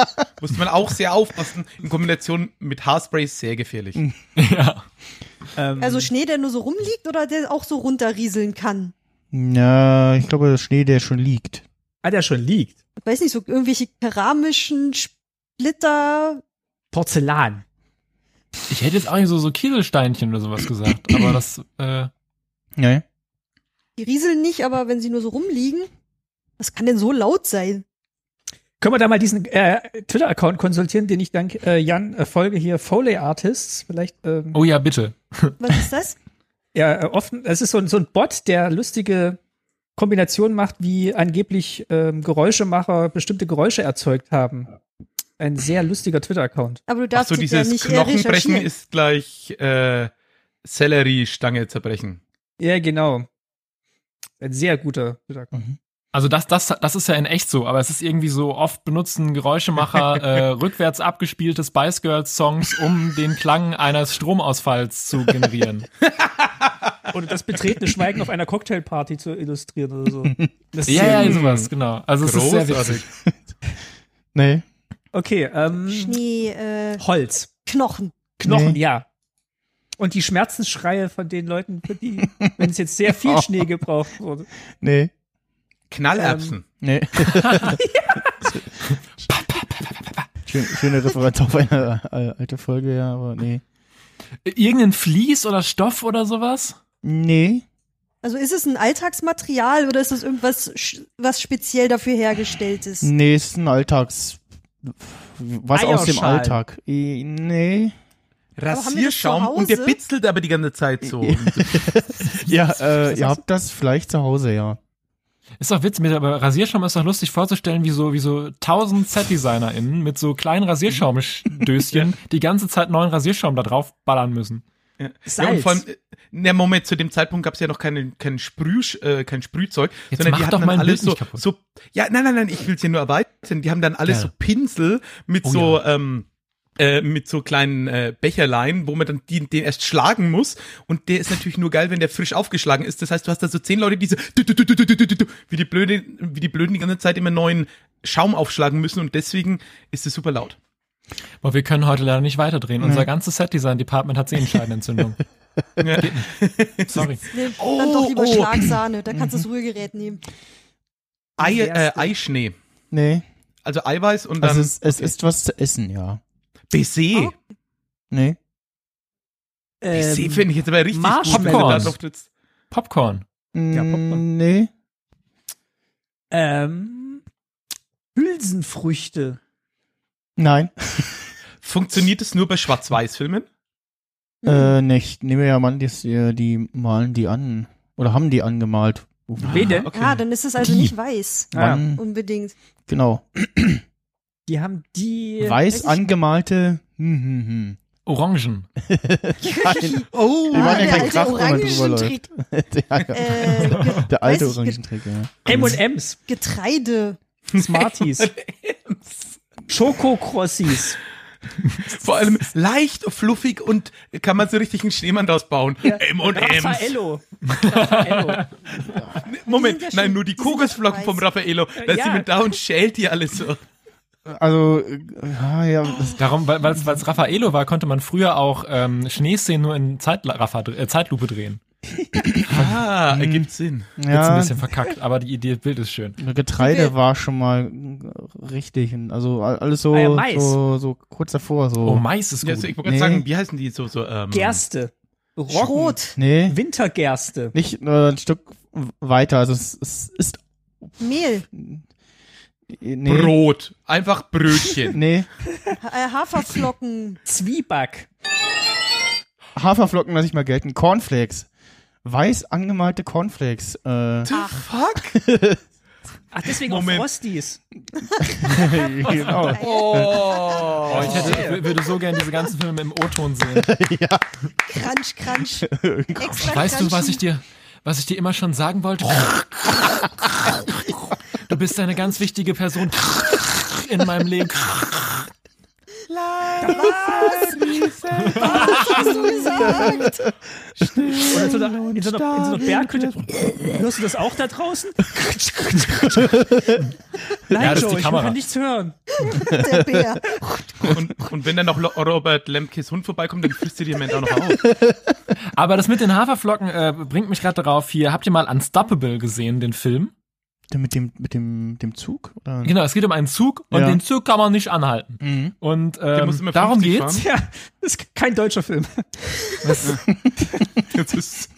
[SPEAKER 5] Musste man auch sehr aufpassen. In Kombination mit Haarsprays sehr gefährlich.
[SPEAKER 1] Ja.
[SPEAKER 2] ähm,
[SPEAKER 4] also Schnee, der nur so rumliegt oder der auch so runterrieseln kann?
[SPEAKER 3] Na, ich glaube, das Schnee, der schon liegt.
[SPEAKER 2] ah, der schon liegt.
[SPEAKER 4] Ich weiß nicht, so irgendwelche keramischen Splitter.
[SPEAKER 2] Porzellan.
[SPEAKER 1] Ich hätte jetzt auch nicht so, so Kieselsteinchen oder sowas gesagt, aber das, äh,
[SPEAKER 3] Nee.
[SPEAKER 4] Die rieseln nicht, aber wenn sie nur so rumliegen, was kann denn so laut sein?
[SPEAKER 2] Können wir da mal diesen äh, Twitter-Account konsultieren, den ich dank äh, Jan äh, folge hier, Foley Artists. Vielleicht, ähm,
[SPEAKER 1] oh ja, bitte.
[SPEAKER 4] Was ist das?
[SPEAKER 2] ja, äh, offen, es ist so, ein- so ein Bot, der lustige Kombinationen macht, wie angeblich ähm, Geräuschemacher bestimmte Geräusche erzeugt haben. Ein sehr lustiger Twitter-Account.
[SPEAKER 4] Aber du
[SPEAKER 5] Ach
[SPEAKER 4] darfst
[SPEAKER 5] so,
[SPEAKER 4] es ja
[SPEAKER 5] dieses
[SPEAKER 4] nicht äh,
[SPEAKER 5] Knochenbrechen
[SPEAKER 4] recherchieren.
[SPEAKER 5] ist gleich äh, Selleriestange zerbrechen.
[SPEAKER 2] Ja, genau. Ein sehr guter Twitter-Account.
[SPEAKER 3] Mhm.
[SPEAKER 1] Also das, das, das ist ja in echt so, aber es ist irgendwie so, oft benutzen Geräuschemacher äh, rückwärts abgespielte Spice Girls Songs, um den Klang eines Stromausfalls zu generieren.
[SPEAKER 2] Oder das betretene Schweigen auf einer Cocktailparty zu illustrieren oder so. Das ist
[SPEAKER 1] ja, ja, sowas, genau. Also es ist sehr witzig.
[SPEAKER 5] Großartig.
[SPEAKER 3] Nee.
[SPEAKER 2] Okay,
[SPEAKER 5] Hm.
[SPEAKER 2] ähm,
[SPEAKER 4] Schnee, äh,
[SPEAKER 2] Holz.
[SPEAKER 4] Knochen.
[SPEAKER 2] Knochen,
[SPEAKER 3] Nee.
[SPEAKER 2] ja. Und die Schmerzensschreie von den Leuten, für die, wenn es jetzt sehr viel Schnee gebraucht wurde.
[SPEAKER 3] Nee.
[SPEAKER 5] Knallerbsen.
[SPEAKER 3] Nee. Schön, schöne Referenz auf eine äh, alte Folge, ja, aber nee.
[SPEAKER 1] Irgendein Vlies oder Stoff oder sowas?
[SPEAKER 3] Nee.
[SPEAKER 4] Also ist es ein Alltagsmaterial oder ist es irgendwas, sch- was speziell dafür hergestellt ist?
[SPEAKER 5] Hm.
[SPEAKER 3] Nee, ist ein Alltags. Was aus dem
[SPEAKER 2] Eierschal.
[SPEAKER 3] Alltag? I- Nee.
[SPEAKER 4] Aber haben wir das zu
[SPEAKER 5] Rasierschaum und der
[SPEAKER 4] Hause?
[SPEAKER 5] bitzelt aber die ganze Zeit so. um
[SPEAKER 3] Ja, äh, ihr habt das vielleicht zu Hause, ja.
[SPEAKER 1] Ist doch witzig, mit, aber Rasierschaum ist doch lustig vorzustellen, wie so, wie so tausend Set-DesignerInnen mit so kleinen Rasierschaumdöschen die ganze Zeit neuen Rasierschaum da drauf ballern müssen.
[SPEAKER 5] Ja, und
[SPEAKER 2] Salz.
[SPEAKER 5] vor allem, äh, na Moment, zu dem Zeitpunkt gab es ja noch keinen kein, Sprüh, äh, kein Sprühzeug,
[SPEAKER 1] Jetzt
[SPEAKER 5] sondern
[SPEAKER 1] mach
[SPEAKER 5] die
[SPEAKER 1] doch
[SPEAKER 5] hatten dann
[SPEAKER 1] mein
[SPEAKER 5] alles
[SPEAKER 1] Bild nicht
[SPEAKER 5] so,
[SPEAKER 1] kaputt.
[SPEAKER 5] so. Ja, nein, nein, nein, ich will's hier nur erweitern. Die haben dann alles
[SPEAKER 1] Ja.
[SPEAKER 5] so Pinsel mit
[SPEAKER 1] Oh
[SPEAKER 5] so. Ähm, äh, mit so kleinen äh, Becherlein, wo man dann die, den erst schlagen muss. Und der ist natürlich nur geil, wenn der frisch aufgeschlagen ist. Das heißt, du hast da so zehn Leute, die so du, du, du, du, du, du, du, du, wie die blöde, wie die blöden die ganze Zeit immer neuen Schaum aufschlagen müssen und deswegen ist es super laut.
[SPEAKER 1] Aber wir können heute leider nicht weiterdrehen. Unser ganzes Set-Design-Department hat Sehenscheidenentzündung.
[SPEAKER 5] Ja.
[SPEAKER 1] Sorry.
[SPEAKER 4] Nimm
[SPEAKER 5] Oh,
[SPEAKER 4] dann doch lieber
[SPEAKER 5] oh. Mhm.
[SPEAKER 4] Schlagsahne, da kannst du das Rührgerät nehmen.
[SPEAKER 5] Ei, äh,
[SPEAKER 2] Wär's denn?
[SPEAKER 5] Eischnee.
[SPEAKER 3] Nee.
[SPEAKER 5] Also Eiweiß und dann
[SPEAKER 3] Also es, es ist was zu essen, ja.
[SPEAKER 5] Baiser.
[SPEAKER 4] Oh.
[SPEAKER 3] Nee.
[SPEAKER 5] Ähm,
[SPEAKER 2] Ähm,
[SPEAKER 5] See finde ich jetzt aber richtig gut, wenn du da
[SPEAKER 1] Marshmallows.
[SPEAKER 5] doch jetzt
[SPEAKER 1] Popcorn.
[SPEAKER 2] Ja, Popcorn.
[SPEAKER 3] Mm, Nee.
[SPEAKER 2] ähm, Hülsenfrüchte.
[SPEAKER 3] Nein.
[SPEAKER 5] Funktioniert es nur bei Schwarz-Weiß-Filmen?
[SPEAKER 4] Mhm. Hm.
[SPEAKER 3] Äh, nee, ich nehme ja mal an, dass die, die malen die an. Oder haben die angemalt.
[SPEAKER 2] Wen denn?
[SPEAKER 5] Okay.
[SPEAKER 4] Ah, dann ist es also
[SPEAKER 3] Die.
[SPEAKER 4] nicht weiß.
[SPEAKER 2] Ah,
[SPEAKER 3] Wann,
[SPEAKER 4] Unbedingt.
[SPEAKER 3] genau.
[SPEAKER 2] Die haben die.
[SPEAKER 3] Weiß
[SPEAKER 4] weiß ich-
[SPEAKER 3] angemalte. Hm, hm, hm.
[SPEAKER 1] Orangen.
[SPEAKER 3] Nein.
[SPEAKER 5] oh,
[SPEAKER 3] Wir waren
[SPEAKER 4] Ah, der
[SPEAKER 3] ja kein
[SPEAKER 4] alte
[SPEAKER 3] Krach, wo man drüber läuft.
[SPEAKER 4] Orangentrick.
[SPEAKER 3] ja, ja.
[SPEAKER 4] Äh, ge-
[SPEAKER 3] Der
[SPEAKER 4] weiß
[SPEAKER 3] alte
[SPEAKER 4] ich, Ge-
[SPEAKER 3] Orangentrick, ja. Mhm.
[SPEAKER 2] M&M's.
[SPEAKER 4] Getreide.
[SPEAKER 2] Smarties. Schokokrossis.
[SPEAKER 5] vor allem leicht, fluffig und kann man so richtig einen Schneemann draus bauen. M&M's.
[SPEAKER 2] Raffaello. Raffaello.
[SPEAKER 5] Moment,
[SPEAKER 4] Die sind ja
[SPEAKER 5] nein,
[SPEAKER 4] schon-
[SPEAKER 5] nur die
[SPEAKER 4] die sind ja schon
[SPEAKER 5] Kokosflocken vom
[SPEAKER 4] weiß.
[SPEAKER 5] Raffaello. Da ist
[SPEAKER 2] ja.
[SPEAKER 5] jemand da und schält die alles so.
[SPEAKER 3] Also, äh, ah,
[SPEAKER 1] Oh,
[SPEAKER 3] ja, das,
[SPEAKER 1] Darum, weil es Raffaello war, konnte man früher auch ähm, Schneeszenen nur in Zeitraffa, äh, Zeitlupe drehen.
[SPEAKER 5] Ah, ergibt Sinn.
[SPEAKER 1] Jetzt ein
[SPEAKER 3] ja
[SPEAKER 1] bisschen verkackt, aber die Idee, Bild ist schön.
[SPEAKER 3] Getreide
[SPEAKER 4] Okay.
[SPEAKER 3] war schon mal richtig. Und Also all- alles so,
[SPEAKER 2] Ah, ja, Mais.
[SPEAKER 3] so, so kurz davor. So.
[SPEAKER 1] Oh, Mais ist
[SPEAKER 5] Ja, also ich
[SPEAKER 1] gut.
[SPEAKER 5] wollte gerade
[SPEAKER 3] Nee.
[SPEAKER 5] sagen, wie heißen die so? so ähm,
[SPEAKER 2] Gerste. Roggen.
[SPEAKER 4] Schrot.
[SPEAKER 3] nee,
[SPEAKER 2] Wintergerste.
[SPEAKER 3] nicht äh, ein Stück weiter. Also es, es ist.
[SPEAKER 4] Mehl.
[SPEAKER 3] Nee,
[SPEAKER 5] Brot. Einfach Brötchen.
[SPEAKER 3] nee,
[SPEAKER 4] Ha äh, Haferflocken.
[SPEAKER 2] Zwieback.
[SPEAKER 3] Haferflocken lasse ich mal gelten. Cornflakes. Weiß angemalte Cornflakes. Äh,
[SPEAKER 5] Fuck.
[SPEAKER 2] Ach, deswegen
[SPEAKER 5] Moment.
[SPEAKER 2] auch Frosties.
[SPEAKER 3] genau.
[SPEAKER 1] Oh, ich, hätte, ich wür- würde so gerne diese ganzen Filme im O-Ton sehen.
[SPEAKER 4] Crunch, crunch. Extra
[SPEAKER 1] Weißt du, was
[SPEAKER 4] crunchy.
[SPEAKER 1] ich dir, was ich dir immer schon sagen wollte? Du bist eine ganz wichtige Person in meinem Leben.
[SPEAKER 4] La, Was hast du gesagt?
[SPEAKER 2] Oder so einer- in so einer, in so einer Berghütte. Hörst du das auch da draußen? Nein,
[SPEAKER 1] Ja, das ist
[SPEAKER 2] Joe,
[SPEAKER 1] die
[SPEAKER 2] ich
[SPEAKER 1] Kamera.
[SPEAKER 2] kann nichts hören.
[SPEAKER 4] Der Bär.
[SPEAKER 5] Und, und wenn dann noch Lo- Robert Lemkes Hund vorbeikommt, dann frisst ihr die Moment auch noch auf.
[SPEAKER 1] Aber das mit den Haferflocken äh, bringt mich gerade darauf hier. Habt ihr mal Unstoppable gesehen, den Film?
[SPEAKER 3] Mit dem, mit dem, dem Zug? Oder?
[SPEAKER 1] Genau, es geht um einen Zug und
[SPEAKER 3] Mhm. Ja.
[SPEAKER 1] den Zug kann man nicht anhalten.
[SPEAKER 3] Mhm.
[SPEAKER 1] Und ähm,
[SPEAKER 5] musst immer
[SPEAKER 1] darum
[SPEAKER 5] 50
[SPEAKER 1] geht's.
[SPEAKER 2] Tja, das ist kein deutscher Film.
[SPEAKER 5] Das ist,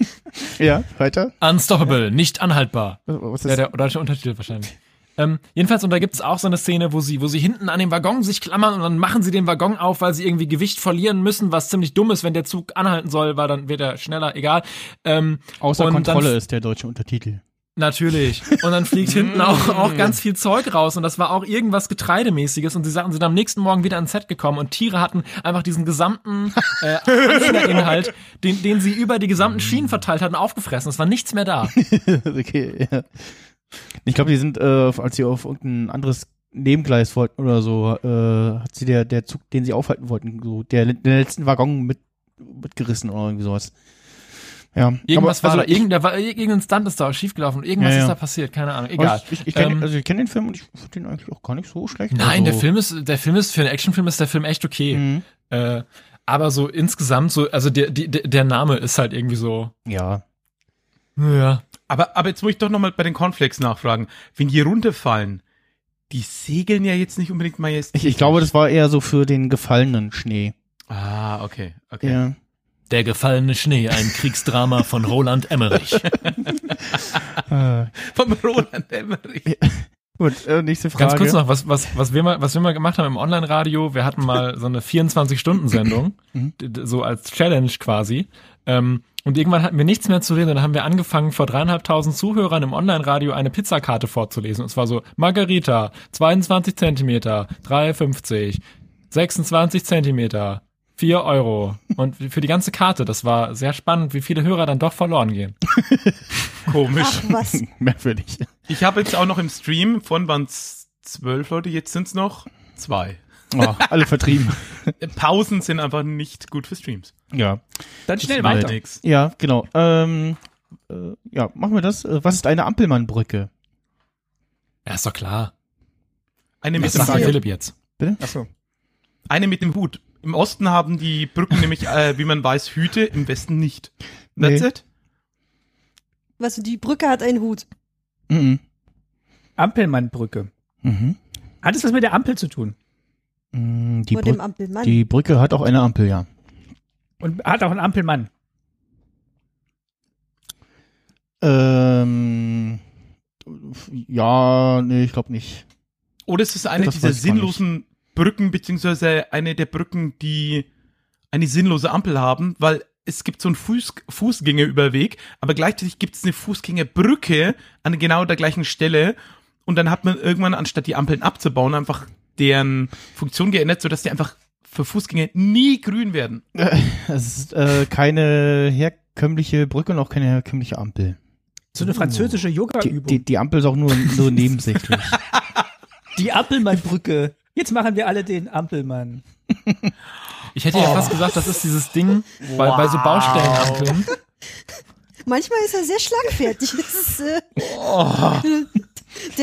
[SPEAKER 3] Ja, weiter.
[SPEAKER 1] Unstoppable, nicht anhaltbar.
[SPEAKER 3] Was
[SPEAKER 1] Ja,
[SPEAKER 3] ist
[SPEAKER 1] der deutsche Untertitel wahrscheinlich. Ähm, jedenfalls, und da gibt's auch so eine Szene, wo sie, wo sie hinten an den Waggon sich klammern und dann machen sie den Waggon auf, weil sie irgendwie Gewicht verlieren müssen, was ziemlich dumm ist, wenn der Zug anhalten soll, weil dann wird er schneller, egal. Ähm,
[SPEAKER 3] Außer
[SPEAKER 1] und dann
[SPEAKER 3] Kontrolle ist der deutsche Untertitel.
[SPEAKER 1] Natürlich. Und dann fliegt hinten auch, auch ganz viel Zeug raus und das war auch irgendwas Getreidemäßiges und sie sagten, sie sind am nächsten Morgen wieder ans Set gekommen und Tiere hatten einfach diesen gesamten äh, Anfängerinhalt, den, den sie über die gesamten Schienen verteilt hatten, aufgefressen. Es war nichts mehr da.
[SPEAKER 3] okay, ja. Ich glaube, die sind, äh, als sie auf irgendein anderes Nebengleis wollten oder so, äh, hat sie der, der Zug, den sie aufhalten wollten, so der, der letzten Waggon mit, mitgerissen oder irgendwie sowas. Ja.
[SPEAKER 1] Irgendwas
[SPEAKER 3] aber,
[SPEAKER 1] war
[SPEAKER 3] also
[SPEAKER 1] da, irgendein, da war, irgendein Stunt ist da schiefgelaufen, irgendwas
[SPEAKER 3] Ja, ja.
[SPEAKER 1] ist da passiert, keine Ahnung,
[SPEAKER 3] aber
[SPEAKER 1] egal.
[SPEAKER 3] Ich, ich, ich kenne
[SPEAKER 1] Ähm,
[SPEAKER 3] also ich kenn den Film und ich finde den eigentlich auch gar nicht so schlecht.
[SPEAKER 1] Nein,
[SPEAKER 3] also,
[SPEAKER 1] der Film ist, der Film ist, für einen Actionfilm ist der Film echt okay.
[SPEAKER 3] Mhm.
[SPEAKER 1] Äh, aber so insgesamt, so, also der, die, der der Name ist halt irgendwie so,
[SPEAKER 3] Ja.
[SPEAKER 1] ja.
[SPEAKER 5] Aber, aber jetzt muss ich doch nochmal bei den Cornflakes nachfragen. Wenn die runterfallen, die segeln ja jetzt nicht unbedingt majestätisch.
[SPEAKER 3] Ich, ich glaube, das war eher so für den gefallenen Schnee.
[SPEAKER 5] Ah, okay, okay.
[SPEAKER 3] Ja.
[SPEAKER 1] Der gefallene Schnee, ein Kriegsdrama von Roland Emmerich.
[SPEAKER 3] Äh,
[SPEAKER 5] Vom Roland Emmerich.
[SPEAKER 3] gut, äh, nächste Frage.
[SPEAKER 1] Ganz kurz noch, was, was, was, wir mal, was wir mal gemacht haben im Online-Radio, wir hatten mal so eine 24-Stunden-Sendung, d- d- so als Challenge quasi. Ähm, und irgendwann hatten wir nichts mehr zu reden und dann haben wir angefangen, vor dreieinhalbtausend Zuhörern im Online-Radio eine Pizzakarte vorzulesen. Und zwar so, Margarita, 22 Zentimeter, 3,50, 26 Zentimeter, 4 Euro. Und für die ganze Karte, das war sehr spannend, wie viele Hörer dann doch verloren gehen.
[SPEAKER 5] Komisch.
[SPEAKER 4] Ach was.
[SPEAKER 3] Merkwürdig.
[SPEAKER 5] Ich habe jetzt auch noch im Stream, vorhin waren es zwölf Leute, jetzt sind es noch zwei.
[SPEAKER 3] Oh, alle vertrieben.
[SPEAKER 5] Äh, Pausen sind einfach nicht gut für Streams.
[SPEAKER 3] ja.
[SPEAKER 2] Dann schnell
[SPEAKER 5] Macht
[SPEAKER 2] weiter.
[SPEAKER 5] nix.
[SPEAKER 3] Ja, genau. Ähm, äh, ja, machen wir das. Äh, Was ist eine Ampelmannbrücke?
[SPEAKER 1] Ja, ist doch klar.
[SPEAKER 5] Eine mit,
[SPEAKER 1] Das
[SPEAKER 5] dem,
[SPEAKER 1] sagt
[SPEAKER 4] passiert?
[SPEAKER 1] Philipp jetzt.
[SPEAKER 3] Achso.
[SPEAKER 5] eine mit dem Hut. Im Osten haben die Brücken nämlich, äh, wie man weiß, Hüte, im Westen nicht. That's
[SPEAKER 3] Nee.
[SPEAKER 5] it.
[SPEAKER 4] Weißt du, die Brücke hat einen Hut.
[SPEAKER 3] Mhm.
[SPEAKER 2] Ampelmannbrücke.
[SPEAKER 3] Mhm.
[SPEAKER 2] Hat es was mit der Ampel zu tun?
[SPEAKER 3] Mm, Die,
[SPEAKER 4] Vor dem
[SPEAKER 3] Brück,
[SPEAKER 4] Ampelmann.
[SPEAKER 3] die Brücke hat auch eine Ampel, ja.
[SPEAKER 2] Und hat auch einen Ampelmann.
[SPEAKER 3] Ähm, ja, nee, ich glaube nicht.
[SPEAKER 5] Oder es ist eine
[SPEAKER 3] Das
[SPEAKER 5] dieser
[SPEAKER 3] weiß ich gar nicht.
[SPEAKER 5] sinnlosen Brücken, beziehungsweise eine der Brücken, die eine sinnlose Ampel haben, weil es gibt so einen Fuß, Fußgängerüberweg, aber gleichzeitig gibt es eine Fußgängerbrücke an genau der gleichen Stelle und dann hat man irgendwann, anstatt die Ampeln abzubauen, einfach deren Funktion geändert, sodass die einfach für Fußgänger nie grün werden.
[SPEAKER 3] Es ist äh, keine herkömmliche Brücke und auch keine herkömmliche Ampel.
[SPEAKER 2] So eine französische
[SPEAKER 3] Die,
[SPEAKER 2] Yoga-Übung.
[SPEAKER 3] die, die Ampel ist auch nur so nebensächlich.
[SPEAKER 2] Die Ampelmannbrücke. Jetzt machen wir alle den Ampelmann.
[SPEAKER 1] Ich hätte
[SPEAKER 4] Oh.
[SPEAKER 1] ja fast gesagt, das ist dieses Ding bei, bei so Baustellenampeln.
[SPEAKER 4] Manchmal ist er sehr schlagfertig. Das ist, äh,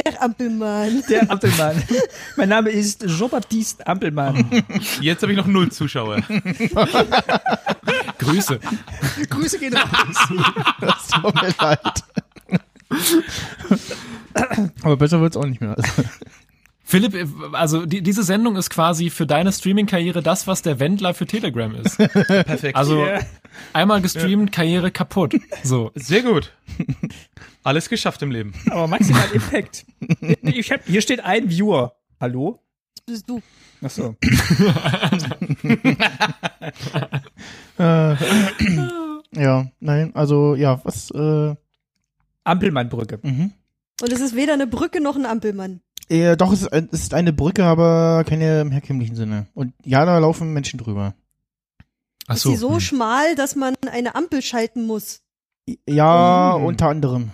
[SPEAKER 4] Der Ampelmann.
[SPEAKER 2] Der Ampelmann. mein Name ist Jean-Baptiste Ampelmann.
[SPEAKER 5] Jetzt habe ich noch null Zuschauer.
[SPEAKER 1] Grüße.
[SPEAKER 2] Grüße gehen raus.
[SPEAKER 3] das tut mir leid. Aber besser wird's auch nicht mehr. Also,
[SPEAKER 1] Philipp, also die, diese Sendung ist quasi für deine Streaming-Karriere das, was der Wendler für Telegram ist.
[SPEAKER 5] Perfekt.
[SPEAKER 1] Also einmal gestreamt, Karriere kaputt. So.
[SPEAKER 5] Sehr gut. Alles geschafft im Leben.
[SPEAKER 2] Aber maximal Impact. Ich hab, hier steht ein Viewer. Hallo?
[SPEAKER 4] Das bist du.
[SPEAKER 2] Achso.
[SPEAKER 3] äh, ja, nein, also ja, was? Äh,
[SPEAKER 2] Ampelmannbrücke.
[SPEAKER 3] mhm.
[SPEAKER 4] Und es ist weder eine Brücke noch ein Ampelmann.
[SPEAKER 3] äh, doch, es ist ein- es ist eine Brücke, aber keine im herkömmlichen Sinne. Und ja, da laufen Menschen drüber.
[SPEAKER 1] Ach Hm.
[SPEAKER 4] Ist sie so schmal, dass man eine Ampel schalten muss.
[SPEAKER 3] Ja,
[SPEAKER 2] Mhm.
[SPEAKER 3] unter anderem.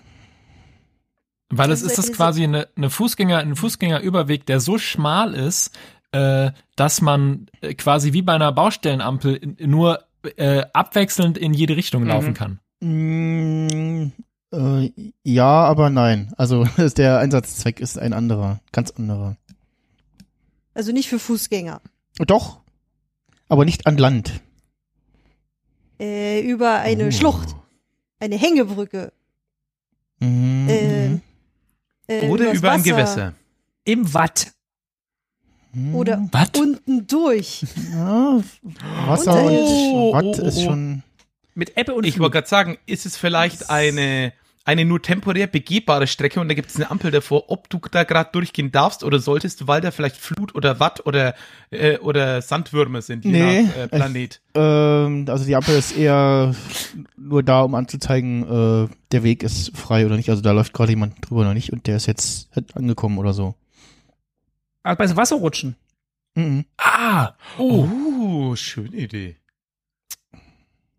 [SPEAKER 1] Weil es ist das quasi eine, eine Fußgänger, ein Fußgängerüberweg, der so schmal ist, äh, dass man äh, quasi wie bei einer Baustellenampel in- nur äh, abwechselnd in jede
[SPEAKER 4] Mhm.
[SPEAKER 1] Richtung laufen kann.
[SPEAKER 3] Mm, äh, ja, aber nein. Also der Einsatzzweck ist ein anderer, ganz anderer.
[SPEAKER 4] Also nicht für Fußgänger.
[SPEAKER 3] Doch, aber nicht an Land.
[SPEAKER 4] Äh, über eine Schlucht. Eine Hängebrücke.
[SPEAKER 3] Mhm.
[SPEAKER 4] Äh, äh,
[SPEAKER 5] Oder
[SPEAKER 4] übers
[SPEAKER 5] über ein
[SPEAKER 4] Wasser.
[SPEAKER 5] Gewässer.
[SPEAKER 2] Im Watt.
[SPEAKER 3] Mhm.
[SPEAKER 4] Oder
[SPEAKER 1] Was?
[SPEAKER 4] unten durch.
[SPEAKER 3] ja, Wasser und
[SPEAKER 5] Unterirdisch. Oh,
[SPEAKER 3] Watt
[SPEAKER 5] oh, oh,
[SPEAKER 3] ist
[SPEAKER 5] oh.
[SPEAKER 3] schon.
[SPEAKER 2] Mit Ebbe und
[SPEAKER 5] Ich
[SPEAKER 2] Flut.
[SPEAKER 5] wollte gerade sagen, ist es vielleicht eine, eine nur temporär begehbare Strecke und da gibt es eine Ampel davor, ob du da gerade durchgehen darfst oder solltest, weil da vielleicht Flut oder Watt oder, äh, oder Sandwürmer sind, je
[SPEAKER 3] Nee.
[SPEAKER 5] nach äh, Planet.
[SPEAKER 3] Ähm, also die Ampel ist eher nur da, um anzuzeigen, äh, der Weg ist frei oder nicht. Also da läuft gerade jemand drüber oder nicht und der ist jetzt halt angekommen oder so.
[SPEAKER 2] Ah, Bei so Wasserrutschen.
[SPEAKER 3] Mhm.
[SPEAKER 1] Ah! Oh!
[SPEAKER 5] Uh, schöne Idee.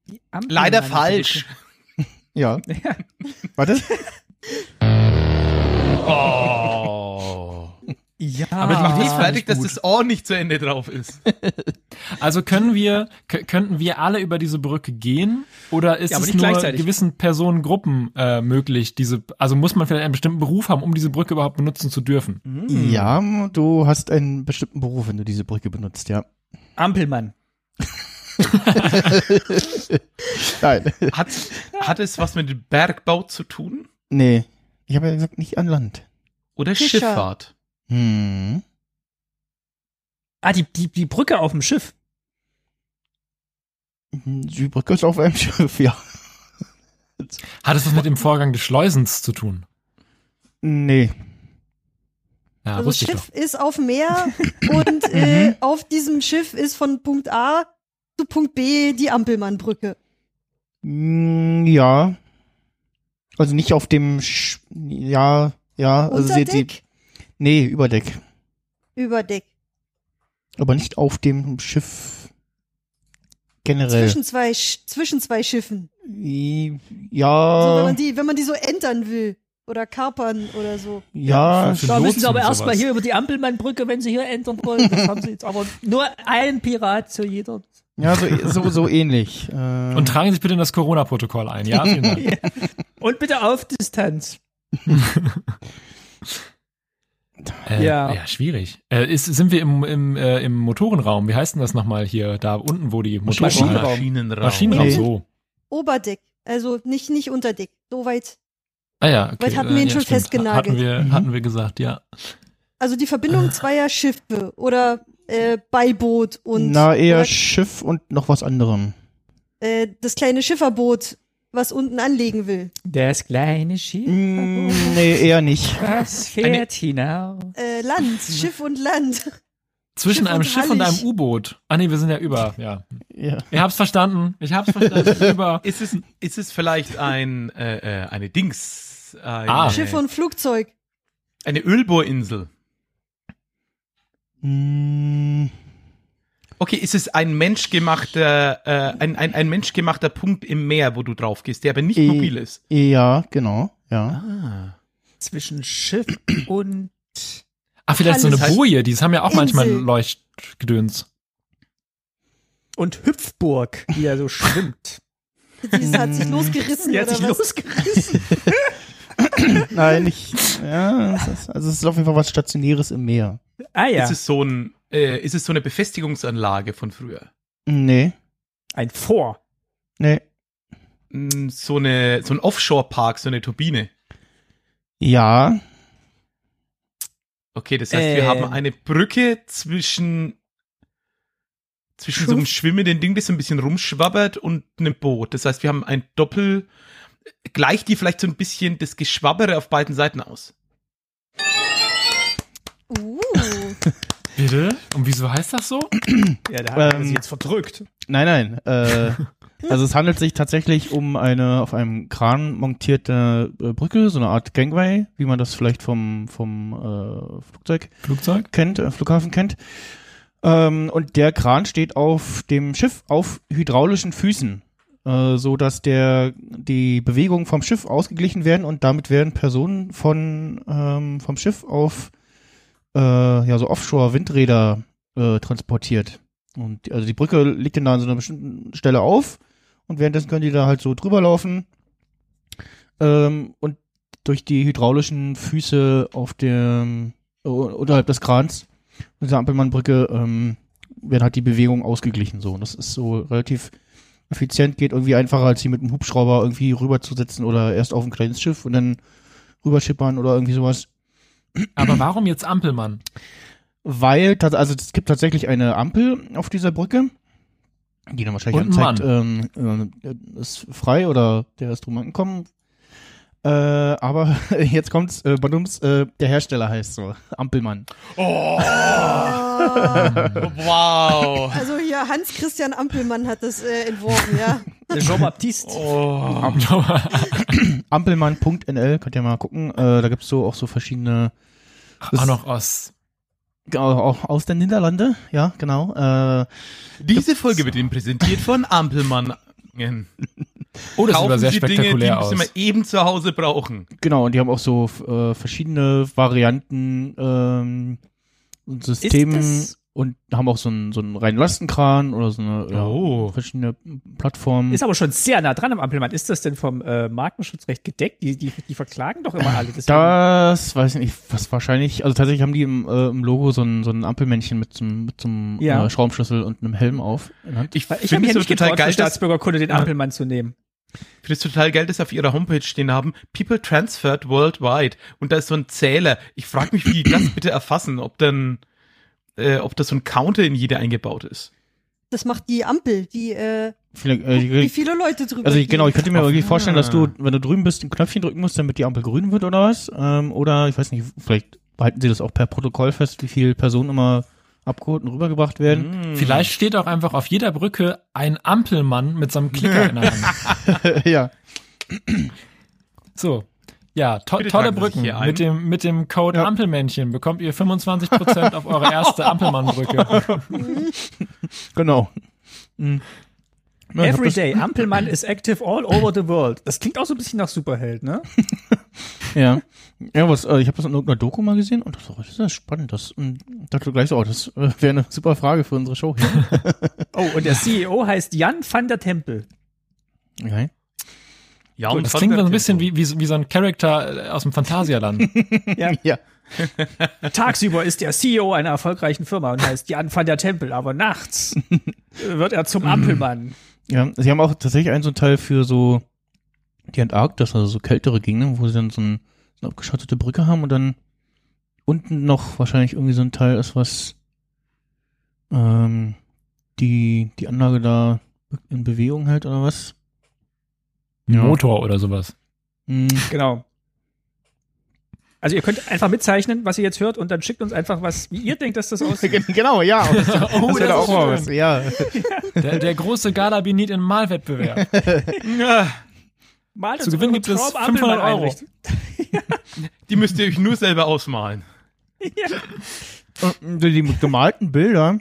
[SPEAKER 2] Die Ampelmannbrücke.
[SPEAKER 5] Leider falsch.
[SPEAKER 3] Ja,
[SPEAKER 2] Ja.
[SPEAKER 3] warte.
[SPEAKER 5] Oh.
[SPEAKER 2] Ja,
[SPEAKER 5] Aber ich mach das fertig, dass
[SPEAKER 2] Ah, gut.
[SPEAKER 5] das Ohr nicht zu Ende drauf ist.
[SPEAKER 1] Also können wir, k- könnten wir alle über diese Brücke gehen? Oder ist
[SPEAKER 2] Ja, aber
[SPEAKER 1] es
[SPEAKER 2] nicht
[SPEAKER 1] nur
[SPEAKER 2] gleichzeitig.
[SPEAKER 1] gewissen Personengruppen äh, möglich? Diese, also muss man vielleicht einen bestimmten Beruf haben, um diese Brücke überhaupt benutzen zu dürfen?
[SPEAKER 2] Hm.
[SPEAKER 3] Ja, du hast einen bestimmten Beruf, wenn du diese Brücke benutzt, ja.
[SPEAKER 2] Ampelmann.
[SPEAKER 3] Nein.
[SPEAKER 5] Hat, hat es was mit Bergbau zu tun?
[SPEAKER 3] nee. Ich habe ja gesagt, nicht an Land.
[SPEAKER 5] Oder
[SPEAKER 4] Fischer.
[SPEAKER 5] Schifffahrt?
[SPEAKER 3] Hm.
[SPEAKER 2] Ah, die, die, die Brücke auf dem Schiff.
[SPEAKER 3] Die Brücke Mhm. ist auf einem Schiff, ja.
[SPEAKER 1] Hat es was mit dem Vorgang des Schleusens zu tun?
[SPEAKER 3] Nee. Ah,
[SPEAKER 1] Ja,
[SPEAKER 4] also das
[SPEAKER 1] wusste ich
[SPEAKER 4] Schiff ist auf dem Meer und
[SPEAKER 3] Mhm.
[SPEAKER 4] äh, auf diesem Schiff ist von Punkt A zu Punkt B die Ampelmannbrücke.
[SPEAKER 3] Hm, ja. Also nicht auf dem Sch ja, ja, also
[SPEAKER 4] Unter
[SPEAKER 3] seht sie.
[SPEAKER 4] Deck,
[SPEAKER 3] Nee, über Deck.
[SPEAKER 4] über Deck,
[SPEAKER 3] Aber nicht auf dem Schiff generell.
[SPEAKER 4] zwischen zwei, Sch- zwischen zwei Schiffen.
[SPEAKER 3] I-
[SPEAKER 4] So, wenn,
[SPEAKER 3] ja,
[SPEAKER 4] man die, wenn man die so entern will oder kapern oder so.
[SPEAKER 3] ja,
[SPEAKER 1] für-
[SPEAKER 2] Da müssen sie aber
[SPEAKER 1] Lotsen,
[SPEAKER 2] erstmal
[SPEAKER 1] sowas.
[SPEAKER 2] hier über die Ampelmann-Brücke, wenn sie hier entern wollen. Das haben sie jetzt aber nur ein Pirat zu jeder.
[SPEAKER 3] ja, so, so, so ähnlich. Äh,
[SPEAKER 1] doch. Und tragen Sie sich bitte in das Corona-Protokoll ein, ja? Vielen Dank.
[SPEAKER 2] Und bitte auf Distanz.
[SPEAKER 1] Äh,
[SPEAKER 2] Ja.
[SPEAKER 1] ja, schwierig. Äh, ist, sind wir im, im, äh, im Motorenraum? Wie heißt denn das nochmal hier? Da unten, wo die Motoren.
[SPEAKER 2] Maschinenraum.
[SPEAKER 5] Maschinenraum.
[SPEAKER 1] Maschinenraum,
[SPEAKER 3] Nee.
[SPEAKER 1] so.
[SPEAKER 4] Oberdeck. Also nicht, nicht Unterdeck. So weit.
[SPEAKER 1] Ah ja, okay.
[SPEAKER 4] Vielleicht hatten wir ihn
[SPEAKER 1] ja,
[SPEAKER 4] schon
[SPEAKER 1] stimmt. Hatten
[SPEAKER 4] festgenagelt.
[SPEAKER 1] wir, hatten wir gesagt, ja.
[SPEAKER 4] Also die
[SPEAKER 3] Ah.
[SPEAKER 4] Verbindung zweier Schiffe oder äh, Beiboot und
[SPEAKER 3] na, eher
[SPEAKER 4] oder,
[SPEAKER 3] Schiff und noch was anderem.
[SPEAKER 4] äh, das kleine Schifferboot, was unten anlegen will.
[SPEAKER 2] Das kleine
[SPEAKER 4] Oh.
[SPEAKER 2] Schiff,
[SPEAKER 3] Mm, nee, eher nicht.
[SPEAKER 2] das fährt hinaus.
[SPEAKER 4] Äh, Land, Schiff und Land.
[SPEAKER 1] Zwischen
[SPEAKER 4] Schiff
[SPEAKER 1] einem
[SPEAKER 4] und
[SPEAKER 1] Schiff und einem
[SPEAKER 4] Hallig.
[SPEAKER 1] U-Boot. Ah nee, wir sind ja über, ja.
[SPEAKER 3] Ja.
[SPEAKER 1] Ich hab's verstanden. Ich hab's verstanden. über.
[SPEAKER 5] Ist es, ist es vielleicht ein, äh, äh, eine Dings? Eine,
[SPEAKER 1] Ah.
[SPEAKER 4] Schiff und Flugzeug.
[SPEAKER 5] eine Ölbohrinsel.
[SPEAKER 3] Mm,
[SPEAKER 5] Okay, ist es ein menschgemachter, äh, ein, ein, ein menschgemachter Punkt im Meer, wo du drauf gehst, der aber nicht
[SPEAKER 3] Eh.
[SPEAKER 5] mobil ist?
[SPEAKER 3] ja, genau, ja.
[SPEAKER 5] Ah.
[SPEAKER 2] Zwischen Schiff und
[SPEAKER 1] Ach, Ah, vielleicht so
[SPEAKER 4] Hallig.
[SPEAKER 1] eine Boje. Die haben ja auch manchmal
[SPEAKER 4] Insel.
[SPEAKER 1] Leuchtgedöns.
[SPEAKER 2] und Hüpfburg, die da so schwimmt.
[SPEAKER 4] Die hat sich losgerissen
[SPEAKER 2] Die hat
[SPEAKER 4] oder
[SPEAKER 2] sich
[SPEAKER 4] was?
[SPEAKER 2] losgerissen.
[SPEAKER 3] Nein, nicht. Ja, es ist, also es ist auf jeden Fall was Stationäres im Meer.
[SPEAKER 2] Ah ja,
[SPEAKER 5] Ist es so ein, äh, ist es so eine Befestigungsanlage von früher?
[SPEAKER 3] Mm, Nee,
[SPEAKER 2] ein Vor.
[SPEAKER 3] nee.
[SPEAKER 5] Mm, So eine, so ein Offshore-Park, so eine Turbine.
[SPEAKER 3] Ja,
[SPEAKER 5] Okay, das heißt, wir
[SPEAKER 2] Ähm.
[SPEAKER 5] haben eine Brücke zwischen, zwischen so einem schwimmenden Ding, das so ein bisschen rumschwabbert und einem Boot. Das heißt, wir haben ein Doppel, gleicht die vielleicht so ein bisschen das Geschwabbere auf beiden Seiten aus.
[SPEAKER 4] Uh,
[SPEAKER 1] Bitte? Und wieso heißt das so?
[SPEAKER 2] Ja, da hat
[SPEAKER 3] Ähm.
[SPEAKER 2] er sie jetzt verdrückt.
[SPEAKER 3] nein, nein. Äh, also es handelt sich tatsächlich um eine auf einem Kran montierte äh, Brücke, so eine Art Gangway, wie man das vielleicht vom, vom äh, Flugzeug
[SPEAKER 1] Flugzeug?
[SPEAKER 3] kennt, äh, Flughafen kennt. Ähm, und der Kran steht auf dem Schiff auf hydraulischen Füßen, äh, so dass der die Bewegungen vom Schiff ausgeglichen werden und damit werden Personen von ähm, vom Schiff auf äh, ja so Offshore-Windräder äh, transportiert. Und die- also die Brücke liegt dann da an so einer bestimmten Stelle auf und währenddessen können die da halt so drüber laufen ähm, und durch die hydraulischen Füße auf dem äh, unterhalb des Krans, dieser Ampelmannbrücke, ähm, werden halt die Bewegungen ausgeglichen so. Und das ist so relativ effizient, geht irgendwie einfacher, als sie mit einem Hubschrauber irgendwie rüberzusetzen oder erst auf ein kleines Schiff und dann rüberschippern oder irgendwie sowas.
[SPEAKER 1] Aber warum jetzt Ampelmann?
[SPEAKER 3] Weil, tats- also es gibt tatsächlich eine Ampel auf dieser Brücke, die dann wahrscheinlich
[SPEAKER 1] Und
[SPEAKER 3] anzeigt, ähm, äh, ist frei oder der ist drum angekommen. Äh, aber jetzt kommt's, äh, Badums, äh, der Hersteller heißt so, Ampelmann. Ah.
[SPEAKER 5] Wow!
[SPEAKER 4] Ah. also hier Hans-Christian Ampelmann hat das äh, entworfen, ja.
[SPEAKER 2] Jean-Baptiste.
[SPEAKER 5] Oh.
[SPEAKER 3] Ampelmann.nl, könnt ihr mal gucken. Äh, da gibt's so auch so verschiedene,
[SPEAKER 1] Auch noch aus.
[SPEAKER 3] genau, auch aus den Niederlande, ja, genau. Äh,
[SPEAKER 5] Diese Folge wird Ihnen präsentiert von Ampelmann.
[SPEAKER 1] Oh, das sieht Oh, aber
[SPEAKER 5] Kaufen
[SPEAKER 1] sehr
[SPEAKER 5] Sie Dinge, die
[SPEAKER 1] spektakulär aus.
[SPEAKER 5] müssen wir eben zu Hause brauchen.
[SPEAKER 3] Genau, und die haben auch so f- äh, verschiedene Varianten ähm, und Systemen
[SPEAKER 2] das-
[SPEAKER 3] und haben auch so einen, so einen reinen Lastenkran oder so eine ja,
[SPEAKER 5] Oh.
[SPEAKER 3] verschiedene Plattformen.
[SPEAKER 5] Hm.
[SPEAKER 2] Ist aber schon sehr nah dran am Ampelmann. Ist das denn vom äh, Markenschutzrecht gedeckt? Die, die, die verklagen doch immer alle. deswegen-
[SPEAKER 3] das weiß ich nicht, was wahrscheinlich, also tatsächlich haben die im, äh, im Logo so ein, so ein Ampelmännchen mit so einem mit so einem
[SPEAKER 2] Ja.
[SPEAKER 3] äh, Schraubenschlüssel und einem Helm auf. ne? in der Hand.
[SPEAKER 5] Ich,
[SPEAKER 2] Weil ich habe
[SPEAKER 5] finde
[SPEAKER 2] mich
[SPEAKER 5] es
[SPEAKER 2] ja nicht
[SPEAKER 5] so total
[SPEAKER 2] getraut,
[SPEAKER 5] geil,
[SPEAKER 2] als
[SPEAKER 5] dass,
[SPEAKER 2] Staatsbürgerkunde den Ampelmann zu nehmen.
[SPEAKER 5] ich finde es total geil, dass sie auf ihrer Homepage stehen haben, People transferred worldwide. Und da ist so ein Zähler. Ich frage mich, wie die das bitte erfassen, ob dann, äh, ob das so ein Counter in jede eingebaut ist.
[SPEAKER 4] Das macht die Ampel, die, äh,
[SPEAKER 3] Vielleicht, äh,
[SPEAKER 4] guckt, wie
[SPEAKER 3] die-
[SPEAKER 4] viele Leute drüber
[SPEAKER 3] also ich,
[SPEAKER 4] gehen.
[SPEAKER 3] genau, ich könnte mir
[SPEAKER 5] Auf-
[SPEAKER 3] irgendwie vorstellen, dass du,
[SPEAKER 5] Ah.
[SPEAKER 3] wenn du drüben bist, ein Knöpfchen drücken musst, damit die Ampel grün wird oder was. Ähm, oder ich weiß nicht, vielleicht halten sie das auch per Protokoll fest, wie viele Personen immer abgeholt und rübergebracht werden.
[SPEAKER 5] Hm.
[SPEAKER 1] Vielleicht steht auch einfach auf jeder Brücke ein Ampelmann mit seinem Klicker in der Hand.
[SPEAKER 3] ja.
[SPEAKER 1] So. Ja, to
[SPEAKER 5] Bitte
[SPEAKER 1] tolle
[SPEAKER 5] tragen Sie sich
[SPEAKER 1] Brücken.
[SPEAKER 5] hier ein.
[SPEAKER 1] Mit dem, mit dem Code Ampelmännchen bekommt ihr 25% auf eure erste Ampelmann-Brücke.
[SPEAKER 3] Genau. Mhm. Ja, ich hab
[SPEAKER 2] Every
[SPEAKER 3] das-
[SPEAKER 2] day, Ampelmann is active all over the world. Das klingt auch so ein bisschen nach Superheld, ne?
[SPEAKER 3] Ja. Ja, was, äh, ich habe das in irgendeiner Doku mal gesehen und dachte, oh, das ist ja spannend. Das, und dachte gleich so, oh, das äh, wäre eine super Frage für unsere Show hier.
[SPEAKER 2] Oh, und der CEO heißt Jan van der Tempel.
[SPEAKER 3] Okay.
[SPEAKER 5] Ja,
[SPEAKER 1] Das klingt so ein bisschen wie, wie, so- wie so ein Charakter äh, aus dem Phantasialand.
[SPEAKER 3] Ja.
[SPEAKER 2] Tagsüber ist der CEO einer erfolgreichen Firma und heißt Jan van der Tempel, aber nachts wird er zum Ampelmann.
[SPEAKER 3] Ja, sie haben auch tatsächlich einen so einen Teil für so die Antarktis, also so kältere Gegenden, wo sie dann so, ein, so eine abgeschottete Brücke haben und dann unten noch wahrscheinlich irgendwie so ein Teil ist, was ähm, die, die Anlage da in Bewegung hält oder was. Ja.
[SPEAKER 1] Motor oder sowas.
[SPEAKER 3] Hm,
[SPEAKER 2] Genau. Also ihr könnt einfach mitzeichnen, was ihr jetzt hört und dann schickt uns einfach was, wie ihr denkt, dass das aussieht.
[SPEAKER 3] genau, ja. Das,
[SPEAKER 1] Oh,
[SPEAKER 3] wäre doch mal was, ja.
[SPEAKER 1] Der, der große Galabinit im Malwettbewerb.
[SPEAKER 2] Malt
[SPEAKER 1] Zu
[SPEAKER 2] uns
[SPEAKER 1] Gewinn
[SPEAKER 2] euren
[SPEAKER 1] gibt es
[SPEAKER 2] Traum
[SPEAKER 1] 500
[SPEAKER 2] Ampelmann
[SPEAKER 1] Euro.
[SPEAKER 2] einrichten.
[SPEAKER 5] Die müsst ihr euch nur selber ausmalen.
[SPEAKER 3] Und die gemalten Bilder,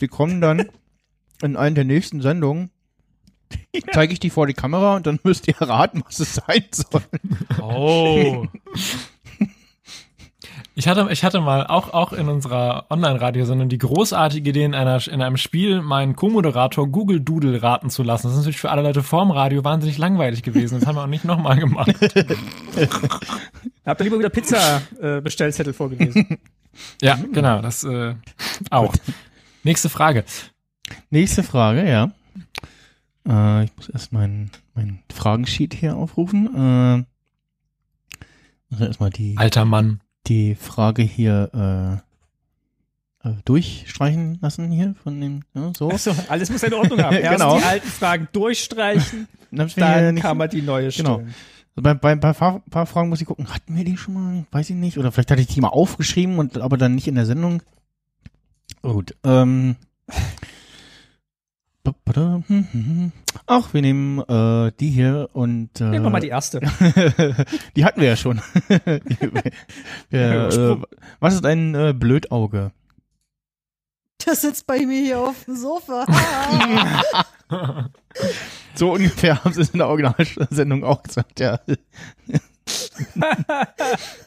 [SPEAKER 3] die kommen dann in einer der nächsten Sendungen. Zeige ich die vor die Kamera und dann müsst ihr erraten, was es sein soll.
[SPEAKER 5] Oh.
[SPEAKER 1] Ich hatte, ich hatte mal auch, auch in unserer Online-Radiosendung die großartige Idee, in, einer, in einem Spiel meinen Co-Moderator Google Doodle raten zu lassen. Das ist natürlich für alle Leute vorm Radio wahnsinnig langweilig gewesen. Das haben wir auch nicht nochmal gemacht.
[SPEAKER 2] Habt ihr lieber wieder Pizza-Bestellzettel vorgelesen?
[SPEAKER 1] Ja, genau, das äh, auch. Nächste Frage.
[SPEAKER 3] Nächste Frage, ja. Äh, ich muss erst meinen mein Fragensheet hier aufrufen. Äh, also erstmal die,
[SPEAKER 1] Alter Mann.
[SPEAKER 3] die Frage hier äh, äh, durchstreichen lassen hier von dem, ja, so.
[SPEAKER 2] Achso, alles muss seine Ordnung haben. Erst
[SPEAKER 3] Genau.
[SPEAKER 2] die alten Fragen durchstreichen,
[SPEAKER 3] Dann hab ich mir hier
[SPEAKER 2] dann
[SPEAKER 3] nicht-
[SPEAKER 2] kann man die neue
[SPEAKER 3] Genau.
[SPEAKER 2] stellen.
[SPEAKER 3] Also bei, bei, bei ein paar, paar Fragen muss ich gucken, hatten wir die schon mal? Weiß ich nicht. Oder vielleicht hatte ich die mal aufgeschrieben und aber dann nicht in der Sendung. Gut. Ähm. Ba- ba- da, hm, hm, hm. Ach, wir nehmen äh, die hier und äh,
[SPEAKER 2] Nehmen wir mal die erste.
[SPEAKER 3] die hatten wir ja schon. wir, äh, was ist ein äh, Blödauge?
[SPEAKER 4] Der sitzt bei mir hier auf dem Sofa. Ah.
[SPEAKER 3] So ungefähr haben sie es in der Originalsendung auch gesagt, ja.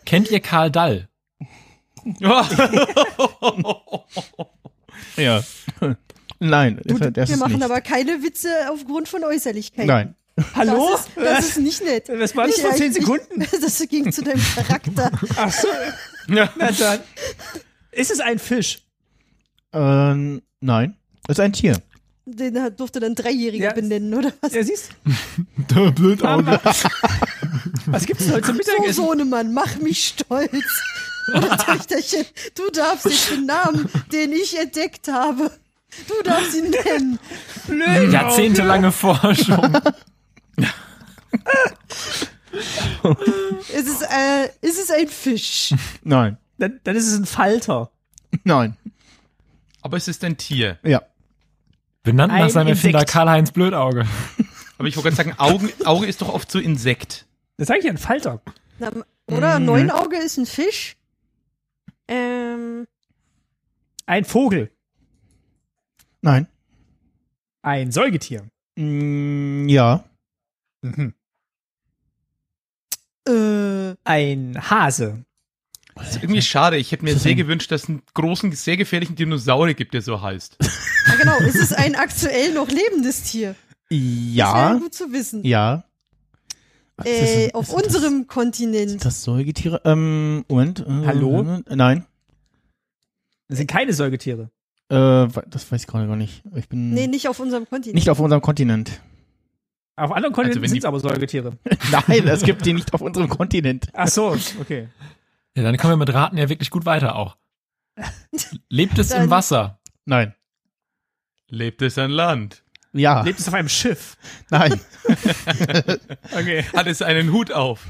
[SPEAKER 1] Kennt ihr Karl Dall?
[SPEAKER 3] Ja. Nein,
[SPEAKER 4] Du,
[SPEAKER 3] das, das
[SPEAKER 4] wir
[SPEAKER 3] ist
[SPEAKER 4] machen
[SPEAKER 3] nicht.
[SPEAKER 4] aber keine Witze aufgrund von Äußerlichkeiten.
[SPEAKER 3] Nein.
[SPEAKER 2] Hallo?
[SPEAKER 4] Das ist, das ist nicht nett.
[SPEAKER 2] Das waren
[SPEAKER 4] Ich-
[SPEAKER 2] vor zehn
[SPEAKER 4] ich-
[SPEAKER 2] Sekunden.
[SPEAKER 4] Ich, das ging zu deinem Charakter.
[SPEAKER 2] Ach so,
[SPEAKER 5] ja.
[SPEAKER 2] na dann. Ist es ein Fisch?
[SPEAKER 3] Ähm, nein. Das ist ein Tier.
[SPEAKER 4] Den hat- durfte dann Dreijähriger
[SPEAKER 2] Ja.
[SPEAKER 4] benennen, oder was?
[SPEAKER 2] Ja, siehst
[SPEAKER 1] Der
[SPEAKER 2] Blödauge. Was gibt's denn heute zum
[SPEAKER 4] So,
[SPEAKER 2] Mittagessen?
[SPEAKER 4] Sohnemann, mach mich stolz. Oder Töchterchen, du darfst jetzt den Namen, den ich entdeckt habe, du darfst ihn nennen.
[SPEAKER 2] Blöd.
[SPEAKER 1] Jahrzehntelange Forschung.
[SPEAKER 4] Es ist, äh, es ist ein Fisch.
[SPEAKER 3] Nein.
[SPEAKER 2] Dann, dann ist es ein Falter.
[SPEAKER 3] Nein.
[SPEAKER 5] Aber es ist ein Tier.
[SPEAKER 3] Ja.
[SPEAKER 1] Benannt nach
[SPEAKER 2] Ein
[SPEAKER 1] seinem Erfinder
[SPEAKER 2] Insekt.
[SPEAKER 1] Karl-Heinz Blödauge.
[SPEAKER 5] Aber ich wollte gerade sagen, Augen, Auge ist doch oft so Insekt.
[SPEAKER 2] Das sage ich ja, ein Falter.
[SPEAKER 4] Na, oder
[SPEAKER 3] Mhm.
[SPEAKER 4] ein Neunauge ist ein Fisch. Ähm,
[SPEAKER 2] Ein Vogel.
[SPEAKER 3] Nein.
[SPEAKER 2] Ein Säugetier.
[SPEAKER 3] Mm, ja.
[SPEAKER 4] Äh,
[SPEAKER 2] Ein Hase.
[SPEAKER 5] Das ist irgendwie schade. Ich hätte mir sehr gewünscht, dass es einen großen, sehr gefährlichen Dinosaurier gibt, der so heißt.
[SPEAKER 4] ja, genau, es ist ein aktuell noch lebendes Tier. Das wäre
[SPEAKER 3] Ja,
[SPEAKER 4] gut zu wissen.
[SPEAKER 3] ja. Ist das
[SPEAKER 4] Äh,
[SPEAKER 3] ein-
[SPEAKER 4] auf
[SPEAKER 3] ist das-
[SPEAKER 4] unserem
[SPEAKER 3] Sind
[SPEAKER 4] Kontinent.
[SPEAKER 3] das Säugetiere? Ähm, Moment. äh,
[SPEAKER 2] Hallo?
[SPEAKER 3] Nein.
[SPEAKER 2] Das sind keine Säugetiere.
[SPEAKER 3] Äh, we- das weiß ich gerade gar nicht. Ich bin
[SPEAKER 4] Nee, nicht auf unserem Kontinent.
[SPEAKER 3] nicht auf unserem Kontinent.
[SPEAKER 2] Auf anderen
[SPEAKER 5] wenn
[SPEAKER 2] Kontinenten
[SPEAKER 5] die-
[SPEAKER 2] sind es aber Säugetiere.
[SPEAKER 3] Nein, es gibt die nicht auf unserem Kontinent.
[SPEAKER 2] Ach so, okay.
[SPEAKER 1] Ja, dann kommen wir mit Raten ja wirklich gut weiter auch. Lebt es
[SPEAKER 4] Dann-
[SPEAKER 1] im Wasser?
[SPEAKER 3] Nein.
[SPEAKER 5] Lebt es ein Land?
[SPEAKER 3] Ja.
[SPEAKER 2] Lebt es auf einem Schiff?
[SPEAKER 3] Nein.
[SPEAKER 2] Okay.
[SPEAKER 5] Hat es einen Hut auf?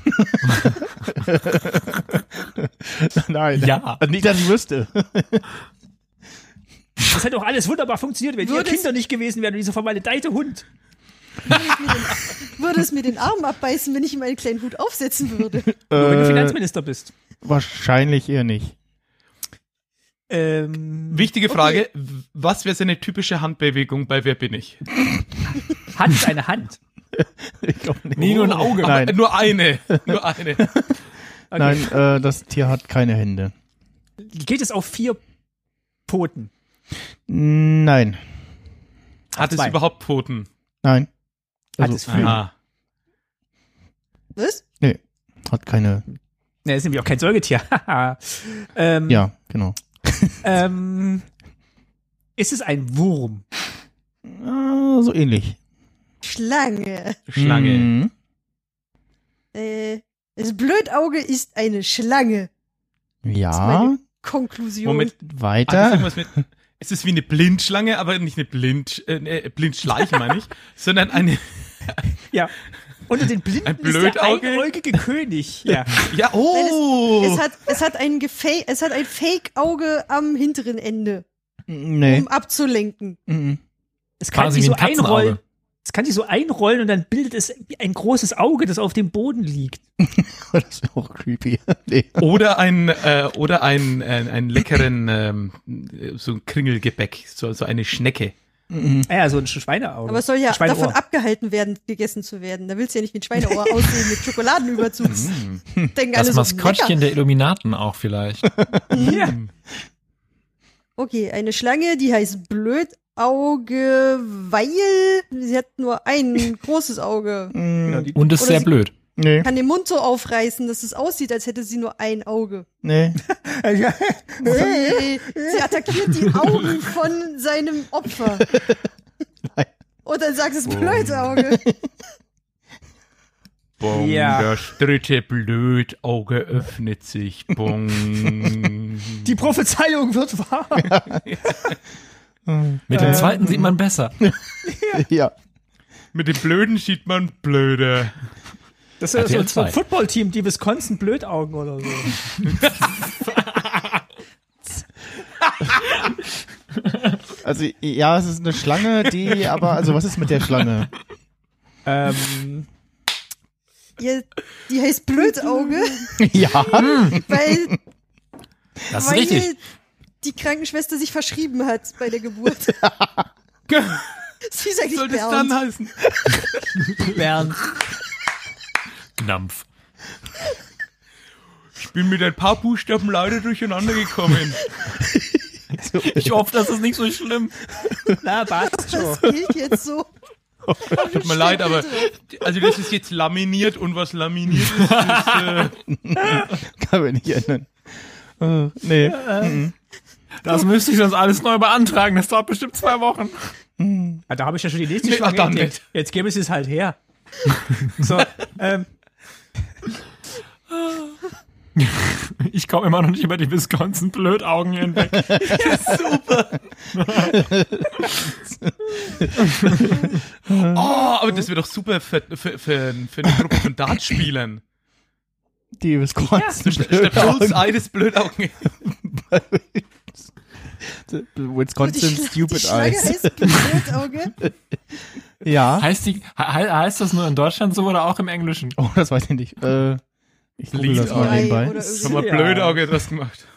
[SPEAKER 3] Nein.
[SPEAKER 1] Ja.
[SPEAKER 3] Also Nicht, dass ich wüsste.
[SPEAKER 2] Das hätte auch alles wunderbar funktioniert, wenn ihr
[SPEAKER 4] Würdest-
[SPEAKER 2] Kinder nicht gewesen wären und dieser vermaledeite Hund.
[SPEAKER 4] Würde es mir den Arm abbeißen, wenn ich ihm einen kleinen Hut aufsetzen würde.
[SPEAKER 2] Nur wenn du
[SPEAKER 3] Äh,
[SPEAKER 2] Finanzminister bist.
[SPEAKER 3] wahrscheinlich eher nicht.
[SPEAKER 2] Ähm,
[SPEAKER 5] Wichtige Frage. w- Was wäre seine typische Handbewegung bei Wer bin ich?
[SPEAKER 2] Hand ist eine Hand.
[SPEAKER 3] Ich glaube nicht.
[SPEAKER 1] Nee, nur ein Auge.
[SPEAKER 5] Äh,
[SPEAKER 3] Nein,
[SPEAKER 5] Nur eine. Nur eine.
[SPEAKER 2] Okay.
[SPEAKER 3] nein äh, das Tier hat keine Hände.
[SPEAKER 2] Geht es auf vier Poten?
[SPEAKER 3] Nein.
[SPEAKER 5] Hat es
[SPEAKER 2] Zwei.
[SPEAKER 5] überhaupt Pfoten? Ah,
[SPEAKER 3] Nein.
[SPEAKER 2] Hat
[SPEAKER 3] Also-
[SPEAKER 2] es Flügel?
[SPEAKER 5] Aha.
[SPEAKER 4] Was?
[SPEAKER 3] Nee. Hat keine.
[SPEAKER 2] Ne, ist nämlich auch kein Säugetier. Haha. ähm,
[SPEAKER 3] Ja, genau.
[SPEAKER 2] ähm, ist es ein Wurm?
[SPEAKER 3] Ah, so ähnlich.
[SPEAKER 4] Schlange.
[SPEAKER 5] Schlange.
[SPEAKER 3] Mhm.
[SPEAKER 4] Äh, das Blödauge ist eine Schlange. Das ist
[SPEAKER 3] Ja.
[SPEAKER 4] meine Konklusion.
[SPEAKER 5] Moment. Hat es
[SPEAKER 3] Weiter.
[SPEAKER 5] irgendwas mit. Es ist wie eine Blindschlange, aber nicht eine Blind, äh, ne, Blindschleiche, meine ich, sondern eine,
[SPEAKER 2] Ja. Unter den Blinden
[SPEAKER 5] Ein
[SPEAKER 2] ist der
[SPEAKER 5] Blödauge?
[SPEAKER 2] einäugige König. Ja.
[SPEAKER 5] ja, oh!
[SPEAKER 4] Es hat, es hat ein, Gefa- es hat ein Fake-Auge am hinteren Ende,
[SPEAKER 3] Mm, Nee.
[SPEAKER 4] um abzulenken.
[SPEAKER 3] Mhm.
[SPEAKER 2] Es kann
[SPEAKER 1] Quasi
[SPEAKER 2] sich
[SPEAKER 1] wie
[SPEAKER 2] so
[SPEAKER 1] ein Katzenauge.
[SPEAKER 2] einrollen. Es kann sich so einrollen und dann bildet es ein großes Auge, das auf dem Boden liegt.
[SPEAKER 3] Oh, Das ist auch creepy. Nee.
[SPEAKER 5] Oder ein, äh, oder ein, ein, einen leckeren, ähm, so ein Kringelgebäck, so, so eine Schnecke.
[SPEAKER 2] Ah ja, so ein Schweineauge.
[SPEAKER 4] Aber es soll ja
[SPEAKER 2] Schweineohr.
[SPEAKER 4] davon abgehalten werden, gegessen zu werden. Da willst du ja nicht wie ein Schweineohr aussehen mit Schokoladenüberzug. Denken alle
[SPEAKER 1] Das
[SPEAKER 4] so, lecker.
[SPEAKER 1] Maskottchen der Illuminaten auch vielleicht.
[SPEAKER 2] Ja.
[SPEAKER 4] Okay, eine Schlange, die heißt Blödauge, weil sie hat nur ein großes Auge.
[SPEAKER 2] Genau,
[SPEAKER 3] Mhm.
[SPEAKER 2] die-
[SPEAKER 1] Und ist
[SPEAKER 4] Oder
[SPEAKER 1] sehr
[SPEAKER 4] sie-
[SPEAKER 1] blöd.
[SPEAKER 3] Nee.
[SPEAKER 4] Kann den Mund so aufreißen, dass es aussieht, als hätte sie nur ein Auge.
[SPEAKER 3] Nee.
[SPEAKER 4] Nee, Also, äh, sie attackiert die Augen von seinem Opfer. Und dann sagst du, Blödauge.
[SPEAKER 5] Bong,
[SPEAKER 2] Ja.
[SPEAKER 5] das dritte Blödauge öffnet sich. Bong.
[SPEAKER 2] Die Prophezeiung wird wahr.
[SPEAKER 1] Mit dem zweiten sieht man besser.
[SPEAKER 3] Ja.
[SPEAKER 5] Mit dem Blöden sieht man blöder.
[SPEAKER 2] Das ist
[SPEAKER 1] RTL
[SPEAKER 2] so, so ein
[SPEAKER 1] 2.
[SPEAKER 2] Footballteam, die Wisconsin Blödaugen oder so.
[SPEAKER 3] Also, ja, es ist eine Schlange, die aber, also, was ist mit der Schlange?
[SPEAKER 2] ähm,
[SPEAKER 4] Ja, die heißt Blödauge,
[SPEAKER 3] Ja.
[SPEAKER 4] weil,
[SPEAKER 1] Das ist richtig.
[SPEAKER 4] weil die Krankenschwester sich verschrieben hat bei der Geburt. Sie ist eigentlich
[SPEAKER 5] Sollte es
[SPEAKER 4] Bernd.
[SPEAKER 5] dann heißen?
[SPEAKER 2] Bernd.
[SPEAKER 1] Gnampf.
[SPEAKER 5] Ich bin mit ein paar Buchstaben leider durcheinander gekommen.
[SPEAKER 1] Ich hoffe, das ist nicht so schlimm.
[SPEAKER 2] Na, passt schon.
[SPEAKER 4] Das gilt jetzt so.
[SPEAKER 5] Tut mir leid, aber also das ist jetzt laminiert und was laminiert ist, ist äh,
[SPEAKER 3] Kann man nicht ändern. Äh, nee.
[SPEAKER 1] Das müsste ich sonst alles neu beantragen. Das dauert bestimmt zwei Wochen.
[SPEAKER 2] Ah, da habe ich ja schon die nächste
[SPEAKER 5] Nee,
[SPEAKER 2] Schlange
[SPEAKER 5] ach, dann
[SPEAKER 2] entdeckt.
[SPEAKER 5] nicht.
[SPEAKER 2] Jetzt gäbe es es halt her. So, ähm,
[SPEAKER 1] Ich komme immer noch nicht über die Wisconsin Blödaugen hinweg.
[SPEAKER 5] Oh, aber das wäre doch super für, für, für, für eine Gruppe von Dartspielern.
[SPEAKER 3] Die Wisconsin.
[SPEAKER 5] Der Bullseye des Blödaugen.
[SPEAKER 4] Die
[SPEAKER 3] Wisconsin
[SPEAKER 4] Schla- die
[SPEAKER 3] Stupid
[SPEAKER 4] Schlange
[SPEAKER 3] Eyes.
[SPEAKER 4] heißt Blödauge.
[SPEAKER 3] Ja.
[SPEAKER 1] Heißt, die, he, heißt das nur in Deutschland so oder auch im Englischen?
[SPEAKER 3] Oh, das weiß ich nicht. Äh, ich google das mal
[SPEAKER 4] Blei
[SPEAKER 3] nebenbei.
[SPEAKER 4] oder
[SPEAKER 5] Haben
[SPEAKER 4] irgendwie.
[SPEAKER 5] wir
[SPEAKER 2] Ja.
[SPEAKER 5] Blödauge etwas gemacht?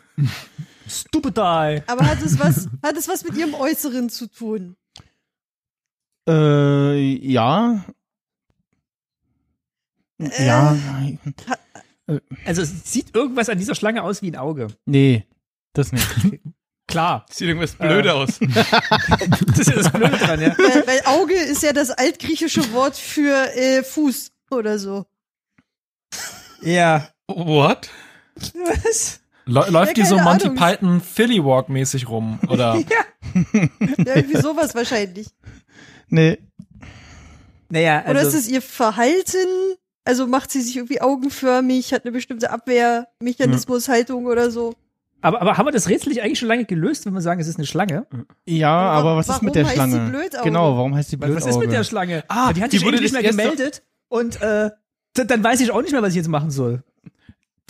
[SPEAKER 2] stupid die.
[SPEAKER 4] Aber hat es, was, hat es was mit ihrem Äußeren zu tun?
[SPEAKER 3] Äh, ja. ja, nein.
[SPEAKER 2] Also es sieht irgendwas an dieser Schlange aus wie ein Auge.
[SPEAKER 3] Nee, das nicht.
[SPEAKER 2] Klar.
[SPEAKER 5] Sieht irgendwas blöd
[SPEAKER 2] Äh.
[SPEAKER 5] aus.
[SPEAKER 2] Das ist ja das Blöde dran, ja.
[SPEAKER 4] Weil, weil Auge ist ja das altgriechische Wort für äh, Fuß oder so.
[SPEAKER 2] Ja.
[SPEAKER 5] What?
[SPEAKER 2] Was?
[SPEAKER 1] Lä- läuft die so
[SPEAKER 4] keine
[SPEAKER 1] Monty
[SPEAKER 4] Ahnung.
[SPEAKER 1] Python Philly Walk mäßig rum? Oder?
[SPEAKER 2] Ja.
[SPEAKER 4] Irgendwie sowas wahrscheinlich.
[SPEAKER 3] Nee.
[SPEAKER 2] Naja, also.
[SPEAKER 4] Oder ist es ihr Verhalten? Also macht sie sich irgendwie augenförmig, hat eine bestimmte Abwehrmechanismus, Haltung oder so.
[SPEAKER 2] aber, aber haben wir das rätselig eigentlich schon lange gelöst, wenn wir sagen, es ist eine Schlange?
[SPEAKER 3] Ja,
[SPEAKER 4] Wa-
[SPEAKER 3] aber was ist
[SPEAKER 4] warum
[SPEAKER 3] mit der
[SPEAKER 4] heißt
[SPEAKER 3] Schlange?
[SPEAKER 4] sie Blödauge?
[SPEAKER 3] Genau, warum heißt sie Blödauge?
[SPEAKER 2] Was ist mit der Schlange?
[SPEAKER 5] Ah,
[SPEAKER 2] Ja, die hat
[SPEAKER 5] die
[SPEAKER 2] sich
[SPEAKER 5] wurde
[SPEAKER 2] irgendwie nicht
[SPEAKER 5] das
[SPEAKER 2] mehr
[SPEAKER 5] erste-
[SPEAKER 2] gemeldet und äh, d- dann weiß ich auch nicht mehr, was ich jetzt machen soll.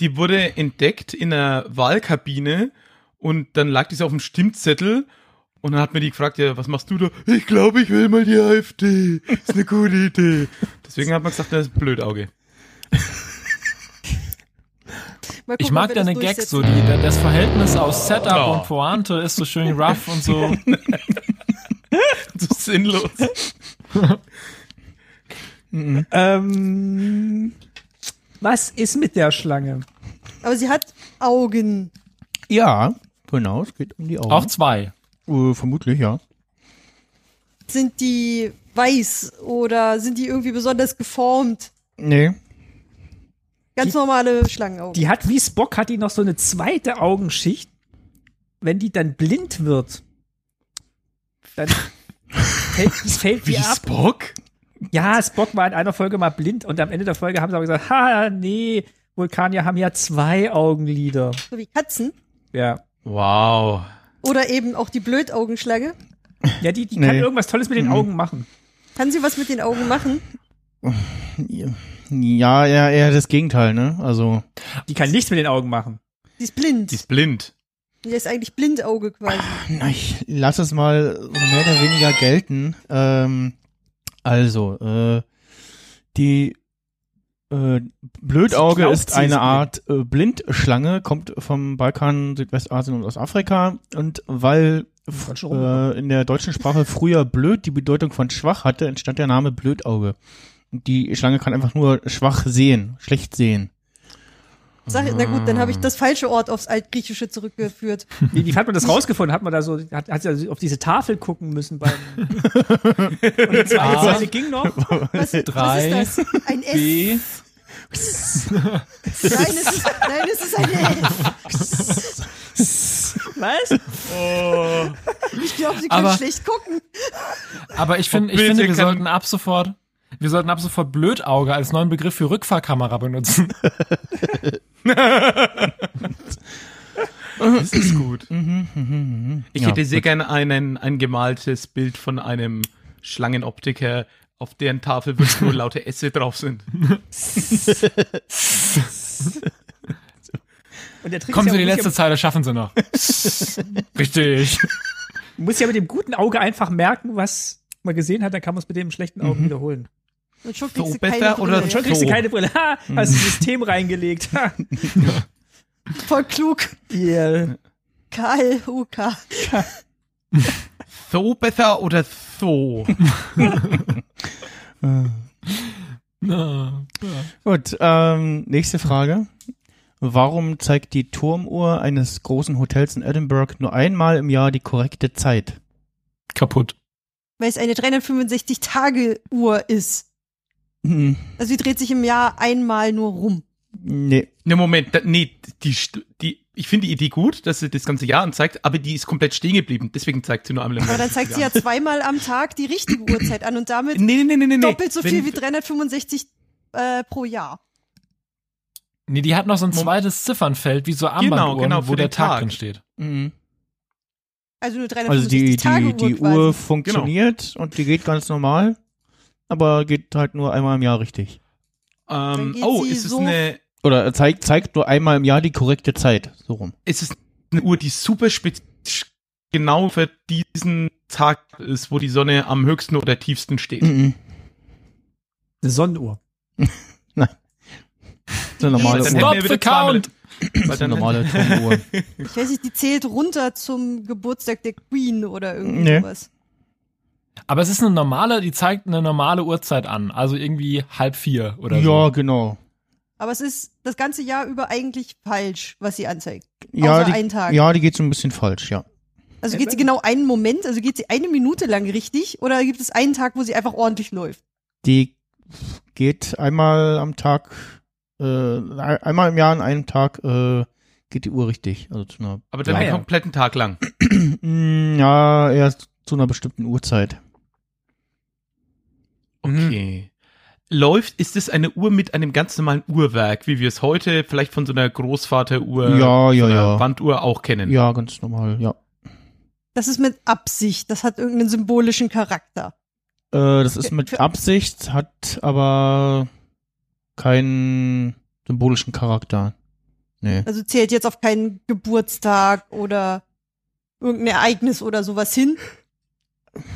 [SPEAKER 5] Die wurde entdeckt in einer Wahlkabine und dann lag die so auf dem Stimmzettel und dann hat mir die gefragt, ja, was machst du da? Ich glaube, ich will mal die AfD. Ist eine gute Idee. Deswegen hat man gesagt, das ist ein Blödauge.
[SPEAKER 4] Mal gucken,
[SPEAKER 1] Ich
[SPEAKER 4] ob
[SPEAKER 1] mag
[SPEAKER 4] wir
[SPEAKER 1] deine
[SPEAKER 4] das
[SPEAKER 1] Gags so,
[SPEAKER 4] durchsetzen.
[SPEAKER 1] die, da- das Verhältnis aus Setup
[SPEAKER 5] Oh.
[SPEAKER 1] und Pointe ist so schön rough und so.
[SPEAKER 5] So sinnlos.
[SPEAKER 2] Ähm, was ist mit der Schlange?
[SPEAKER 4] Aber sie hat Augen.
[SPEAKER 3] ja, genau, es geht um die Augen.
[SPEAKER 1] Auch zwei.
[SPEAKER 3] äh, vermutlich, ja.
[SPEAKER 4] Sind die weiß oder sind die irgendwie besonders geformt?
[SPEAKER 3] Nee.
[SPEAKER 4] Ganz normale Schlangenaugen.
[SPEAKER 2] Die hat wie Spock hat die noch so eine zweite Augenschicht. Wenn die dann blind wird, dann fällt, fällt die
[SPEAKER 5] Wie
[SPEAKER 2] ab.
[SPEAKER 5] Spock?
[SPEAKER 2] Ja, Spock war in einer Folge mal blind und am Ende der Folge haben sie aber gesagt, ha, nee, Vulkanier haben ja zwei Augenlider.
[SPEAKER 4] so wie Katzen.
[SPEAKER 2] Ja.
[SPEAKER 5] Wow.
[SPEAKER 4] Oder eben auch die Blödaugenschlange.
[SPEAKER 2] Ja, die, die
[SPEAKER 3] Nee.
[SPEAKER 2] kann irgendwas Tolles mit den
[SPEAKER 5] Mhm.
[SPEAKER 2] Augen machen.
[SPEAKER 4] Kann sie was mit den Augen machen?
[SPEAKER 3] Ja, ja, eher das Gegenteil, ne? Also,
[SPEAKER 2] Die kann nichts mit den Augen machen.
[SPEAKER 4] Sie ist blind.
[SPEAKER 5] Die ist blind.
[SPEAKER 4] Die ist eigentlich Blindauge quasi.
[SPEAKER 3] na, ich lass es mal so mehr oder weniger gelten. Ähm, also, äh, die äh,
[SPEAKER 2] Sie
[SPEAKER 3] Blödauge
[SPEAKER 2] glaubt,
[SPEAKER 3] ist
[SPEAKER 2] sie ist
[SPEAKER 3] eine
[SPEAKER 2] blind.
[SPEAKER 3] Art äh, Blindschlange, kommt vom Balkan, Südwestasien und aus Afrika. Und weil
[SPEAKER 2] Ganz schön rum.
[SPEAKER 3] äh, in der deutschen Sprache früher blöd die Bedeutung von schwach hatte, entstand der Name Blödauge. Und Die Schlange kann einfach nur schwach sehen, schlecht sehen.
[SPEAKER 4] Sag, na gut, dann habe ich das falsche Ort aufs Altgriechische zurückgeführt.
[SPEAKER 2] Wie, wie hat man das rausgefunden? Hat man da so, hat, hat sie also auf diese Tafel gucken müssen beim. und die zweite
[SPEAKER 1] Ah.
[SPEAKER 2] Seite ging noch.
[SPEAKER 4] Was,
[SPEAKER 1] Drei.
[SPEAKER 4] was ist das? Ein S.
[SPEAKER 1] B.
[SPEAKER 4] Nein, es ist, nein, es ist ein F.
[SPEAKER 2] Was?
[SPEAKER 4] Oh. Ich glaube, sie können
[SPEAKER 1] Aber-
[SPEAKER 4] schlecht gucken.
[SPEAKER 1] Aber ich, find, ich
[SPEAKER 5] Bild,
[SPEAKER 1] finde,
[SPEAKER 5] ihr
[SPEAKER 1] wir
[SPEAKER 5] könnt-
[SPEAKER 1] sollten ab sofort, wir sollten ab sofort Blödauge als neuen Begriff für Rückfahrkamera benutzen.
[SPEAKER 5] Das ist gut. mhm, Ich
[SPEAKER 3] Ja,
[SPEAKER 5] hätte sehr gerne einen, ein gemaltes Bild von einem Schlangenoptiker, auf deren Tafel wirklich nur laute Esse drauf sind.
[SPEAKER 2] Und der Trick
[SPEAKER 1] Kommen
[SPEAKER 2] ist
[SPEAKER 1] Sie
[SPEAKER 2] ja,
[SPEAKER 1] die
[SPEAKER 2] man muss
[SPEAKER 1] letzte Zeile, schaffen Sie noch. Richtig.
[SPEAKER 2] Ja, muss ja mit dem guten Auge einfach merken, was man gesehen hat, dann kann man es mit dem schlechten Auge
[SPEAKER 1] Mhm.
[SPEAKER 2] wiederholen.
[SPEAKER 4] Und schon kriegst
[SPEAKER 5] So
[SPEAKER 4] du keine
[SPEAKER 5] besser
[SPEAKER 4] Brille.
[SPEAKER 5] oder
[SPEAKER 2] Und schon kriegst
[SPEAKER 5] So.
[SPEAKER 2] du keine Brille. Ha,
[SPEAKER 1] Mhm.
[SPEAKER 2] hast du System reingelegt. Ha.
[SPEAKER 4] Voll klug.
[SPEAKER 2] Yeah.
[SPEAKER 4] K-L-U-K.
[SPEAKER 5] So besser oder so?
[SPEAKER 2] Ah.
[SPEAKER 1] Na,
[SPEAKER 3] Gut, ähm, nächste Frage. Warum zeigt die Turmuhr eines großen Hotels in Edinburgh nur einmal im Jahr die korrekte Zeit?
[SPEAKER 1] Kaputt.
[SPEAKER 4] Weil es eine 365-Tage-Uhr ist.
[SPEAKER 3] Hm,
[SPEAKER 4] Also die dreht sich im Jahr einmal nur rum.
[SPEAKER 3] nee,
[SPEAKER 5] Ne, Moment, da, nee, die, st- die, ich finde die Idee gut, dass sie das ganze Jahr anzeigt, aber die ist komplett stehen geblieben, deswegen zeigt sie nur einmal im
[SPEAKER 4] Aber dann zeigt sie ja zweimal am Tag die richtige Uhrzeit an und damit
[SPEAKER 5] Nee, nee, nee, nee, nee.
[SPEAKER 4] doppelt so viel
[SPEAKER 5] Wenn-
[SPEAKER 4] wie 365 äh, pro Jahr.
[SPEAKER 1] Nee, die hat noch so ein
[SPEAKER 5] Mom-
[SPEAKER 1] zweites Ziffernfeld, wie so Armbanduhren,
[SPEAKER 5] genau, für
[SPEAKER 1] wo der
[SPEAKER 5] den
[SPEAKER 1] Tag,
[SPEAKER 5] Tag.
[SPEAKER 1] drin steht.
[SPEAKER 3] Mhm.
[SPEAKER 4] Also nur
[SPEAKER 3] Also
[SPEAKER 4] 365
[SPEAKER 3] die,
[SPEAKER 4] Tage
[SPEAKER 3] die, die
[SPEAKER 4] quasi.
[SPEAKER 3] Uhr funktioniert und die geht ganz normal, aber geht halt nur einmal im Jahr richtig.
[SPEAKER 4] Dann
[SPEAKER 5] Ähm,
[SPEAKER 4] geht
[SPEAKER 5] oh,
[SPEAKER 4] sie
[SPEAKER 5] ist es
[SPEAKER 4] so-
[SPEAKER 5] eine,
[SPEAKER 3] Oder zeigt, zeigt nur einmal im Jahr die korrekte Zeit. So rum.
[SPEAKER 5] ist es eine Uhr, die super spezifisch genau für diesen Tag ist, wo die Sonne am höchsten oder tiefsten steht.
[SPEAKER 3] Mhm.
[SPEAKER 2] Eine Sonnenuhr.
[SPEAKER 3] So eine normale
[SPEAKER 5] Weil
[SPEAKER 1] Stop
[SPEAKER 5] hätten
[SPEAKER 3] Uhr.
[SPEAKER 5] wir
[SPEAKER 1] the
[SPEAKER 5] wieder zweimal-
[SPEAKER 1] count!
[SPEAKER 5] Weil
[SPEAKER 3] So eine
[SPEAKER 5] dann
[SPEAKER 3] normale Turmuhr.
[SPEAKER 4] Ich weiß nicht, die zählt runter zum Geburtstag der Queen oder irgendwie
[SPEAKER 3] Nee.
[SPEAKER 4] sowas.
[SPEAKER 1] Aber es ist eine normale, die zeigt eine normale Uhrzeit an. Also irgendwie halb vier oder
[SPEAKER 3] Ja,
[SPEAKER 1] so.
[SPEAKER 3] genau.
[SPEAKER 4] Aber es ist das ganze Jahr über eigentlich falsch, was sie anzeigt.
[SPEAKER 3] Ja,
[SPEAKER 4] Außer
[SPEAKER 3] die,
[SPEAKER 4] einen Tag.
[SPEAKER 3] ja, die geht so ein bisschen falsch, ja.
[SPEAKER 4] Also geht sie genau einen Moment, also geht sie eine Minute lang richtig oder gibt es einen Tag, wo sie einfach ordentlich läuft?
[SPEAKER 3] Die geht einmal am Tag, äh, einmal im Jahr an einem Tag äh, geht die Uhr richtig. Also zu einer,
[SPEAKER 5] Aber dann
[SPEAKER 2] Ja,
[SPEAKER 5] den
[SPEAKER 2] ja.
[SPEAKER 5] kompletten Tag lang.
[SPEAKER 3] Mm, ja, erst zu einer bestimmten Uhrzeit.
[SPEAKER 5] Okay. Läuft, ist es eine Uhr mit einem ganz normalen Uhrwerk, wie wir es heute vielleicht von so einer Großvateruhr,
[SPEAKER 3] Ja, ja,
[SPEAKER 5] so Äh, einer
[SPEAKER 3] ja.
[SPEAKER 5] Wanduhr auch kennen?
[SPEAKER 3] Ja, ganz normal, ja.
[SPEAKER 4] Das ist mit Absicht, das hat irgendeinen symbolischen Charakter.
[SPEAKER 3] Äh, das ist
[SPEAKER 4] Für-
[SPEAKER 3] mit Absicht, hat aber keinen symbolischen Charakter. Nee.
[SPEAKER 4] Also zählt jetzt auf keinen Geburtstag oder irgendein Ereignis oder sowas hin.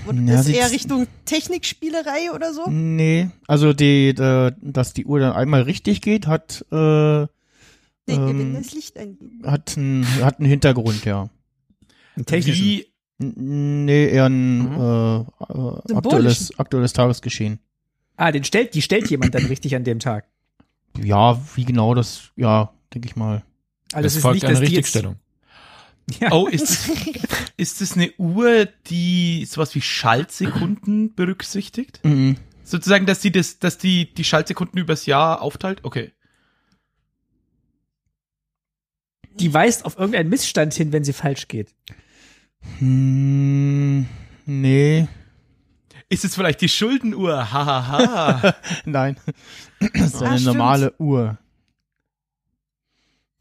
[SPEAKER 4] Und
[SPEAKER 3] Ja,
[SPEAKER 4] ist
[SPEAKER 3] sie-
[SPEAKER 4] eher Richtung Technikspielerei oder so?
[SPEAKER 3] Nee, also die, äh, dass die Uhr dann einmal richtig geht, hat, äh,
[SPEAKER 4] Nee, ihr
[SPEAKER 3] ähm,
[SPEAKER 4] wenn das Licht angeht.
[SPEAKER 3] hat, einen, hat einen Hintergrund, ja.
[SPEAKER 2] Einen technischen.
[SPEAKER 5] Wie,
[SPEAKER 3] N- Nee, eher ein
[SPEAKER 5] Mhm.
[SPEAKER 3] äh, äh, aktuelles, aktuelles Tagesgeschehen.
[SPEAKER 2] Ah, den stellt, die stellt jemand dann richtig an dem Tag.
[SPEAKER 3] Ja, wie genau das, ja, denke ich mal.
[SPEAKER 2] Also das
[SPEAKER 1] es
[SPEAKER 2] ist
[SPEAKER 1] folgt
[SPEAKER 2] nicht,
[SPEAKER 1] eine
[SPEAKER 2] dass die jetzt,
[SPEAKER 1] Richtigstellung.
[SPEAKER 2] Ja.
[SPEAKER 5] oh, ist es, ist es eine Uhr, die sowas wie Schaltsekunden berücksichtigt?
[SPEAKER 3] Mhm.
[SPEAKER 5] Sozusagen, dass die das, dass die, die Schaltsekunden übers Jahr aufteilt? Okay.
[SPEAKER 2] die weist auf irgendeinen Missstand hin, wenn sie falsch geht.
[SPEAKER 3] Hm, nee.
[SPEAKER 5] Ist es vielleicht die Schuldenuhr? Hahaha. Ha, ha.
[SPEAKER 3] Nein. Das ist
[SPEAKER 4] Ah,
[SPEAKER 3] eine
[SPEAKER 4] stimmt.
[SPEAKER 3] normale Uhr,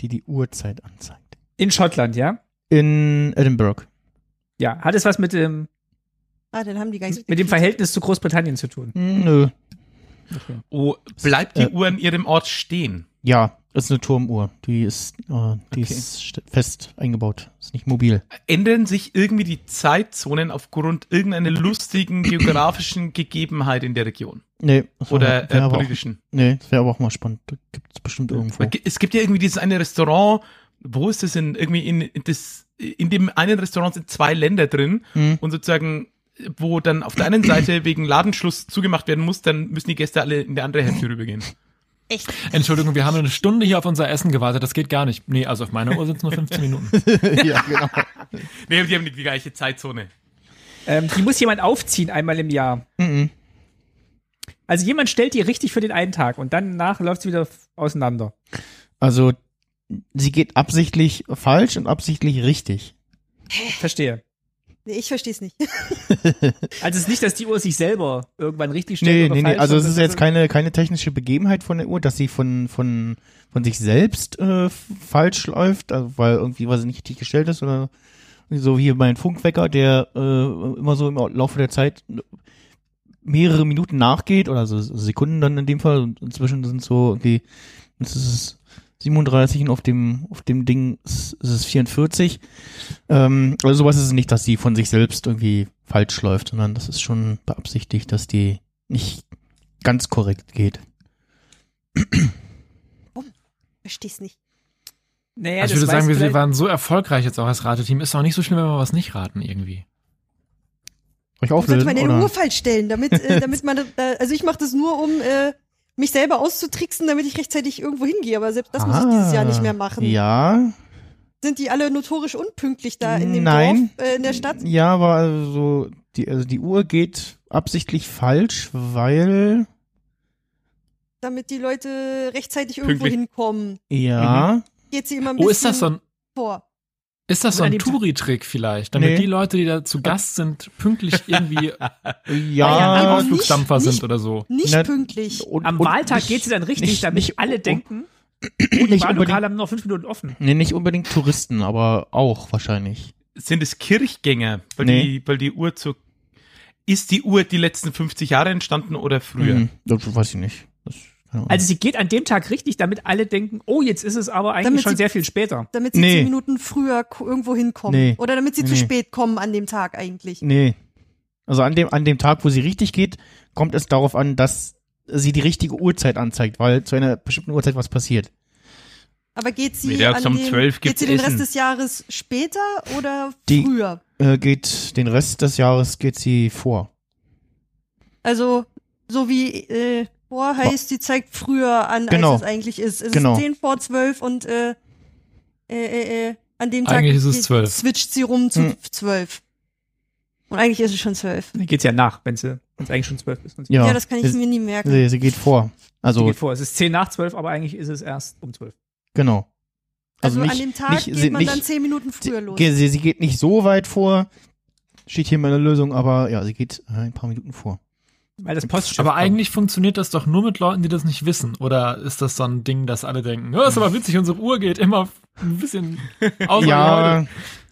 [SPEAKER 3] die die Uhrzeit anzeigt.
[SPEAKER 2] In Schottland, ja?
[SPEAKER 3] In Edinburgh.
[SPEAKER 2] Ja. Hat es was mit dem,
[SPEAKER 4] Ah, dann haben die gar nichts
[SPEAKER 2] mit dem Verhältnis zu Großbritannien zu tun?
[SPEAKER 3] Hm, nö.
[SPEAKER 5] Oh, bleibt die
[SPEAKER 3] Äh.
[SPEAKER 5] Uhr an ihrem Ort stehen?
[SPEAKER 3] Ja, ist eine Turmuhr. Die ist, äh, die ist st- fest eingebaut. Ist nicht mobil.
[SPEAKER 5] Ändern sich irgendwie die Zeitzonen aufgrund irgendeiner lustigen geografischen Gegebenheit in der Region?
[SPEAKER 3] Nee. das wär-
[SPEAKER 5] Oder
[SPEAKER 3] wär
[SPEAKER 5] äh,
[SPEAKER 3] aber auch,
[SPEAKER 5] politischen?
[SPEAKER 3] Nee, das wäre aber auch mal spannend. Gibt es bestimmt irgendwo.
[SPEAKER 5] Weil ge- Es gibt ja irgendwie dieses eine Restaurant, wo ist das denn? Irgendwie in, in das, in dem einen Restaurant sind zwei Länder drin
[SPEAKER 3] Hm.
[SPEAKER 5] und sozusagen, wo dann auf der einen Seite wegen Ladenschluss zugemacht werden muss, dann müssen die Gäste alle in der andere Hälfte rübergehen.
[SPEAKER 4] Echt?
[SPEAKER 1] Entschuldigung, wir haben eine Stunde hier auf unser Essen gewartet. Das geht gar nicht. Nee, also auf meiner Uhr sind es nur 15 Minuten.
[SPEAKER 3] ja, genau.
[SPEAKER 5] Nee, die haben die gleiche Zeitzone.
[SPEAKER 2] Ähm, die muss jemand aufziehen einmal im Jahr.
[SPEAKER 3] Mhm.
[SPEAKER 2] Also jemand stellt die richtig für den einen Tag und danach läuft sie wieder f- auseinander.
[SPEAKER 3] Also, sie geht absichtlich falsch und absichtlich richtig.
[SPEAKER 2] Verstehe.
[SPEAKER 4] Nee, ich verstehe es nicht.
[SPEAKER 2] Also es ist nicht, dass die Uhr sich selber irgendwann richtig stellt.
[SPEAKER 3] Nee,
[SPEAKER 2] oder
[SPEAKER 3] nee, nee.
[SPEAKER 2] falsch,
[SPEAKER 3] Also, es
[SPEAKER 2] sondern
[SPEAKER 3] ist jetzt keine, keine technische Begebenheit von der Uhr, dass sie von, von, von sich selbst äh, f- falsch läuft, also, weil irgendwie, weil sie nicht richtig gestellt ist oder so wie mein Funkwecker, der äh, immer so im Laufe der Zeit mehrere Minuten nachgeht oder so Sekunden dann in dem Fall und inzwischen sind so irgendwie jetzt ist es 37 und auf dem auf dem Ding ist, ist es 44 ähm, also sowas ist es nicht dass die von sich selbst irgendwie falsch läuft sondern das ist schon beabsichtigt dass die nicht ganz korrekt geht
[SPEAKER 4] Verstehe es nicht.
[SPEAKER 2] Naja,
[SPEAKER 1] also ich
[SPEAKER 2] das
[SPEAKER 1] würde sagen,
[SPEAKER 2] weiß
[SPEAKER 1] wir
[SPEAKER 2] vielleicht-
[SPEAKER 1] waren so erfolgreich jetzt auch als Rateteam. Ist doch nicht so schlimm, wenn wir was nicht raten irgendwie.
[SPEAKER 3] euch
[SPEAKER 4] Sollte
[SPEAKER 3] auflösen
[SPEAKER 4] man den
[SPEAKER 3] oder
[SPEAKER 4] Uhr falsch stellen, damit, äh, damit man, da, also ich mache das nur, um äh, mich selber auszutricksen, damit ich rechtzeitig irgendwo hingehe. Aber selbst das muss ich dieses Jahr nicht mehr machen.
[SPEAKER 3] Ah, ja
[SPEAKER 4] Sind die alle notorisch unpünktlich da in dem
[SPEAKER 3] Nein.
[SPEAKER 4] Dorf, äh, in der Stadt?
[SPEAKER 3] Ja, aber also die, also die Uhr geht absichtlich falsch, weil
[SPEAKER 4] Damit die Leute rechtzeitig irgendwo
[SPEAKER 5] Pünktlich.
[SPEAKER 4] hinkommen.
[SPEAKER 3] ja,
[SPEAKER 4] Geht sie immer ein bisschen
[SPEAKER 1] Oh, ist das so ein,
[SPEAKER 4] vor.
[SPEAKER 1] ist das so
[SPEAKER 2] An
[SPEAKER 1] ein
[SPEAKER 2] dem Tag-
[SPEAKER 1] Touri-Trick vielleicht? Damit
[SPEAKER 3] Nee.
[SPEAKER 1] die Leute, die da zu Gast sind, pünktlich irgendwie
[SPEAKER 2] Mhm.
[SPEAKER 4] Ah,
[SPEAKER 1] am
[SPEAKER 4] ja,
[SPEAKER 3] ja,
[SPEAKER 4] nicht-
[SPEAKER 1] Ausflugsdampfer
[SPEAKER 4] nicht-
[SPEAKER 1] sind oder so.
[SPEAKER 4] Nicht
[SPEAKER 3] Na, oh.
[SPEAKER 4] pünktlich.
[SPEAKER 3] und-
[SPEAKER 2] Am
[SPEAKER 3] und
[SPEAKER 2] Wahltag
[SPEAKER 3] nicht-
[SPEAKER 2] geht sie dann richtig,
[SPEAKER 3] nicht-
[SPEAKER 2] damit
[SPEAKER 3] nicht-
[SPEAKER 2] alle denken, die
[SPEAKER 3] nicht
[SPEAKER 2] Wahllokale
[SPEAKER 3] unbedingt,
[SPEAKER 2] haben noch fünf Minuten offen.
[SPEAKER 3] nee, nicht unbedingt Touristen, aber auch wahrscheinlich.
[SPEAKER 5] Sind es Kirchgänger, weil,
[SPEAKER 3] Nee.
[SPEAKER 5] die, weil die Uhr zu. Ist die Uhr die letzten 50 Jahre entstanden oder früher?
[SPEAKER 3] Hm, das weiß ich nicht. Das, keine Ahnung.
[SPEAKER 2] Also sie geht an dem Tag richtig, damit alle denken, oh, jetzt ist es aber eigentlich
[SPEAKER 4] Damit
[SPEAKER 2] schon
[SPEAKER 4] sie-
[SPEAKER 2] sehr viel später.
[SPEAKER 4] Damit sie
[SPEAKER 3] Nee.
[SPEAKER 4] zehn Minuten früher ko- irgendwo hinkommen.
[SPEAKER 3] Nee.
[SPEAKER 4] Oder damit sie zu
[SPEAKER 3] Nee.
[SPEAKER 4] spät kommen an dem Tag eigentlich.
[SPEAKER 3] nee. Also an dem, an dem Tag, wo sie richtig geht, kommt es darauf an, dass sie die richtige Uhrzeit anzeigt, weil zu einer bestimmten Uhrzeit was passiert.
[SPEAKER 4] Aber geht sie,
[SPEAKER 5] Mittags
[SPEAKER 4] an
[SPEAKER 5] um
[SPEAKER 4] den,
[SPEAKER 5] 12
[SPEAKER 4] geht
[SPEAKER 5] gibt's
[SPEAKER 4] sie den Rest
[SPEAKER 5] Essen.
[SPEAKER 4] des Jahres später oder
[SPEAKER 3] Die-
[SPEAKER 4] früher?
[SPEAKER 3] Äh, geht den Rest des Jahres geht sie vor.
[SPEAKER 4] Also, so wie äh, Bohr heißt, die zeigt früher an,
[SPEAKER 3] Genau.
[SPEAKER 4] als es eigentlich ist. Es
[SPEAKER 3] Genau.
[SPEAKER 4] ist 10 vor 12 und äh, äh, äh, äh, an dem Tag
[SPEAKER 1] Eigentlich ist es
[SPEAKER 4] die-
[SPEAKER 1] 12.
[SPEAKER 4] switcht sie rum zu
[SPEAKER 3] Hm.
[SPEAKER 4] 12. Und eigentlich ist es schon 12.
[SPEAKER 2] Dann geht's ja nach, wenn es eigentlich schon zwölf ist. Und
[SPEAKER 4] Ja, das kann ich
[SPEAKER 3] sie,
[SPEAKER 4] mir nie merken.
[SPEAKER 3] sie, sie geht vor.
[SPEAKER 2] so.
[SPEAKER 3] Also,
[SPEAKER 2] geht vor. Es ist zehn nach zwölf, aber eigentlich ist es erst um zwölf.
[SPEAKER 3] genau.
[SPEAKER 4] Also, an dem Tag
[SPEAKER 3] nicht- sie-
[SPEAKER 4] geht man
[SPEAKER 3] nicht-
[SPEAKER 4] dann 10 Minuten früher los.
[SPEAKER 3] Sie, sie, sie geht nicht so weit vor. Steht hier in meiner Lösung, aber ja, sie geht äh, ein paar Minuten vor.
[SPEAKER 2] Weil das Postschiff.
[SPEAKER 1] Aber
[SPEAKER 2] kommt.
[SPEAKER 1] eigentlich funktioniert das doch nur mit Leuten, die das nicht wissen. Oder ist das so ein Ding, dass alle denken, ja, ist aber witzig, unsere Uhr geht immer ein bisschen außer
[SPEAKER 3] ja, ja,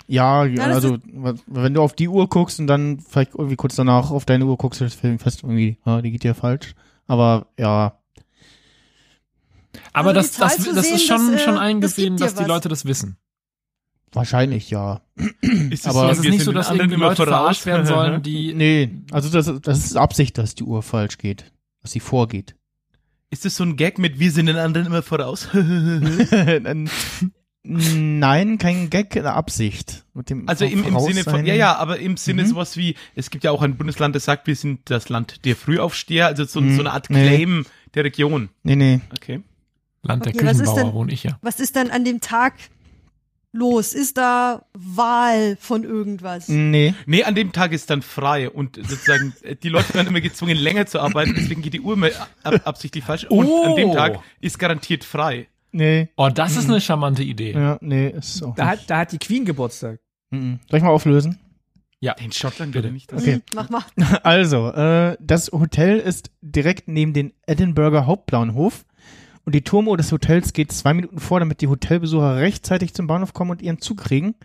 [SPEAKER 3] ja,
[SPEAKER 4] Ja, das
[SPEAKER 3] also w- wenn du auf die Uhr guckst und dann vielleicht irgendwie kurz danach auf deine Uhr guckst, stellst du fest, irgendwie, ja, die geht ja falsch. Aber ja,
[SPEAKER 1] Aber
[SPEAKER 4] Also
[SPEAKER 1] das,
[SPEAKER 4] die Zahl
[SPEAKER 1] das,
[SPEAKER 4] zu
[SPEAKER 1] das
[SPEAKER 4] sehen,
[SPEAKER 1] ist schon,
[SPEAKER 4] das, äh,
[SPEAKER 1] schon
[SPEAKER 4] das
[SPEAKER 1] eingesehen,
[SPEAKER 4] gibt dir
[SPEAKER 1] dass die
[SPEAKER 4] was.
[SPEAKER 1] Leute das wissen. Also
[SPEAKER 3] wahrscheinlich ja.
[SPEAKER 5] Ist
[SPEAKER 3] Aber
[SPEAKER 1] es ist nicht so, dass irgendwie Leute verarscht werden sollen, die.
[SPEAKER 3] Nee, also das, das ist Absicht, dass die Uhr falsch geht, dass sie vorgeht.
[SPEAKER 5] Ist das so ein Gag mit, wir sind den anderen immer voraus?
[SPEAKER 3] Dann- Nein, kein Gag, eine Absicht. Mit dem
[SPEAKER 5] Also im, im Sinne von,
[SPEAKER 3] Voraussein-
[SPEAKER 5] ja, ja, aber im Sinne
[SPEAKER 3] Mhm.
[SPEAKER 5] sowas wie, es gibt ja auch ein Bundesland, das sagt, wir sind das Land der Frühaufsteher, also so,
[SPEAKER 3] Mhm.
[SPEAKER 5] so eine Art
[SPEAKER 3] Nee.
[SPEAKER 5] Claim der Region.
[SPEAKER 3] Nee, nee.
[SPEAKER 5] Okay.
[SPEAKER 1] Land der
[SPEAKER 4] Okay, was ist
[SPEAKER 1] Küchenbauer
[SPEAKER 4] denn-
[SPEAKER 1] wohne ich ja.
[SPEAKER 4] Was ist dann an dem Tag los? Ist da Wahl von irgendwas?
[SPEAKER 3] Nee.
[SPEAKER 5] Nee, an dem Tag ist dann frei und sozusagen äh, die Leute werden immer gezwungen, länger zu arbeiten, deswegen geht die Uhr mal ab, absichtlich falsch. Und an dem
[SPEAKER 1] Oh.
[SPEAKER 5] Tag ist garantiert frei.
[SPEAKER 3] Nee.
[SPEAKER 1] Oh, das
[SPEAKER 4] Mhm.
[SPEAKER 1] ist eine charmante Idee.
[SPEAKER 3] Ja, nee, ist auch.
[SPEAKER 2] Da
[SPEAKER 3] nicht.
[SPEAKER 2] hat, da hat die Queen Geburtstag.
[SPEAKER 3] Mhm. Soll ich mal auflösen?
[SPEAKER 5] In Schottland würde nicht.
[SPEAKER 3] Okay.
[SPEAKER 4] Hm, mach mal.
[SPEAKER 3] Also, äh, das Hotel ist direkt neben den Edinburgher Hauptbahnhof. Und die Turmuhr des Hotels geht zwei Minuten vor, damit die Hotelbesucher rechtzeitig zum Bahnhof kommen und ihren Zug kriegen.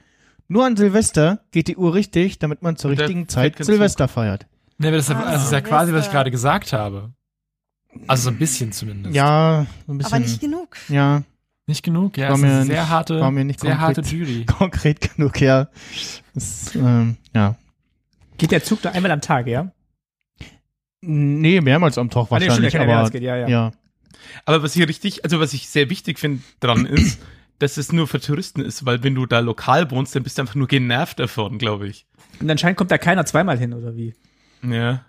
[SPEAKER 3] Nur an Silvester geht die Uhr richtig, damit man zur
[SPEAKER 5] Und da
[SPEAKER 3] richtigen
[SPEAKER 5] fährt
[SPEAKER 3] Zeit
[SPEAKER 5] kein Zug.
[SPEAKER 3] Silvester feiert.
[SPEAKER 1] Nee, das, ist ja- also,
[SPEAKER 4] Ah,
[SPEAKER 1] das ist ja quasi, was ich
[SPEAKER 4] Silvester.
[SPEAKER 1] gerade gesagt habe. Also so ein bisschen zumindest.
[SPEAKER 3] Ja, so ein bisschen.
[SPEAKER 4] Aber nicht genug.
[SPEAKER 3] ja,
[SPEAKER 1] Nicht genug, ja.
[SPEAKER 3] War
[SPEAKER 1] es
[SPEAKER 3] mir
[SPEAKER 1] ist
[SPEAKER 3] nicht-
[SPEAKER 1] sehr harte,
[SPEAKER 3] war mir nicht
[SPEAKER 1] sehr harte
[SPEAKER 3] konkret.
[SPEAKER 1] Jury.
[SPEAKER 3] konkret genug, ja. Das, ähm, ja.
[SPEAKER 2] Geht der Zug nur einmal am Tag, ja?
[SPEAKER 3] Nee, mehrmals am Tag
[SPEAKER 2] Ah, nee, stimmt,
[SPEAKER 3] wahrscheinlich.
[SPEAKER 2] der kann ja mehrmals
[SPEAKER 3] aber,
[SPEAKER 2] gehen, ja, ja.
[SPEAKER 3] ja.
[SPEAKER 5] Aber was hier richtig, also was ich sehr wichtig finde dran ist, dass es nur für Touristen ist, weil wenn du da lokal wohnst, dann bist du einfach nur genervt davon, glaube ich.
[SPEAKER 2] Und anscheinend kommt da keiner zweimal hin, oder wie?
[SPEAKER 5] Ja.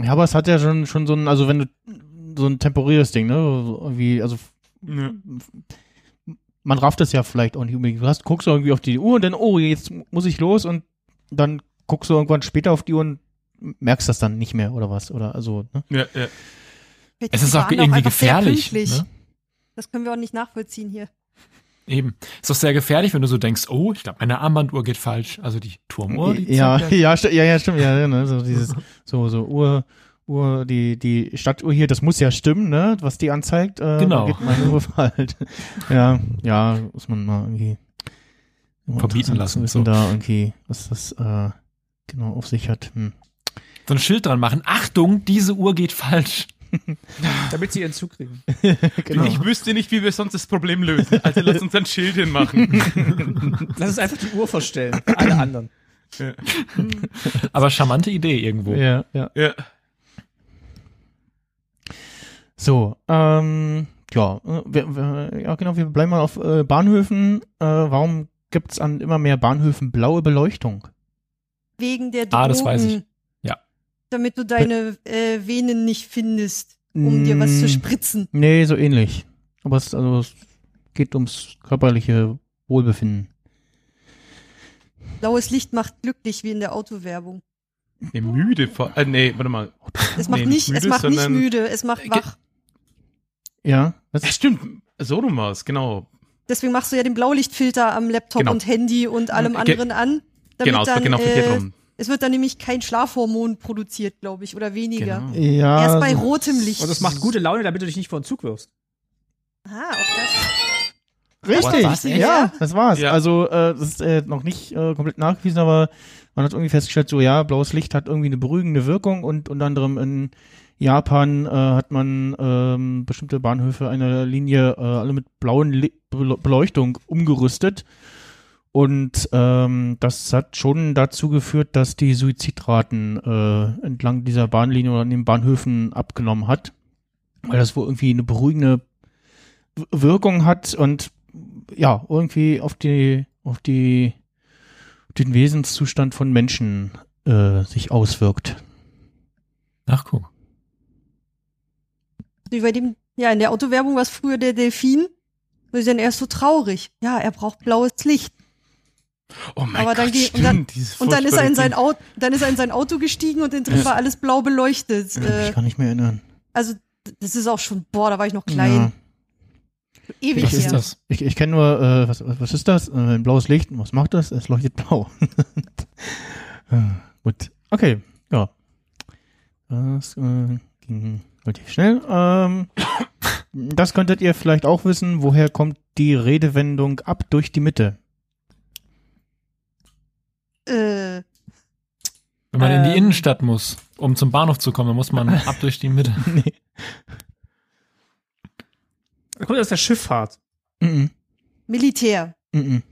[SPEAKER 3] ja, aber es hat ja schon, schon so ein, also wenn du so ein temporäres Ding, ne? so Irgendwie, also
[SPEAKER 5] ja.
[SPEAKER 3] man rafft es ja vielleicht auch nicht unbedingt. Du hast, guckst irgendwie auf die Uhr und dann, oh, jetzt muss ich los und dann guckst du irgendwann später auf die Uhr und merkst das dann nicht mehr oder was. Oder also, ne?
[SPEAKER 5] Ja, ja.
[SPEAKER 4] Vielleicht
[SPEAKER 1] Es
[SPEAKER 4] die
[SPEAKER 1] ist auch
[SPEAKER 4] Bahn
[SPEAKER 1] irgendwie
[SPEAKER 4] einfach sehr
[SPEAKER 1] gefährlich.
[SPEAKER 4] pünktlich.
[SPEAKER 1] Ne?
[SPEAKER 4] Das können wir auch nicht nachvollziehen hier.
[SPEAKER 1] Eben. Ist doch sehr gefährlich, wenn du so denkst, oh, ich glaube, meine Armbanduhr geht falsch. Also die Turmuhr, die
[SPEAKER 3] ja,
[SPEAKER 1] zeigt
[SPEAKER 3] ja, sti- ja, ja, stimmt, ja, ja, ne? So dieses, so, so Uhr, Uhr, die, die Stadtuhr hier, das muss ja stimmen, ne? Was die anzeigt, äh,
[SPEAKER 1] Genau.
[SPEAKER 3] da geht meine Uhr halt. ja, ja, muss man mal irgendwie immer
[SPEAKER 1] Verbieten
[SPEAKER 3] interessant
[SPEAKER 1] lassen,
[SPEAKER 3] zu
[SPEAKER 1] so.
[SPEAKER 3] Wissen da irgendwie, was das äh, genau auf sich hat. Hm.
[SPEAKER 1] so ein Schild dran machen. Achtung, diese Uhr geht falsch.
[SPEAKER 2] Damit sie ihren Zug kriegen.
[SPEAKER 4] Genau.
[SPEAKER 3] Genau.
[SPEAKER 5] Ich wüsste nicht, wie wir sonst das Problem lösen. Also lass uns ein Schild hinmachen.
[SPEAKER 2] Lass uns einfach die Uhr verstellen. für Alle anderen.
[SPEAKER 1] Aber charmante Idee irgendwo.
[SPEAKER 3] Ja, ja.
[SPEAKER 5] ja.
[SPEAKER 3] So, ähm, ja, äh, wir, wir, ja, genau, wir bleiben mal auf äh, Bahnhöfen. Äh, warum gibt's an immer mehr Bahnhöfen blaue Beleuchtung?
[SPEAKER 4] Wegen der Drogen.
[SPEAKER 1] Ah, das weiß ich. Ja.
[SPEAKER 4] Damit du deine äh, Venen nicht findest, um dir was zu
[SPEAKER 3] Mm,
[SPEAKER 4] spritzen.
[SPEAKER 3] Nee, so ähnlich. Aber es, also, es geht ums körperliche Wohlbefinden.
[SPEAKER 4] Blaues Licht macht glücklich, wie in der Autowerbung.
[SPEAKER 5] Nee, müde vor. Äh, nee, warte mal.
[SPEAKER 4] Es macht
[SPEAKER 5] Nee,
[SPEAKER 4] nicht,
[SPEAKER 5] nicht
[SPEAKER 4] es
[SPEAKER 5] müde,
[SPEAKER 4] macht nicht
[SPEAKER 5] sondern-
[SPEAKER 4] müde, es macht
[SPEAKER 5] Äh, ge-
[SPEAKER 4] wach.
[SPEAKER 3] Ja, was?
[SPEAKER 5] Ja, stimmt. So rum war's, genau.
[SPEAKER 4] Deswegen machst du ja den Blaulichtfilter am Laptop
[SPEAKER 5] Genau.
[SPEAKER 4] und Handy und allem
[SPEAKER 5] Ge-
[SPEAKER 4] anderen an. Damit
[SPEAKER 5] genau, es war
[SPEAKER 4] dann,
[SPEAKER 5] genau verkehrt
[SPEAKER 4] äh,
[SPEAKER 5] rum.
[SPEAKER 4] es wird dann nämlich kein Schlafhormon produziert, glaube ich, oder weniger.
[SPEAKER 5] Genau.
[SPEAKER 3] Ja.
[SPEAKER 4] Erst bei
[SPEAKER 5] Oh,
[SPEAKER 4] rotem Licht.
[SPEAKER 2] Und das macht gute Laune, damit du dich nicht vor den Zug wirfst.
[SPEAKER 4] Aha, Ah, auch das.
[SPEAKER 3] Richtig,
[SPEAKER 1] Was, echt?
[SPEAKER 3] ja, das war's.
[SPEAKER 5] Ja.
[SPEAKER 3] Also äh, das ist äh, noch nicht äh, komplett nachgewiesen, aber man hat irgendwie festgestellt, so ja, blaues Licht hat irgendwie eine beruhigende Wirkung und unter anderem in Japan äh, hat man ähm, bestimmte Bahnhöfe einer Linie äh, alle mit blauen Li Bele- Beleuchtung umgerüstet und ähm, das hat schon dazu geführt, dass die Suizidraten äh, entlang dieser Bahnlinie oder an den Bahnhöfen abgenommen hat, weil das wohl irgendwie eine beruhigende W- Wirkung hat und ja, irgendwie auf die, auf die, den Wesenszustand von Menschen äh, sich auswirkt.
[SPEAKER 1] Nachgucken.
[SPEAKER 4] Wie bei dem, ja, in der Autowerbung war es früher der Delfin. Und sie sind erst so traurig. Ja, er braucht blaues Licht.
[SPEAKER 5] Oh mein
[SPEAKER 4] Aber dann geht- und dann-
[SPEAKER 5] dieses
[SPEAKER 4] Und dann ist, er in sein
[SPEAKER 5] furchtbare
[SPEAKER 4] Auto, dann ist er in sein Auto gestiegen und innen drin war alles blau beleuchtet.
[SPEAKER 3] Ich
[SPEAKER 4] Äh,
[SPEAKER 3] kann nicht mehr erinnern.
[SPEAKER 4] also, das ist auch schon, boah, da war ich noch klein. Ewig
[SPEAKER 1] Was
[SPEAKER 4] her.
[SPEAKER 1] ist das?
[SPEAKER 3] Ich, ich kenne nur, äh, was, was ist das? Äh, ein blaues Licht. Was macht das? Es leuchtet blau. Äh, Gut. Okay, ja. Das äh, ging relativ schnell. Ähm, das könntet ihr vielleicht auch wissen. Woher kommt die Redewendung ab durch die Mitte?
[SPEAKER 4] Äh,
[SPEAKER 1] Wenn man in
[SPEAKER 2] Ähm.
[SPEAKER 1] die Innenstadt muss, um zum Bahnhof zu kommen, dann muss man ab durch die Mitte.
[SPEAKER 3] nee.
[SPEAKER 2] Das kommt aus der Schifffahrt.
[SPEAKER 3] Mhm.
[SPEAKER 4] Militär.
[SPEAKER 3] Mhm.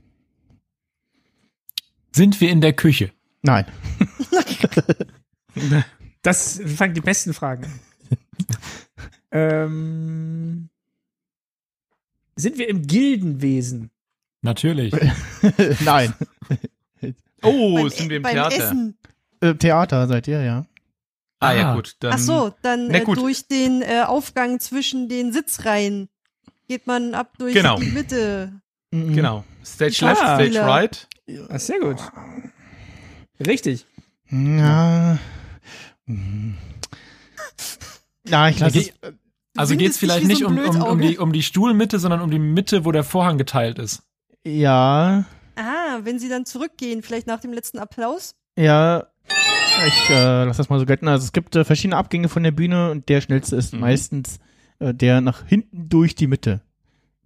[SPEAKER 1] Sind wir in der Küche?
[SPEAKER 3] Nein.
[SPEAKER 5] Ding.
[SPEAKER 2] Das fangen die besten Fragen an. ähm, sind wir im Gildenwesen?
[SPEAKER 1] Natürlich.
[SPEAKER 3] Nein.
[SPEAKER 5] Oh,
[SPEAKER 4] Beim
[SPEAKER 5] sind
[SPEAKER 4] E-
[SPEAKER 5] wir im
[SPEAKER 4] beim
[SPEAKER 5] Theater.
[SPEAKER 4] Essen.
[SPEAKER 3] Äh, Theater seid ihr, ja.
[SPEAKER 5] Ah ja,
[SPEAKER 1] Ah.
[SPEAKER 5] gut. Dann,
[SPEAKER 4] Ach so, dann
[SPEAKER 5] na
[SPEAKER 4] äh,
[SPEAKER 5] gut.
[SPEAKER 4] durch den äh, Aufgang zwischen den Sitzreihen geht man ab durch
[SPEAKER 5] Genau.
[SPEAKER 4] die Mitte.
[SPEAKER 3] Mhm.
[SPEAKER 5] Genau. Stage
[SPEAKER 4] Ah.
[SPEAKER 5] left, Stage
[SPEAKER 4] Schauspieler.
[SPEAKER 5] right.
[SPEAKER 2] Ah, sehr gut. Richtig.
[SPEAKER 3] Ja. Mhm. Na, ich lasse
[SPEAKER 1] Also,
[SPEAKER 3] es.
[SPEAKER 1] also
[SPEAKER 4] Sind
[SPEAKER 1] geht es
[SPEAKER 4] es nicht
[SPEAKER 1] vielleicht
[SPEAKER 4] wie
[SPEAKER 1] nicht
[SPEAKER 4] so ein
[SPEAKER 1] um, um, um,
[SPEAKER 4] Blödauge?
[SPEAKER 1] die, um die Stuhlmitte, sondern um die Mitte, wo der Vorhang geteilt ist.
[SPEAKER 3] Ja.
[SPEAKER 4] Ah, wenn sie dann zurückgehen, vielleicht nach dem letzten Applaus.
[SPEAKER 3] Ja, ich äh, lass das mal so gelten. Also es gibt äh, verschiedene Abgänge von der Bühne und der schnellste ist
[SPEAKER 5] Mhm.
[SPEAKER 3] meistens äh, der nach hinten durch die Mitte.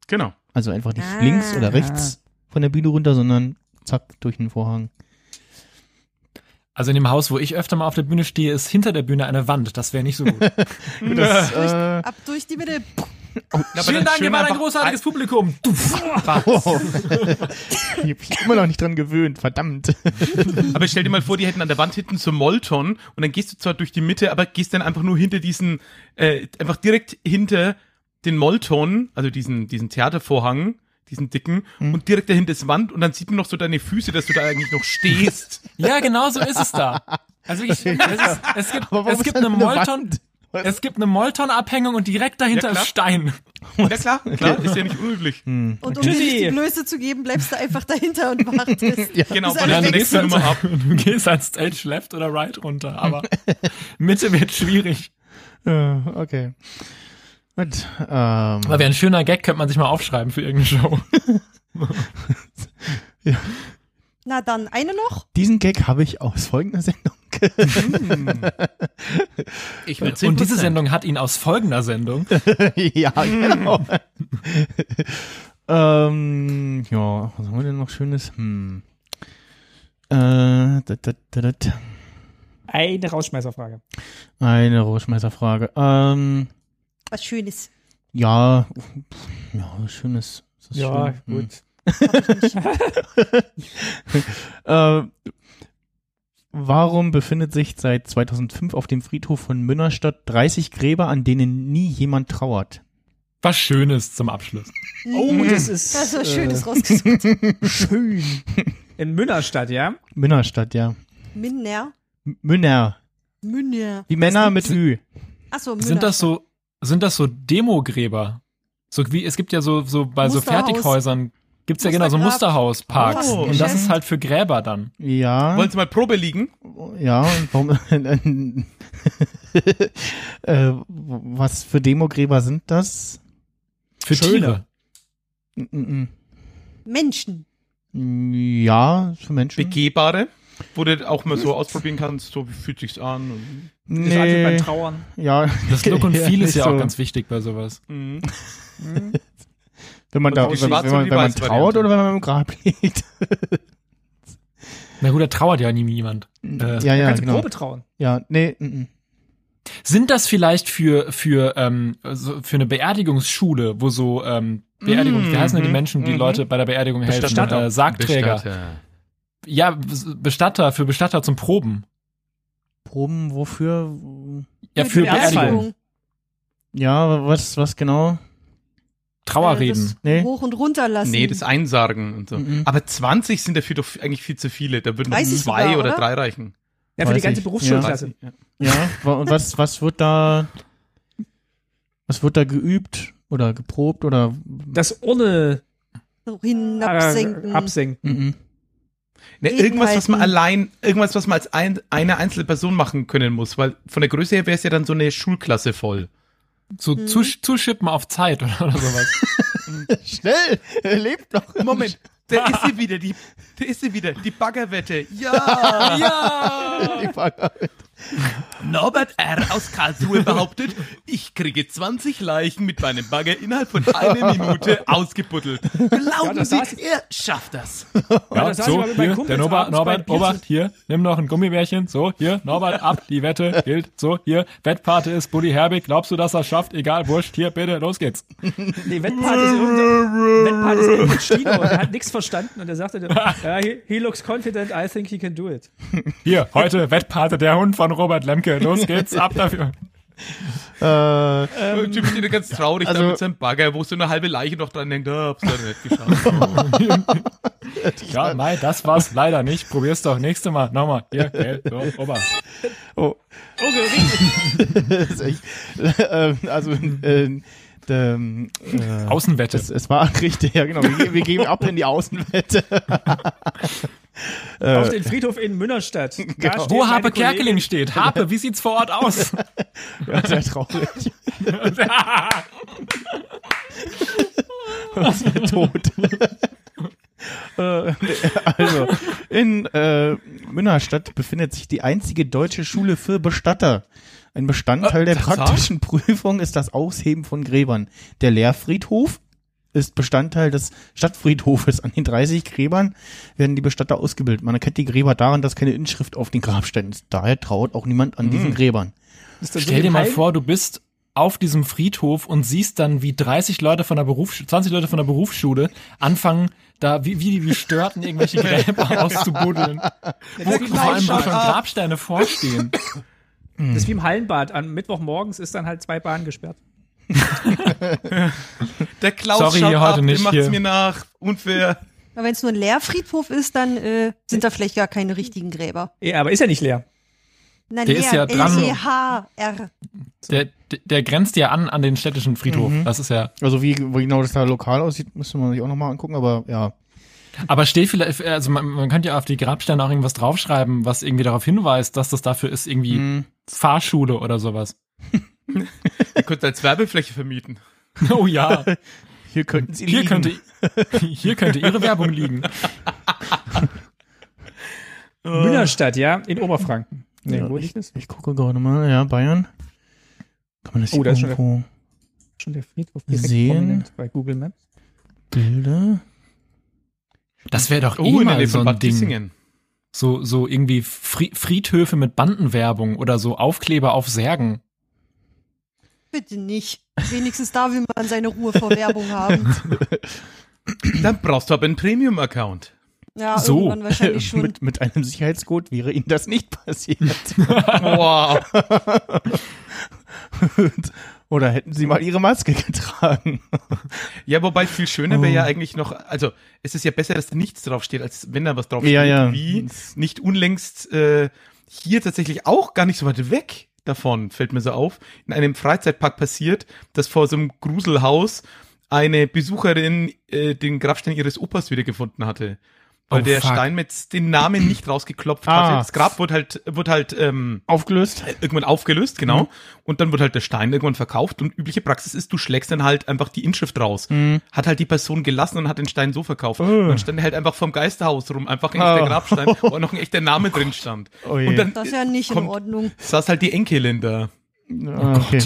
[SPEAKER 5] Genau.
[SPEAKER 3] Also einfach nicht
[SPEAKER 4] Ah.
[SPEAKER 3] links oder rechts von der Bühne runter, sondern zack, durch den Vorhang.
[SPEAKER 1] Also in dem Haus, wo ich öfter mal auf der Bühne stehe, ist hinter der Bühne eine Wand. Das wäre nicht so gut.
[SPEAKER 3] Das,
[SPEAKER 4] Durch,
[SPEAKER 3] äh,
[SPEAKER 4] ab durch die Mitte.
[SPEAKER 5] Na, aber dann schön einfach ein-
[SPEAKER 1] Publikum.
[SPEAKER 3] oh. ich hab mich immer noch nicht dran gewöhnt, verdammt.
[SPEAKER 5] Aber stell dir mal vor, die hätten an der Wand hinten so Molton und dann gehst du zwar durch die Mitte, aber gehst dann einfach nur hinter diesen, äh, einfach direkt hinter den Molton, also diesen, diesen Theatervorhang, diesen dicken, und direkt dahinter ist Wand und dann sieht man noch so deine Füße, dass du da eigentlich noch stehst.
[SPEAKER 1] Ja, genau so ist es da. Also ich, es, ist, es gibt,
[SPEAKER 3] Aber warum
[SPEAKER 1] es
[SPEAKER 3] ist
[SPEAKER 1] gibt
[SPEAKER 3] da
[SPEAKER 1] eine
[SPEAKER 3] eine
[SPEAKER 1] Molton,
[SPEAKER 3] Wand? Was?
[SPEAKER 1] es gibt eine Molton-Abhängung und direkt dahinter
[SPEAKER 5] Ja, klar.
[SPEAKER 1] ist Stein.
[SPEAKER 5] Ja klar, Mhm. klar, ist ja nicht unüblich.
[SPEAKER 4] Und um
[SPEAKER 2] Tschüssi.
[SPEAKER 4] dir nicht die Blöße zu geben, bleibst du einfach dahinter und wartest.
[SPEAKER 5] Genau,
[SPEAKER 4] Bis
[SPEAKER 5] weil
[SPEAKER 4] alle
[SPEAKER 5] dann
[SPEAKER 4] weg
[SPEAKER 5] nächste
[SPEAKER 1] als,
[SPEAKER 5] Nummer ab.
[SPEAKER 1] du gehst als Stage left oder right runter, aber Mitte wird schwierig.
[SPEAKER 3] Äh, okay. Gut, ähm,
[SPEAKER 1] Aber wäre ein schöner Gag, könnte man sich mal aufschreiben für irgendeine Show.
[SPEAKER 4] Na dann, eine noch?
[SPEAKER 3] diesen Gag habe ich aus folgender Sendung.
[SPEAKER 5] Ich
[SPEAKER 1] Und diese Sendung hat ihn aus folgender Sendung.
[SPEAKER 3] ja, genau. ähm, ja, was haben wir denn noch Schönes? Hm. Äh, dat, dat, dat, dat.
[SPEAKER 2] Eine Rausschmeißerfrage.
[SPEAKER 3] Eine Rauschmeißerfrage. Ähm,
[SPEAKER 4] Was Schönes.
[SPEAKER 3] ja, pff, ja, was Schönes. Das ist
[SPEAKER 2] Ja,
[SPEAKER 3] schön. Hm.
[SPEAKER 2] gut.
[SPEAKER 3] Ähm, warum befindet sich seit 2005 auf dem Friedhof von Münnerstadt 30 Gräber, an denen nie jemand trauert?
[SPEAKER 1] Was Schönes zum Abschluss.
[SPEAKER 2] Oh, das ist.
[SPEAKER 4] Mm. Das ist was Schönes
[SPEAKER 2] äh,
[SPEAKER 4] rausgesucht.
[SPEAKER 2] Schön. In Münnerstadt, ja?
[SPEAKER 3] Münnerstadt, ja.
[SPEAKER 4] Minner.
[SPEAKER 3] M- Münner.
[SPEAKER 4] Münner.
[SPEAKER 3] Wie Männer mit Ü.
[SPEAKER 4] Achso, Münner.
[SPEAKER 1] Sind das so, sind das so Demogräber? So wie, es gibt ja so, so bei so
[SPEAKER 4] Musterhaus.
[SPEAKER 1] Fertighäusern gibt's ja genau so
[SPEAKER 4] Mustergrab.
[SPEAKER 1] Musterhausparks.
[SPEAKER 5] Oh,
[SPEAKER 1] und das
[SPEAKER 4] schön.
[SPEAKER 1] ist halt für Gräber dann.
[SPEAKER 3] Ja.
[SPEAKER 5] Wollen Sie mal Probe liegen?
[SPEAKER 3] Ja, und warum? äh, was für Demogräber sind das?
[SPEAKER 1] Für
[SPEAKER 2] Schöne.
[SPEAKER 3] Mm,
[SPEAKER 4] Menschen.
[SPEAKER 3] mm, mm. Ja, für Menschen.
[SPEAKER 5] Begehbare, wo du auch mal so ausprobieren kannst, so wie fühlt sich's an. Und,
[SPEAKER 2] Das Alte beim
[SPEAKER 3] nee.
[SPEAKER 2] Trauern.
[SPEAKER 3] Ja,
[SPEAKER 1] Das Look und
[SPEAKER 3] Ja,
[SPEAKER 1] Feel
[SPEAKER 3] nicht
[SPEAKER 1] ist ja
[SPEAKER 3] so.
[SPEAKER 1] auch ganz wichtig bei sowas.
[SPEAKER 5] Mhm.
[SPEAKER 3] wenn man
[SPEAKER 5] Und
[SPEAKER 3] da,
[SPEAKER 5] die
[SPEAKER 3] wenn,
[SPEAKER 5] schwarze
[SPEAKER 3] wenn man,
[SPEAKER 5] und die
[SPEAKER 3] wenn man
[SPEAKER 5] weiße
[SPEAKER 3] traut
[SPEAKER 5] Variante.
[SPEAKER 3] oder wenn man im Grab liegt.
[SPEAKER 1] Na gut, da trauert ja nie jemand. Äh,
[SPEAKER 3] ja, ja,
[SPEAKER 2] Kannst du
[SPEAKER 3] genau.
[SPEAKER 2] Probe trauen.
[SPEAKER 3] Ja, nee, mm, mm.
[SPEAKER 1] Sind das vielleicht für, für, ähm, so für eine Beerdigungsschule, wo so ähm, Beerdigung,
[SPEAKER 4] Mm,
[SPEAKER 1] wie heißen denn die Menschen, die Leute bei der Beerdigung helfen?
[SPEAKER 2] Bestatter.
[SPEAKER 1] Äh, Sargträger. Ja, Bestatter, für Bestatter zum Proben.
[SPEAKER 3] Proben wofür?
[SPEAKER 1] Ja,
[SPEAKER 4] Mit
[SPEAKER 1] für
[SPEAKER 4] dem
[SPEAKER 2] Beerdigung.
[SPEAKER 1] Beerdigung.
[SPEAKER 3] Ja, was, was genau?
[SPEAKER 1] Trauerreden.
[SPEAKER 4] Äh, das
[SPEAKER 3] Nee.
[SPEAKER 4] Hoch und runter lassen.
[SPEAKER 5] Nee, das Einsagen und so.
[SPEAKER 3] Mhm.
[SPEAKER 5] Aber 20 sind dafür doch eigentlich viel zu viele. Da würden noch
[SPEAKER 4] Weiß ich
[SPEAKER 5] zwei
[SPEAKER 4] sogar,
[SPEAKER 5] oder
[SPEAKER 4] oder?
[SPEAKER 5] drei reichen.
[SPEAKER 2] Ja, für die
[SPEAKER 3] Weiß
[SPEAKER 2] ganze
[SPEAKER 3] ich.
[SPEAKER 2] Berufsschulklasse.
[SPEAKER 5] Ja.
[SPEAKER 3] Ja, wa- und was, was wird da, was wird da geübt oder geprobt oder, mm,
[SPEAKER 2] Das äh, ohne Ah,
[SPEAKER 4] Hinabsenken.
[SPEAKER 2] absenken.
[SPEAKER 3] mhm.
[SPEAKER 5] Ne,
[SPEAKER 4] Gegenhalten.
[SPEAKER 5] irgendwas, was man allein, irgendwas, was man als ein, eine einzelne Person machen können muss, weil von der Größe her wäre es ja dann so eine Schulklasse voll.
[SPEAKER 1] So
[SPEAKER 4] mm.
[SPEAKER 1] zusch- zuschippen auf Zeit oder, oder sowas.
[SPEAKER 3] Schnell, er lebt noch.
[SPEAKER 5] Moment, da ist sie wieder, die, da ist sie wieder, die Baggerwette. Ja, ja. Norbert R. aus Karlsruhe behauptet, ich kriege 20 Leichen mit meinem Bagger innerhalb von einer Minute ausgebuddelt. Glauben
[SPEAKER 2] Ja, das
[SPEAKER 5] Sie,
[SPEAKER 2] saß-
[SPEAKER 5] er schafft das.
[SPEAKER 1] Ja,
[SPEAKER 2] das saß ich
[SPEAKER 1] so,
[SPEAKER 2] mal mit meinen
[SPEAKER 1] hier,
[SPEAKER 2] Kumpels
[SPEAKER 1] der Norbert,
[SPEAKER 2] abends bei
[SPEAKER 1] Norbert,
[SPEAKER 2] Bier zu-
[SPEAKER 1] Obacht, hier, nimm noch ein Gummibärchen, so, hier, Norbert, ab, die Wette gilt, so, hier, Wettpate ist Buddy Herbig, glaubst du, dass er schafft? Egal, wurscht, hier, bitte, los geht's.
[SPEAKER 2] Nee, Wettpart ist irgendein, Wettpart ist irgendein Chino und der hat nichts verstanden und er sagte, nur, ja, he, he looks confident, I think he can do it.
[SPEAKER 1] Hier, heute, Wettpate, der Hund von Robert Lemke, los geht's, ab dafür.
[SPEAKER 3] Äh,
[SPEAKER 1] Ähm,
[SPEAKER 5] Der Typ steht da ganz traurig
[SPEAKER 3] also-
[SPEAKER 5] da mit seinem Bagger, wo so eine halbe Leiche noch dran hängt. Ah, hab's leider nicht geschafft.
[SPEAKER 1] Ja, nein, das war's leider nicht, probier's doch nächste Mal, nochmal, hier, gell, so, Obacht.
[SPEAKER 2] Okay, richtig.
[SPEAKER 3] oh. das ist echt, äh, also, äh, ähm, äh,
[SPEAKER 1] Außenwette.
[SPEAKER 3] es, es war richtig, ja genau, wir, ge- wir geben ab in die Außenwelt.
[SPEAKER 2] Auf den Friedhof in Münnerstadt. Da steht
[SPEAKER 1] Genau. Wo
[SPEAKER 2] meine
[SPEAKER 1] Harpe
[SPEAKER 2] Kollegin-
[SPEAKER 1] Kerkeling steht. Harpe, wie sieht's vor Ort aus?
[SPEAKER 3] Ja, sehr traurig. Was für tot. Äh, also, in äh, Münnerstadt befindet sich die einzige deutsche Schule für Bestatter. Ein Bestandteil der
[SPEAKER 5] Tatsache?
[SPEAKER 3] praktischen Prüfung ist das Ausheben von Gräbern. Der Lehrfriedhof ist Bestandteil des Stadtfriedhofes. An den 30 Gräbern werden die Bestatter ausgebildet. Man erkennt die Gräber daran, dass keine Inschrift auf den Grabsteinen ist. Daher traut auch niemand an diesen Gräbern.
[SPEAKER 2] Ist das so
[SPEAKER 1] Stell dir mal
[SPEAKER 2] geheim?
[SPEAKER 1] vor, du bist auf diesem Friedhof und siehst dann, wie 30 Leute von der Berufsschule, 20 Leute von der Berufsschule anfangen, da wie, wie die Gestörten irgendwelche Gräber auszubuddeln. Wo
[SPEAKER 2] wie
[SPEAKER 1] vor allem wo
[SPEAKER 2] Neustadt.
[SPEAKER 1] schon Grabsteine vorstehen.
[SPEAKER 2] Das ist wie im Hallenbad. Am Mittwochmorgens ist dann halt zwei Bahnen gesperrt.
[SPEAKER 5] Der Klaus
[SPEAKER 1] Sorry,
[SPEAKER 5] schaut
[SPEAKER 1] hier
[SPEAKER 5] ab,
[SPEAKER 1] heute
[SPEAKER 5] der
[SPEAKER 1] nicht,
[SPEAKER 5] macht's
[SPEAKER 1] hier.
[SPEAKER 5] mir nach. Unfair.
[SPEAKER 4] Aber wenn es nur ein Lehrfriedhof ist, dann äh, sind da vielleicht gar keine richtigen Gräber.
[SPEAKER 2] Ja, aber ist ja nicht leer.
[SPEAKER 4] Nein,
[SPEAKER 1] Der ist ja dran.
[SPEAKER 4] E L-E-H-R.
[SPEAKER 1] Der, der- der grenzt ja an an den städtischen Friedhof. Das ist ja.
[SPEAKER 3] Also wie, wie genau das da lokal aussieht, müsste man sich auch nochmal angucken, aber ja.
[SPEAKER 1] Aber steht vielleicht, also man, man könnte ja auf die Grabsteine auch irgendwas draufschreiben, was irgendwie darauf hinweist, dass das dafür ist, irgendwie
[SPEAKER 3] Mhm.
[SPEAKER 1] Fahrschule oder sowas.
[SPEAKER 5] Ihr könnt als Werbefläche vermieten.
[SPEAKER 1] Oh ja.
[SPEAKER 3] Hier könnten sie
[SPEAKER 1] Hier könnte, hier könnte ihre Werbung liegen.
[SPEAKER 2] Münnerstadt, ja, in Oberfranken. Nee, wo liegt das?
[SPEAKER 3] Ich gucke gerade mal, ja, Bayern. Kann man das
[SPEAKER 2] Oh,
[SPEAKER 3] hier
[SPEAKER 2] da ist schon
[SPEAKER 3] irgendwo
[SPEAKER 2] Schon der Friedhof direkt
[SPEAKER 3] Sehen.
[SPEAKER 2] prominent bei Google Maps.
[SPEAKER 3] Bilder?
[SPEAKER 1] Das wäre doch eh
[SPEAKER 5] in der
[SPEAKER 1] mal
[SPEAKER 5] Nähe
[SPEAKER 1] so
[SPEAKER 5] Oh, von
[SPEAKER 1] ein
[SPEAKER 5] Bad
[SPEAKER 1] Ding.
[SPEAKER 5] Kissingen.
[SPEAKER 1] So, so irgendwie Fri Friedhöfe mit Bandenwerbung oder so Aufkleber auf Särgen.
[SPEAKER 4] Bitte nicht. Wenigstens da will man seine Ruhe vor Werbung haben.
[SPEAKER 5] Dann brauchst du aber einen Premium-Account.
[SPEAKER 4] Ja,
[SPEAKER 1] So.
[SPEAKER 4] irgendwann wahrscheinlich schon.
[SPEAKER 3] Äh, Mit, mit einem Sicherheitscode wäre ihnen das nicht passiert.
[SPEAKER 5] Wow.
[SPEAKER 3] Oder hätten sie mal ihre Maske getragen.
[SPEAKER 5] Ja, wobei viel schöner
[SPEAKER 3] Oh.
[SPEAKER 5] wäre ja eigentlich noch, also es ist ja besser, dass nichts draufsteht, als wenn da was draufsteht.
[SPEAKER 3] Ja, ja.
[SPEAKER 5] Wie nicht unlängst äh, hier tatsächlich auch gar nicht so weit weg davon, fällt mir so auf, in einem Freizeitpark passiert, dass vor so einem Gruselhaus eine Besucherin äh, den Grabstein ihres Opas wiedergefunden hatte. Weil
[SPEAKER 1] Oh,
[SPEAKER 5] der
[SPEAKER 1] fuck.
[SPEAKER 5] Steinmetz den Namen nicht rausgeklopft
[SPEAKER 3] Ah.
[SPEAKER 5] hatte. Das Grab wurde halt, wurde halt ähm,
[SPEAKER 3] Aufgelöst? Mhm.
[SPEAKER 5] irgendwann aufgelöst, genau. Und dann wird halt der Stein irgendwann verkauft und übliche Praxis ist, du schlägst dann halt einfach die Inschrift
[SPEAKER 3] Mhm.
[SPEAKER 5] raus. Hat halt die Person gelassen und hat den Stein so verkauft. Und dann stand er halt einfach vom Geisterhaus rum, einfach ein echter
[SPEAKER 3] Ah.
[SPEAKER 5] Grabstein, wo auch noch ein echter Name drin stand.
[SPEAKER 3] Oh je.
[SPEAKER 5] und dann
[SPEAKER 4] Das ist ja nicht in
[SPEAKER 5] kommt-
[SPEAKER 4] Ordnung.
[SPEAKER 5] saß halt die Enkelin da.
[SPEAKER 3] Ah, okay.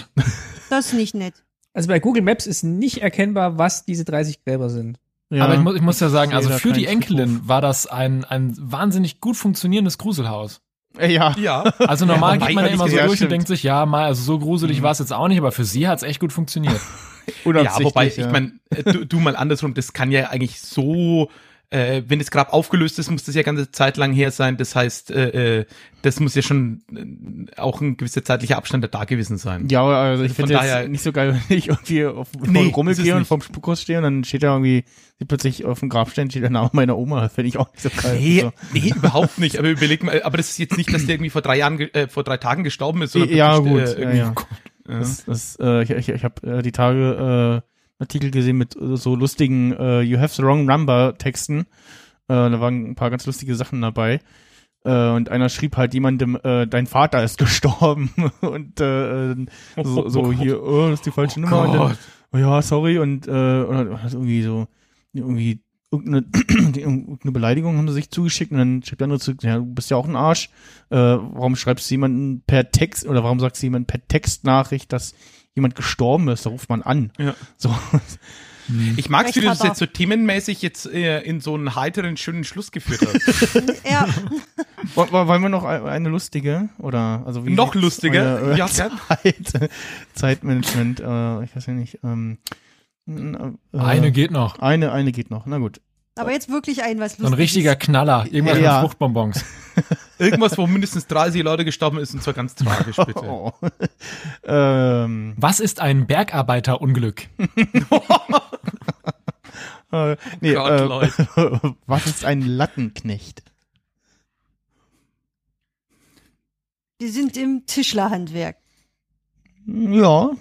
[SPEAKER 4] Das ist nicht nett.
[SPEAKER 2] Also bei Google Maps ist nicht erkennbar, was diese 30 Gräber sind.
[SPEAKER 3] Ja.
[SPEAKER 1] Aber ich muss, ich muss ja sagen,
[SPEAKER 3] Ich
[SPEAKER 1] also
[SPEAKER 3] sehe da
[SPEAKER 1] für die
[SPEAKER 3] keinen
[SPEAKER 1] Enkelin
[SPEAKER 3] Friedhof.
[SPEAKER 1] war das ein, ein wahnsinnig gut funktionierendes Gruselhaus.
[SPEAKER 3] Äh, ja.
[SPEAKER 5] Ja.
[SPEAKER 1] Also normal
[SPEAKER 5] wobei
[SPEAKER 1] geht man
[SPEAKER 5] man
[SPEAKER 1] ja immer
[SPEAKER 5] nicht
[SPEAKER 1] so
[SPEAKER 3] gesagt-
[SPEAKER 1] durch
[SPEAKER 3] Ja, Mhm.
[SPEAKER 1] und denkt sich, ja, mal, also so gruselig war es jetzt auch nicht, aber für sie hat es echt gut funktioniert.
[SPEAKER 5] ja, wobei,
[SPEAKER 3] Unabsichtlich,
[SPEAKER 5] ich meine, äh, du, du mal andersrum, das kann ja eigentlich so äh, äh, wenn das Grab aufgelöst ist, muss das ja ganze Zeit lang her sein. Das heißt, äh, äh, das muss ja schon äh, auch ein gewisser zeitlicher Abstand da gewesen sein.
[SPEAKER 3] Ja, aber also ich
[SPEAKER 5] von
[SPEAKER 3] finde
[SPEAKER 5] daher-
[SPEAKER 3] es nicht so geil, wenn ich irgendwie auf
[SPEAKER 5] Nee,
[SPEAKER 3] nee, Rummel
[SPEAKER 5] ist es
[SPEAKER 3] gehe und
[SPEAKER 5] nicht.
[SPEAKER 3] vom Spuckhaus stehe und dann steht da irgendwie, sieht plötzlich auf dem Grabstein steht der Name meiner Oma. Das finde ich auch nicht so geil.
[SPEAKER 5] Nee,
[SPEAKER 3] also so.
[SPEAKER 5] nee, überhaupt nicht. Aber überleg mal, aber das ist jetzt nicht, dass der irgendwie vor drei Jahren, ge- äh, vor drei Tagen gestorben ist. sondern
[SPEAKER 3] Eh, Ja,
[SPEAKER 5] wirklich,
[SPEAKER 3] gut.
[SPEAKER 5] äh, irgendwie-
[SPEAKER 3] ja, ja.
[SPEAKER 5] Ja.
[SPEAKER 3] Das, das, äh, ich ich, ich habe äh, die Tage äh, einen Artikel gesehen mit äh, so lustigen äh, You have the wrong number Texten. Äh, da waren ein paar ganz lustige Sachen dabei. Äh, und einer schrieb halt jemandem, äh, dein Vater ist gestorben. und äh, so, so hier, oh, das ist die falsche
[SPEAKER 5] Oh
[SPEAKER 3] Nummer. Und dann,
[SPEAKER 5] Gott.
[SPEAKER 3] oh ja, sorry. Und äh, oder hat irgendwie so, irgendwie irgendeine, irgendeine Beleidigung haben sie sich zugeschickt. Und dann schrieb der andere zurück, ja, du bist ja auch ein Arsch. Äh, warum schreibst du jemanden per Text oder warum sagst du jemanden per Textnachricht, dass jemand gestorben ist? Da ruft man an.
[SPEAKER 5] Ja.
[SPEAKER 3] So,
[SPEAKER 5] Ich mag es, wie du das
[SPEAKER 4] Recht hat er.
[SPEAKER 5] jetzt so themenmäßig jetzt äh, in so einen heiteren, schönen Schluss geführt hast.
[SPEAKER 4] Ja,
[SPEAKER 3] Woll- woll- Wollen wir noch e- eine lustige? Oder also wie
[SPEAKER 5] Noch
[SPEAKER 3] sieht's
[SPEAKER 5] lustiger?
[SPEAKER 3] euer, äh,
[SPEAKER 5] Ja, gern.
[SPEAKER 3] Zeit, Zeitmanagement, äh, ich weiß ja nicht. Ähm, n- äh,
[SPEAKER 1] Eine geht noch.
[SPEAKER 3] eine, eine geht noch, na gut.
[SPEAKER 4] aber jetzt wirklich ein, was
[SPEAKER 1] So ein richtiger Knaller. Irgendwas
[SPEAKER 3] Ja.
[SPEAKER 1] mit Fruchtbonbons.
[SPEAKER 5] Irgendwas, wo mindestens 30 Leute gestorben ist und zwar ganz tragisch, bitte.
[SPEAKER 3] Oh. ähm,
[SPEAKER 1] Was ist ein Bergarbeiterunglück?
[SPEAKER 3] äh, nee,
[SPEAKER 5] Gott,
[SPEAKER 3] äh,
[SPEAKER 5] Leute.
[SPEAKER 3] was ist ein Lattenknecht?
[SPEAKER 4] Wir sind im Tischlerhandwerk.
[SPEAKER 3] Ja,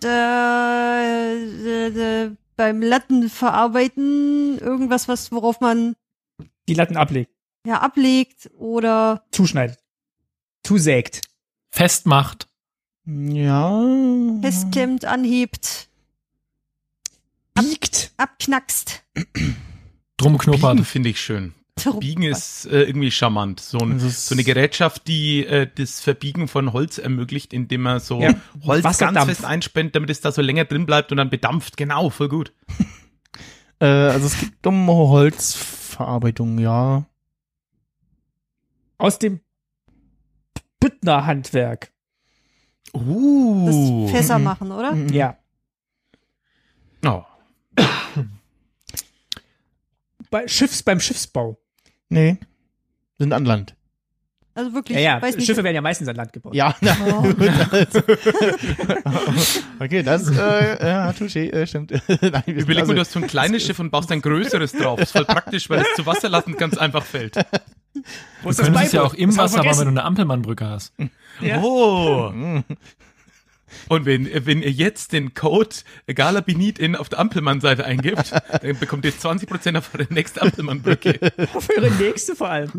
[SPEAKER 4] Da, da, da, beim Lattenverarbeiten irgendwas, was worauf man
[SPEAKER 2] Die Latten ablegt,
[SPEAKER 4] ja ablegt oder
[SPEAKER 2] zuschneidet, zusägt.
[SPEAKER 1] Festmacht.
[SPEAKER 3] ja.
[SPEAKER 4] festklemmt, anhebt,
[SPEAKER 2] Biegt.
[SPEAKER 4] abknackst.
[SPEAKER 1] Drum knuppert.
[SPEAKER 5] Biegen finde ich schön. Biegen ist äh, irgendwie charmant. So, ein,
[SPEAKER 3] Das ist-
[SPEAKER 5] so eine Gerätschaft, die äh, das Verbiegen von Holz ermöglicht, indem man so
[SPEAKER 2] Ja,
[SPEAKER 5] Holz ganz
[SPEAKER 2] Wasserdampf.
[SPEAKER 5] fest einspendet, damit es da so länger drin bleibt und dann bedampft. Genau, voll gut.
[SPEAKER 3] Äh, also es gibt um Holzverarbeitung, ja.
[SPEAKER 2] Aus dem Büttner Handwerk.
[SPEAKER 4] das
[SPEAKER 5] Uh.
[SPEAKER 4] Fässer machen, oder?
[SPEAKER 1] Mhm.
[SPEAKER 2] Ja.
[SPEAKER 5] Oh.
[SPEAKER 2] Bei Schiffs, beim Schiffsbau.
[SPEAKER 3] Nee. Sind an Land.
[SPEAKER 4] Also wirklich,
[SPEAKER 2] Ja, ja.
[SPEAKER 4] weiß nicht.
[SPEAKER 2] Schiffe werden ja meistens an Land gebaut.
[SPEAKER 3] Ja, na,
[SPEAKER 4] Oh.
[SPEAKER 3] Okay, das, äh, ja, touché, äh, stimmt. Nein, wir sind
[SPEAKER 5] Überleg
[SPEAKER 3] also-
[SPEAKER 5] mal, du hast so ein kleines Schiff und baust ein größeres drauf. Ist voll praktisch, weil es zu Wasser lassend ganz einfach fällt.
[SPEAKER 2] Wo ist
[SPEAKER 1] Du könntest ja auch
[SPEAKER 2] Beiboot?
[SPEAKER 1] im
[SPEAKER 2] Das haben wir
[SPEAKER 1] Wasser machen, wenn du
[SPEAKER 2] vergessen.
[SPEAKER 1] eine Ampelmannbrücke hast.
[SPEAKER 2] Ja.
[SPEAKER 5] Oh.
[SPEAKER 3] Mm.
[SPEAKER 5] Und wenn, wenn ihr jetzt den Code Galabinit in auf der Ampelmann-Seite eingibt, dann bekommt ihr 20% auf eure nächste Ampelmann-Brücke.
[SPEAKER 2] Für ihre nächste vor allem.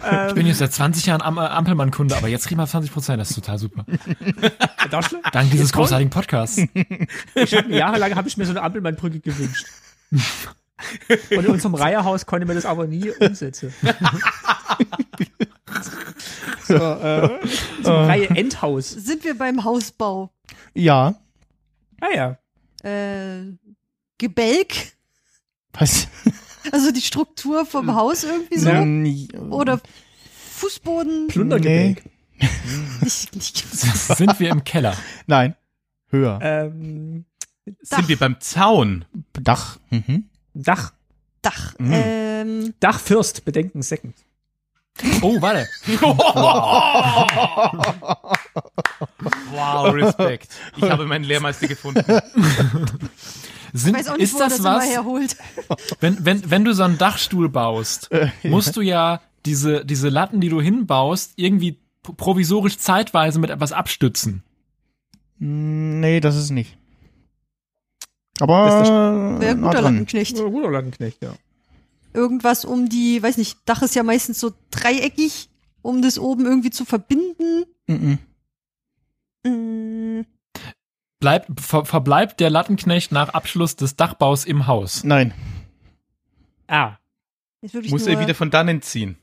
[SPEAKER 2] Ähm.
[SPEAKER 1] Ich bin jetzt seit 20 Jahren Am Ampelmann-Kunde, aber jetzt kriegen wir 20 Prozent. Das ist total super.
[SPEAKER 2] Herr Doschle,
[SPEAKER 1] Dank dieses großartigen Podcasts.
[SPEAKER 2] ich hab, jahrelang habe ich mir so eine Ampelmannbrücke gewünscht. Und in unserem Reiherhaus konnte man das aber nie umsetzen. so, äh, so ein Reihe Endhaus.
[SPEAKER 4] Sind wir beim Hausbau?
[SPEAKER 3] Äh, Ja.
[SPEAKER 2] Ah ja.
[SPEAKER 4] Äh, Gebälk?
[SPEAKER 3] Was?
[SPEAKER 4] Also die Struktur vom Haus irgendwie so?
[SPEAKER 3] Ähm, j-
[SPEAKER 4] Oder Fußboden?
[SPEAKER 2] Plundergebälk.
[SPEAKER 4] Ich, ich,
[SPEAKER 1] Sind wir im Keller?
[SPEAKER 3] Nein. Höher.
[SPEAKER 2] Ähm,
[SPEAKER 5] Sind wir beim Zaun?
[SPEAKER 3] Dach. Mhm.
[SPEAKER 2] Dach.
[SPEAKER 4] Dach. Ähm,
[SPEAKER 2] Dachfürst, bedenken Second.
[SPEAKER 1] Oh, warte.
[SPEAKER 5] Wow, Respekt. Ich habe meinen Lehrmeister gefunden.
[SPEAKER 4] ich
[SPEAKER 1] Sind,
[SPEAKER 4] weiß auch nicht, wo
[SPEAKER 1] ist
[SPEAKER 4] er
[SPEAKER 1] das,
[SPEAKER 4] das immer
[SPEAKER 1] was?
[SPEAKER 4] herholt.
[SPEAKER 1] Wenn, wenn, wenn du so einen Dachstuhl baust, musst du ja diese, diese Latten, die du hinbaust, irgendwie p- provisorisch zeitweise mit etwas abstützen.
[SPEAKER 3] Mm, Nee, das ist nicht. Aber. äh,
[SPEAKER 2] Das ist
[SPEAKER 4] Wäre ein
[SPEAKER 3] nah
[SPEAKER 4] guter
[SPEAKER 3] dran.
[SPEAKER 4] Lattenknecht.
[SPEAKER 2] Guter Landenknecht, ja.
[SPEAKER 4] irgendwas um die, weiß nicht, Dach ist ja meistens so dreieckig, um das oben irgendwie zu verbinden.
[SPEAKER 3] Mhm.
[SPEAKER 4] Mm,
[SPEAKER 1] Bleibt, ver, verbleibt der Lattenknecht nach Abschluss des Dachbaus im Haus.
[SPEAKER 3] Nein.
[SPEAKER 2] Ah,
[SPEAKER 4] Ist wirklich
[SPEAKER 5] Muss
[SPEAKER 4] nur,
[SPEAKER 5] er wieder von dannen ziehen?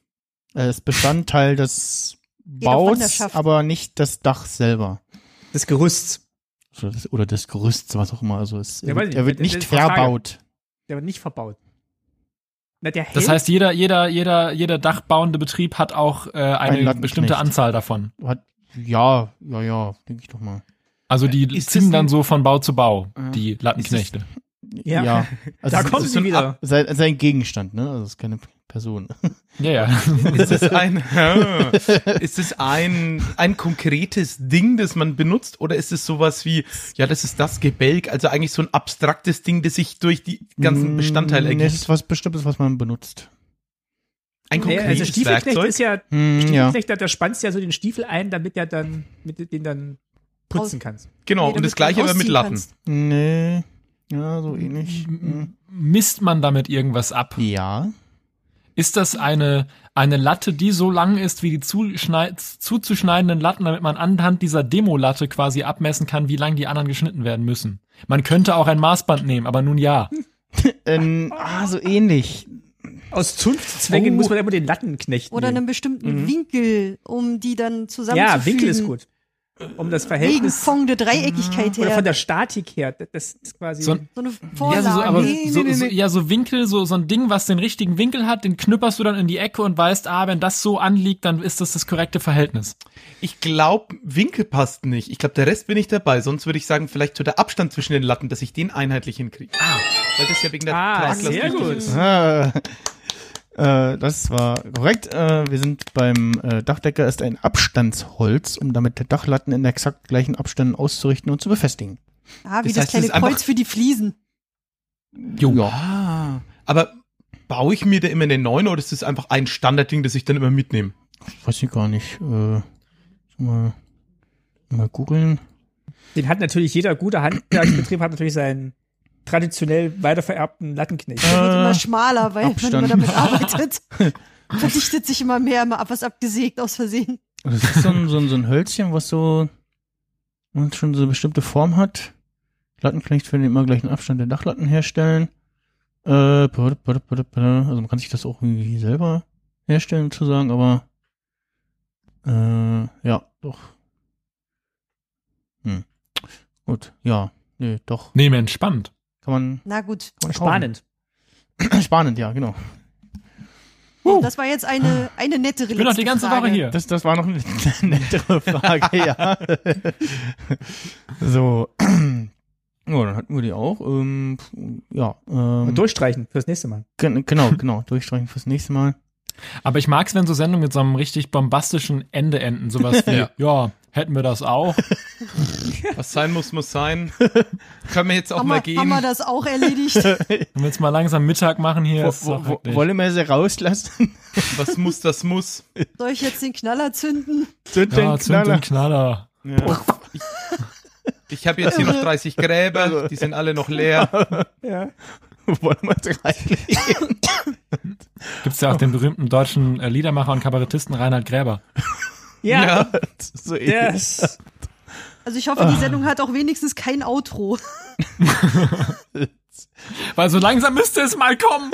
[SPEAKER 3] Es ist Bestandteil des
[SPEAKER 4] auf
[SPEAKER 3] Baus,
[SPEAKER 4] Wanderschaft.
[SPEAKER 3] aber nicht das Dach selber.
[SPEAKER 2] des Gerüsts.
[SPEAKER 3] Oder das, oder das Gerüst, was auch immer. Also es,
[SPEAKER 2] Ja, weiß ich
[SPEAKER 3] er wird
[SPEAKER 2] nicht.
[SPEAKER 3] nicht
[SPEAKER 2] Das ist die Frage.
[SPEAKER 3] verbaut.
[SPEAKER 2] Der wird nicht verbaut. Na, der hält,
[SPEAKER 1] Das heißt, jeder, jeder, jeder, jeder dachbauende Betrieb hat auch äh,
[SPEAKER 3] Ein
[SPEAKER 1] eine
[SPEAKER 3] Lattenknecht.
[SPEAKER 1] bestimmte Anzahl davon.
[SPEAKER 3] Hat, ja, ja, ja, denke ich doch mal.
[SPEAKER 1] Also die
[SPEAKER 5] Ist das
[SPEAKER 1] ziehen dann
[SPEAKER 5] ein-
[SPEAKER 1] so von Bau zu Bau,
[SPEAKER 3] Ja.
[SPEAKER 1] die Lattenknechte.
[SPEAKER 2] Ja.
[SPEAKER 3] Also
[SPEAKER 2] Da
[SPEAKER 3] es ist-
[SPEAKER 2] kommt
[SPEAKER 3] es ist
[SPEAKER 2] sie
[SPEAKER 3] ein
[SPEAKER 2] wieder.
[SPEAKER 3] Ab- Sein, sein Gegenstand, ne? Also es ist keine Person.
[SPEAKER 1] Ja, ja.
[SPEAKER 5] Ist es ein, ist es ein, ein konkretes Ding, das man benutzt, oder ist es sowas wie, ja, das ist das Gebälk, also eigentlich so ein abstraktes Ding, das sich durch die ganzen Bestandteile
[SPEAKER 3] Mm, Nee, Es ist
[SPEAKER 5] ergibt?
[SPEAKER 3] was Bestimmtes, was man benutzt.
[SPEAKER 5] Ein
[SPEAKER 2] Nee,
[SPEAKER 5] konkretes
[SPEAKER 2] also Stiefelknecht
[SPEAKER 5] Werkzeug?
[SPEAKER 2] ist ja,
[SPEAKER 3] Hm, ja.
[SPEAKER 2] Stiefelknecht, der spannt ja so den Stiefel ein, damit er dann, mit den dann putzen kannst.
[SPEAKER 5] genau,
[SPEAKER 4] Nee,
[SPEAKER 5] und
[SPEAKER 4] damit
[SPEAKER 5] das
[SPEAKER 4] du
[SPEAKER 5] gleiche aber mit
[SPEAKER 4] ausziehen
[SPEAKER 5] Latten.
[SPEAKER 4] kannst.
[SPEAKER 3] Nee. Ja, so ähnlich. Hm.
[SPEAKER 1] Misst man damit irgendwas ab?
[SPEAKER 3] Ja.
[SPEAKER 1] Ist das eine, eine Latte, die so lang ist wie die zuschneid, zuzuschneidenden Latten, damit man anhand dieser Demo-Latte quasi abmessen kann, wie lang die anderen geschnitten werden müssen? Man könnte auch ein Maßband nehmen, aber nun ja.
[SPEAKER 3] Ähm, ah, so ähnlich.
[SPEAKER 2] Aus Zunftzwängen
[SPEAKER 1] Oh.
[SPEAKER 2] muss man immer den Lattenknecht
[SPEAKER 4] Oder
[SPEAKER 2] nehmen.
[SPEAKER 4] einen bestimmten Winkel, um die dann zusammenzufügen.
[SPEAKER 2] Ja, Winkel ist gut. Um das
[SPEAKER 4] Wegen
[SPEAKER 2] Verhältnis
[SPEAKER 4] von der Dreieckigkeit
[SPEAKER 2] oder
[SPEAKER 4] her.
[SPEAKER 2] von der Statik her, das- das ist quasi
[SPEAKER 1] So ein-
[SPEAKER 4] so eine
[SPEAKER 1] Ja,
[SPEAKER 4] Vorlage.
[SPEAKER 1] so, so, aber
[SPEAKER 4] Nee,
[SPEAKER 1] so,
[SPEAKER 4] nee,
[SPEAKER 1] so,
[SPEAKER 4] nee, nee.
[SPEAKER 1] ja, so Winkel, so, so ein Ding, was den richtigen Winkel hat, den knüpperst du dann in die Ecke und weißt, ah, wenn das so anliegt, dann ist das das korrekte Verhältnis.
[SPEAKER 5] Ich glaube, Winkel passt nicht. Ich glaube, der Rest bin ich dabei. Sonst würde ich sagen, vielleicht so der Abstand zwischen den Latten, dass ich den einheitlich hinkriege. Ah. Weil das ja wegen der
[SPEAKER 2] Ah,
[SPEAKER 5] Traglast
[SPEAKER 2] sehr
[SPEAKER 5] wichtig
[SPEAKER 2] gut.
[SPEAKER 5] ist.
[SPEAKER 3] Ah, äh, das war korrekt. Äh, wir sind beim äh, Dachdecker ist ein Abstandsholz, um damit Dachlatten in exakt gleichen Abständen auszurichten und zu befestigen.
[SPEAKER 4] Ah, wie das,
[SPEAKER 5] Das heißt, es
[SPEAKER 4] kleine
[SPEAKER 5] ist einfach-
[SPEAKER 4] Kreuz für die Fliesen.
[SPEAKER 3] Jo. Ja.
[SPEAKER 5] Ah, aber baue ich mir da immer eine 9 oder ist das einfach ein Standardding, das ich dann immer mitnehme?
[SPEAKER 3] Weiß ich gar nicht. Äh, mal, mal googeln.
[SPEAKER 2] Den hat natürlich jeder gute Handwerksbetrieb hat natürlich seinen traditionell weitervererbten Lattenknecht.
[SPEAKER 4] Der wird
[SPEAKER 3] Äh,
[SPEAKER 4] immer schmaler, weil
[SPEAKER 3] Abstand.
[SPEAKER 4] wenn man damit arbeitet, verdichtet sich immer mehr, immer ab was abgesägt aus Versehen.
[SPEAKER 3] Das ist so ein, so ein, so ein Hölzchen, was so und schon so eine bestimmte Form hat. Lattenknecht für den immer gleichen Abstand der Dachlatten herstellen. Äh, brr, brr, brr, brr. also man kann sich das auch irgendwie selber herstellen, zu sagen, aber äh, ja, doch. Hm. Gut, ja, nee, doch.
[SPEAKER 1] Nee, Mensch, spannend.
[SPEAKER 3] Kann man,
[SPEAKER 4] Na gut,
[SPEAKER 3] kann man kaufen.
[SPEAKER 2] Spannend.
[SPEAKER 3] Spannend, ja, genau.
[SPEAKER 4] das war jetzt eine, eine nettere
[SPEAKER 1] Ich bin doch die ganze
[SPEAKER 4] Frage.
[SPEAKER 1] Woche hier.
[SPEAKER 3] Das, das war noch eine nettere Frage, ja. so. Ja, dann hatten wir die auch. Ähm, ja. Ähm,
[SPEAKER 2] Und durchstreichen fürs nächste Mal.
[SPEAKER 3] gen- genau, genau. Durchstreichen fürs nächste Mal.
[SPEAKER 1] Aber ich mag's, wenn so Sendungen mit so einem richtig bombastischen Ende enden. Sowas wie, ja.
[SPEAKER 5] Ja.
[SPEAKER 1] hätten wir das auch.
[SPEAKER 5] Was sein muss, muss sein. Können wir jetzt auch
[SPEAKER 4] Haben,
[SPEAKER 5] mal
[SPEAKER 4] wir, haben
[SPEAKER 5] gehen.
[SPEAKER 4] wir das auch erledigt?
[SPEAKER 1] Wenn wir jetzt mal langsam Mittag machen hier. ist
[SPEAKER 3] wo,
[SPEAKER 1] doch
[SPEAKER 3] wo, wo,
[SPEAKER 1] wirklich-
[SPEAKER 3] wollen wir sie rauslassen?
[SPEAKER 5] Was muss, das muss.
[SPEAKER 4] Soll ich jetzt den Knaller zünden?
[SPEAKER 3] Zünd
[SPEAKER 1] ja,
[SPEAKER 3] den
[SPEAKER 1] zünd
[SPEAKER 3] Knaller.
[SPEAKER 1] den Knaller.
[SPEAKER 5] Ich, ich habe jetzt hier
[SPEAKER 2] Also-
[SPEAKER 5] noch 30 Gräber, die sind alle noch leer.
[SPEAKER 2] Ja.
[SPEAKER 3] Wollen wir es reinlegen?
[SPEAKER 1] Gibt's ja auch den berühmten deutschen äh, Liedermacher und Kabarettisten Reinhard Gräber.
[SPEAKER 2] Ja.
[SPEAKER 3] so ähnlich.
[SPEAKER 2] Yes.
[SPEAKER 4] Also ich hoffe,
[SPEAKER 1] Ah.
[SPEAKER 4] die Sendung hat auch wenigstens kein Outro.
[SPEAKER 1] Weil so langsam müsste es mal kommen.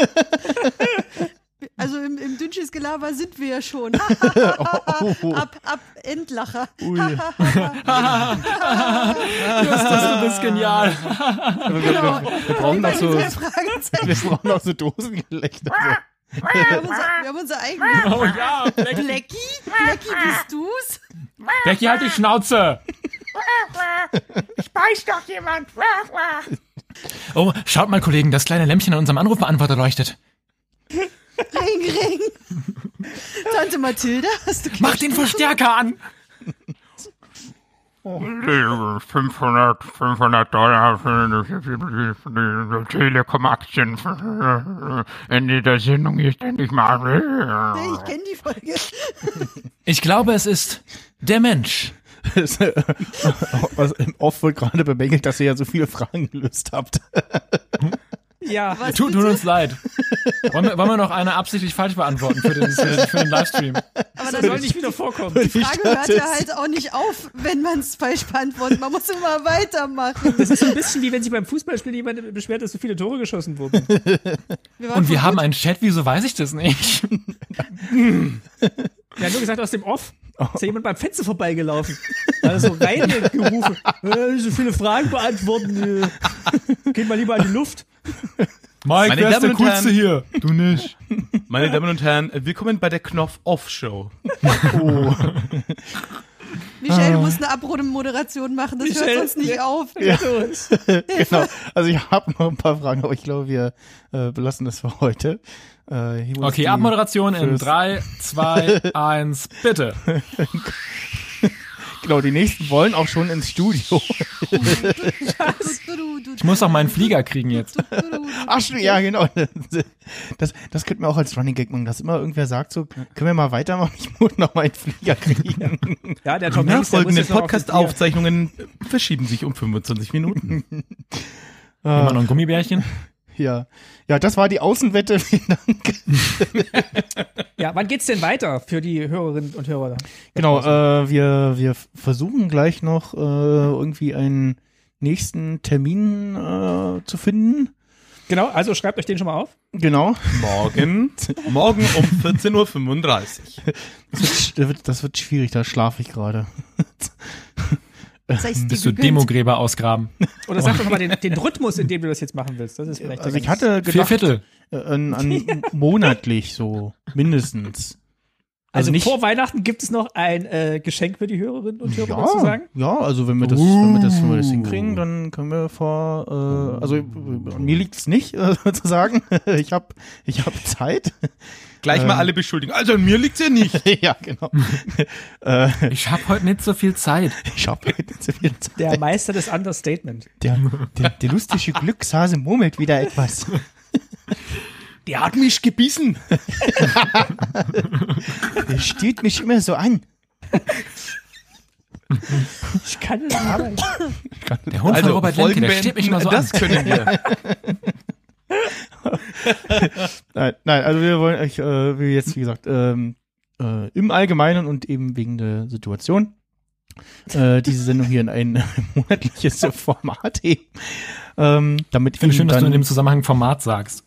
[SPEAKER 4] Also im, im Dünnsches Gelaber sind wir ja schon.
[SPEAKER 3] Oh, oh.
[SPEAKER 4] ab, ab Endlacher.
[SPEAKER 3] Ui.
[SPEAKER 1] Das ist genial.
[SPEAKER 3] Aber wir, wir, wir, brauchen noch so,
[SPEAKER 4] Drei Fragezeichen.
[SPEAKER 3] genau. wir brauchen noch so Dosengelächter.
[SPEAKER 4] Wir haben unser, wir haben unser eigenes
[SPEAKER 1] Oh ja, Black
[SPEAKER 4] Blackie. Blackie, bist du's?
[SPEAKER 1] Becky, halt die Schnauze! Ich beiß doch jemand! Oh, schaut mal, Kollegen, das kleine Lämpchen an unserem Anrufbeantworter leuchtet.
[SPEAKER 4] Ring, ring. Tante Mathilda, hast du
[SPEAKER 1] Mach den Verstärker an!
[SPEAKER 6] 500, 500 Dollar für die Telekom-Aktien Ende der Sendung ist endlich mal.
[SPEAKER 4] Nee, ich kenne die Folge.
[SPEAKER 1] Ich glaube, es ist der Mensch.
[SPEAKER 3] Das, äh, was Im Off wird gerade bemängelt, dass ihr ja so viele Fragen gelöst habt.
[SPEAKER 2] Ja.
[SPEAKER 4] Was
[SPEAKER 1] Tut, tut
[SPEAKER 4] bitte?
[SPEAKER 1] uns leid. Wollen wir, wollen wir noch eine absichtlich falsch beantworten für den, für den, für den Livestream?
[SPEAKER 4] Aber
[SPEAKER 2] Das
[SPEAKER 4] dann
[SPEAKER 2] soll
[SPEAKER 4] soll
[SPEAKER 2] nicht wieder vorkommen.
[SPEAKER 4] die Frage hört ja halt auch nicht auf, wenn man es falsch beantwortet. Man muss immer weitermachen.
[SPEAKER 2] Das ist so ein bisschen wie wenn sich beim Fußballspiel jemand beschwert, dass so viele Tore geschossen wurden.
[SPEAKER 4] waren
[SPEAKER 1] Und wir
[SPEAKER 4] verwirrt.
[SPEAKER 1] haben einen Chat, wieso weiß ich das nicht?
[SPEAKER 2] Der hat nur gesagt, aus dem Off ist ja jemand beim Fenster vorbeigelaufen. Hat er so reingerufen. Äh, so viele Fragen beantworten. Äh, geht mal lieber an die Luft.
[SPEAKER 1] Mike,
[SPEAKER 5] Meine Damen und Herren.
[SPEAKER 1] hier? Du nicht.
[SPEAKER 5] Meine Damen und Herren, willkommen bei der Knopf-Off-Show.
[SPEAKER 4] Michelle,
[SPEAKER 1] Ah.
[SPEAKER 4] du musst eine abrote Moderation machen, das
[SPEAKER 2] Michelle,
[SPEAKER 4] hört sonst nicht auf.
[SPEAKER 2] Rette uns.
[SPEAKER 3] genau. Also ich habe noch ein paar Fragen, aber ich glaube, wir äh, belassen das für heute. Äh, hier muss
[SPEAKER 1] Okay,
[SPEAKER 3] die-
[SPEAKER 1] Abmoderation in
[SPEAKER 3] fürs-
[SPEAKER 1] 3, 2, 1, bitte.
[SPEAKER 3] Genau, die nächsten wollen auch schon ins Studio.
[SPEAKER 1] Ich muss auch meinen Flieger kriegen jetzt.
[SPEAKER 3] Ah. Ach, stimmt, ja, genau. Das, das könnten wir auch als Running Gag machen, dass immer irgendwer sagt so, können wir mal weitermachen, ich muss noch mal einen Flieger kriegen.
[SPEAKER 2] Ja, der
[SPEAKER 5] Die
[SPEAKER 2] Tom Hanks, der muss
[SPEAKER 5] nachfolgenden
[SPEAKER 2] jetzt noch auf das Bier.
[SPEAKER 5] Podcast-Aufzeichnungen verschieben sich um 25 Minuten.
[SPEAKER 1] Immer noch ein Gummibärchen.
[SPEAKER 3] Ja. Ja, das war die Außenwette. Vielen Dank.
[SPEAKER 2] Ja, wann geht's denn weiter für die Hörerinnen und Hörer?
[SPEAKER 3] Genau, äh, wir, wir versuchen gleich noch äh, irgendwie einen nächsten Termin äh, zu finden.
[SPEAKER 2] Genau, also schreibt euch den schon mal auf.
[SPEAKER 3] Genau.
[SPEAKER 5] Morgen, morgen um 14.35 Uhr.
[SPEAKER 3] Das wird, das wird, das wird schwierig, da schlafe ich gerade.
[SPEAKER 1] Bist du Demogräber ausgraben?
[SPEAKER 2] Oder sag doch mal den, den Rhythmus, in dem du das jetzt machen willst. Das ist vielleicht
[SPEAKER 3] Also
[SPEAKER 2] der
[SPEAKER 3] ich
[SPEAKER 2] ganz-
[SPEAKER 3] hatte
[SPEAKER 1] Vier
[SPEAKER 3] gedacht,
[SPEAKER 1] Viertel.
[SPEAKER 3] äh, an, an monatlich so, mindestens.
[SPEAKER 2] Also,
[SPEAKER 3] Also nicht-
[SPEAKER 2] vor Weihnachten gibt es noch ein äh, Geschenk für die Hörerinnen und Hörer
[SPEAKER 3] Ja,
[SPEAKER 2] sozusagen.
[SPEAKER 3] ja, also wenn wir das, wenn wir das, wenn wir das hinkriegen, dann können wir vor, äh, also äh, an mir liegt's nicht, äh, sozusagen. Ich hab, ich hab Zeit.
[SPEAKER 5] Gleich
[SPEAKER 1] Ähm.
[SPEAKER 5] mal alle beschuldigen. Also an mir liegt's ja nicht.
[SPEAKER 3] ja, genau. äh,
[SPEAKER 1] Ich habe heute nicht so viel Zeit.
[SPEAKER 3] ich hab heute zu viel Zeit.
[SPEAKER 2] Der Meister des Understatement.
[SPEAKER 3] Der, der, der lustige Glückshase murmelt wieder etwas.
[SPEAKER 5] Der hat mich gebissen.
[SPEAKER 3] Der stiehlt mich immer so an.
[SPEAKER 2] Ich kann es nicht. sagen.
[SPEAKER 1] Der Hund
[SPEAKER 3] Also,
[SPEAKER 1] von Robert Lenke, der
[SPEAKER 5] Folgenbeenden,
[SPEAKER 1] steht mich immer
[SPEAKER 3] äh,
[SPEAKER 1] so an.
[SPEAKER 5] Also Das können wir.
[SPEAKER 3] Nein, nein, also wir wollen euch, äh, wie jetzt, wie gesagt, ähm, äh, im Allgemeinen und eben wegen der Situation äh, diese Sendung hier in ein monatliches Format heben. Ähm, damit
[SPEAKER 1] Ich finde
[SPEAKER 3] Ihnen
[SPEAKER 1] schön, dass du in
[SPEAKER 3] dann,
[SPEAKER 1] dem Zusammenhang Format sagst.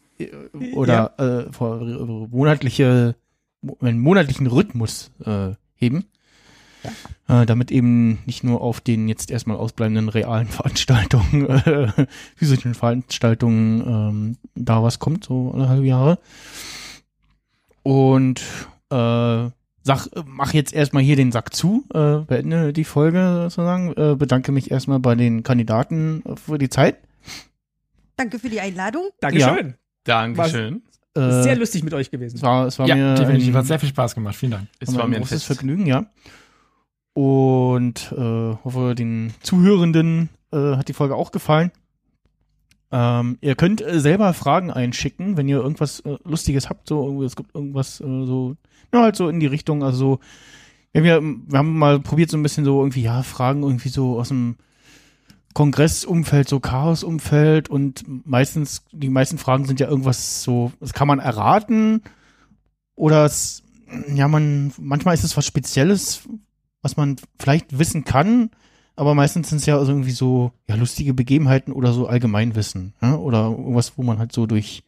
[SPEAKER 3] oder äh, vor, monatliche, mo- einen monatlichen Rhythmus äh, heben. Äh, damit eben nicht nur auf den jetzt erstmal ausbleibenden realen Veranstaltungen, äh, physischen Veranstaltungen ähm, da was kommt, so alle halbe Jahre. Und äh, sag, mach jetzt erstmal hier den Sack zu, äh, beende die Folge sozusagen, äh, bedanke mich erstmal bei den Kandidaten äh, für die Zeit.
[SPEAKER 4] Danke für die Einladung.
[SPEAKER 2] Dankeschön.
[SPEAKER 5] Dankeschön.
[SPEAKER 3] Äh,
[SPEAKER 2] Sehr lustig mit euch
[SPEAKER 3] es
[SPEAKER 2] gewesen.
[SPEAKER 3] war, es war mir
[SPEAKER 1] definitiv.
[SPEAKER 3] ein-
[SPEAKER 1] Hat sehr viel Spaß gemacht. Vielen Dank.
[SPEAKER 5] Es war mir ein
[SPEAKER 3] großes
[SPEAKER 5] Fest.
[SPEAKER 3] Vergnügen, ja. Und äh, hoffe, den Zuhörenden äh, hat die Folge auch gefallen. Ähm, ihr könnt äh, selber Fragen einschicken, wenn ihr irgendwas äh, Lustiges habt, so irgendwie, es gibt irgendwas äh, so, ja, halt so in die Richtung, also so, wir haben, ja, wir haben mal probiert so ein bisschen so irgendwie, ja, Fragen irgendwie so aus dem Kongressumfeld, so Chaosumfeld und meistens, die meisten Fragen sind ja irgendwas so, das kann man erraten oder es, ja, man, manchmal ist es was Spezielles, was man vielleicht wissen kann, aber meistens sind es ja also irgendwie so, ja, lustige Begebenheiten oder so Allgemeinwissen, ja, oder irgendwas, wo man halt so durch,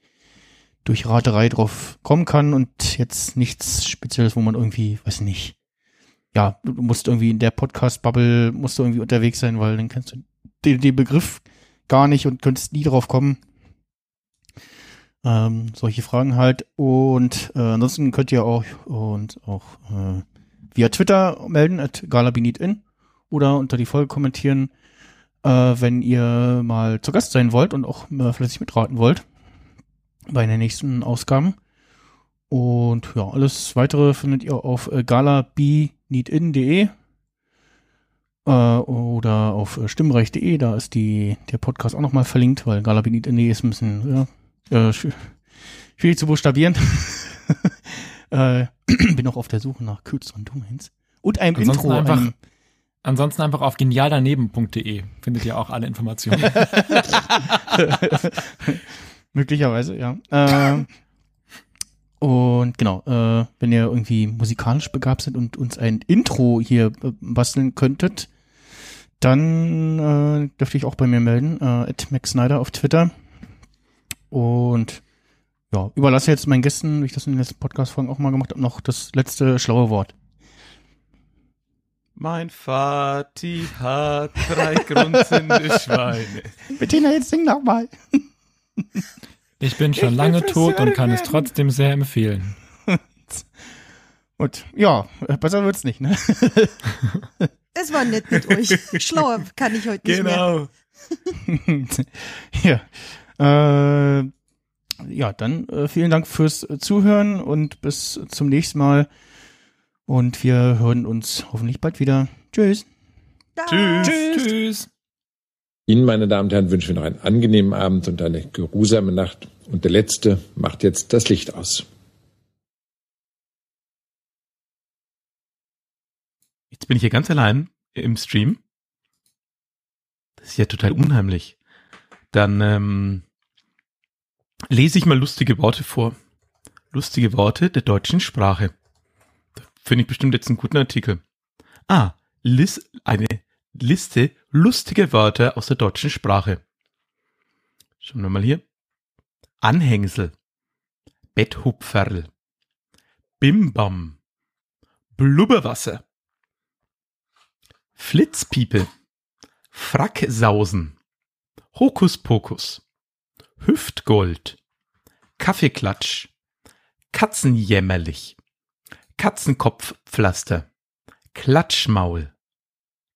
[SPEAKER 3] durch Raterei drauf kommen kann und jetzt nichts Spezielles, wo man irgendwie, weiß nicht, ja, du musst irgendwie in der Podcast-Bubble, musst du irgendwie unterwegs sein, weil dann kennst du den, den Begriff gar nicht und könntest nie drauf kommen. Ähm, solche Fragen halt. Und äh, ansonsten könnt ihr auch und auch äh, via Twitter melden, at galabinitin oder unter die Folge kommentieren, äh, wenn ihr mal zu Gast sein wollt und auch äh, fleißig mitraten wollt bei den nächsten Ausgaben. Und ja, alles weitere findet ihr auf äh, galabinitin.de äh, oder auf äh, stimmreich.de, da ist die, der Podcast auch nochmal verlinkt, weil galabinitin.de ist ein bisschen, ja, äh, schw- schwierig zu buchstabieren. äh, bin auch auf der Suche nach kürzeren Domains. Und einem
[SPEAKER 1] Ansonsten
[SPEAKER 3] Intro.
[SPEAKER 1] einfach-
[SPEAKER 3] einem,
[SPEAKER 1] Ansonsten einfach auf genialdaneben.de findet ihr auch alle Informationen.
[SPEAKER 3] Möglicherweise, ja. Ähm, und genau, äh, wenn ihr irgendwie musikalisch begabt sind und uns ein Intro hier äh, basteln könntet, dann äh, dürft ihr euch auch bei mir melden, äh, at Max Snyder auf Twitter. Und ja, überlasse jetzt meinen Gästen, wie ich das in den letzten Podcast-Folgen auch mal gemacht habe, noch das letzte schlaue Wort.
[SPEAKER 5] Mein Vati hat drei grunzende Schweine.
[SPEAKER 3] Bettina, jetzt sing noch mal.
[SPEAKER 1] Ich bin schon lange tot und kann es trotzdem sehr empfehlen.
[SPEAKER 3] Und ja, besser wird's nicht, ne?
[SPEAKER 4] Es war nett mit euch. Schlauer kann ich heute nicht mehr.
[SPEAKER 5] Genau.
[SPEAKER 3] ja. Äh, ja, dann äh, vielen Dank fürs äh, Zuhören und bis zum nächsten Mal. Und wir hören uns hoffentlich bald wieder. Tschüss.
[SPEAKER 4] Da.
[SPEAKER 5] Tschüss. Tschüss.
[SPEAKER 7] Ihnen, meine Damen und Herren, wünschen wir noch einen angenehmen Abend und eine geruhsame Nacht. Und der Letzte macht jetzt das Licht aus.
[SPEAKER 5] Jetzt bin ich hier ganz allein im Stream. Das ist ja total unheimlich. Dann ähm, lese ich mal lustige Worte vor. Lustige Worte der deutschen Sprache. Da finde ich bestimmt jetzt einen guten Artikel. Ah, Lis eine Liste lustiger Wörter aus der deutschen Sprache. Schauen wir mal hier. Anhängsel. Betthupferl. Bimbam. Blubberwasser. Flitzpiepe, Fracksausen, Hokuspokus, Hüftgold, Kaffeeklatsch, Katzenjämmerlich, Katzenkopfpflaster, Klatschmaul,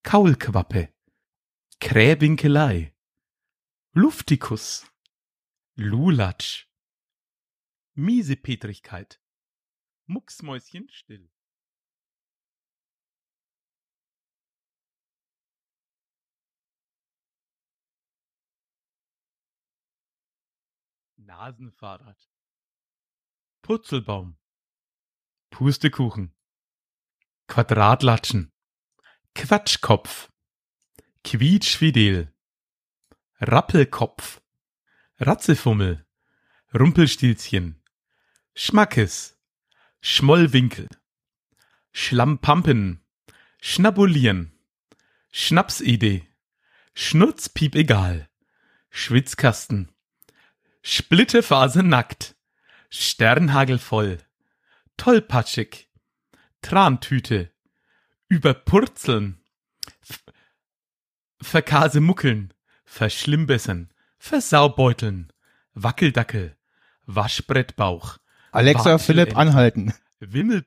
[SPEAKER 5] Kaulquappe, Kräbinkelei, Luftikus, Lulatsch, Miesepetrigkeit, Mucksmäuschen still. Nasenfahrrad. Putzelbaum. Pustekuchen. Quadratlatschen. Quatschkopf. Quietschfidel. Rappelkopf. Ratzefummel. Rumpelstilzchen. Schmackes. Schmollwinkel. Schlammpampen. Schnabulieren. Schnapsidee. Schnurzpiep egal. Schwitzkasten. Splitterphase nackt. Sternhagel voll. Tollpatschig. Trantüte. Überpurzeln. F- Verkasemuckeln. Verschlimmbessern. Versaubeuteln. Wackeldackel. Waschbrettbauch.
[SPEAKER 3] Alexa,
[SPEAKER 5] Bartel-
[SPEAKER 3] Philipp, anhalten.
[SPEAKER 5] Wimmel,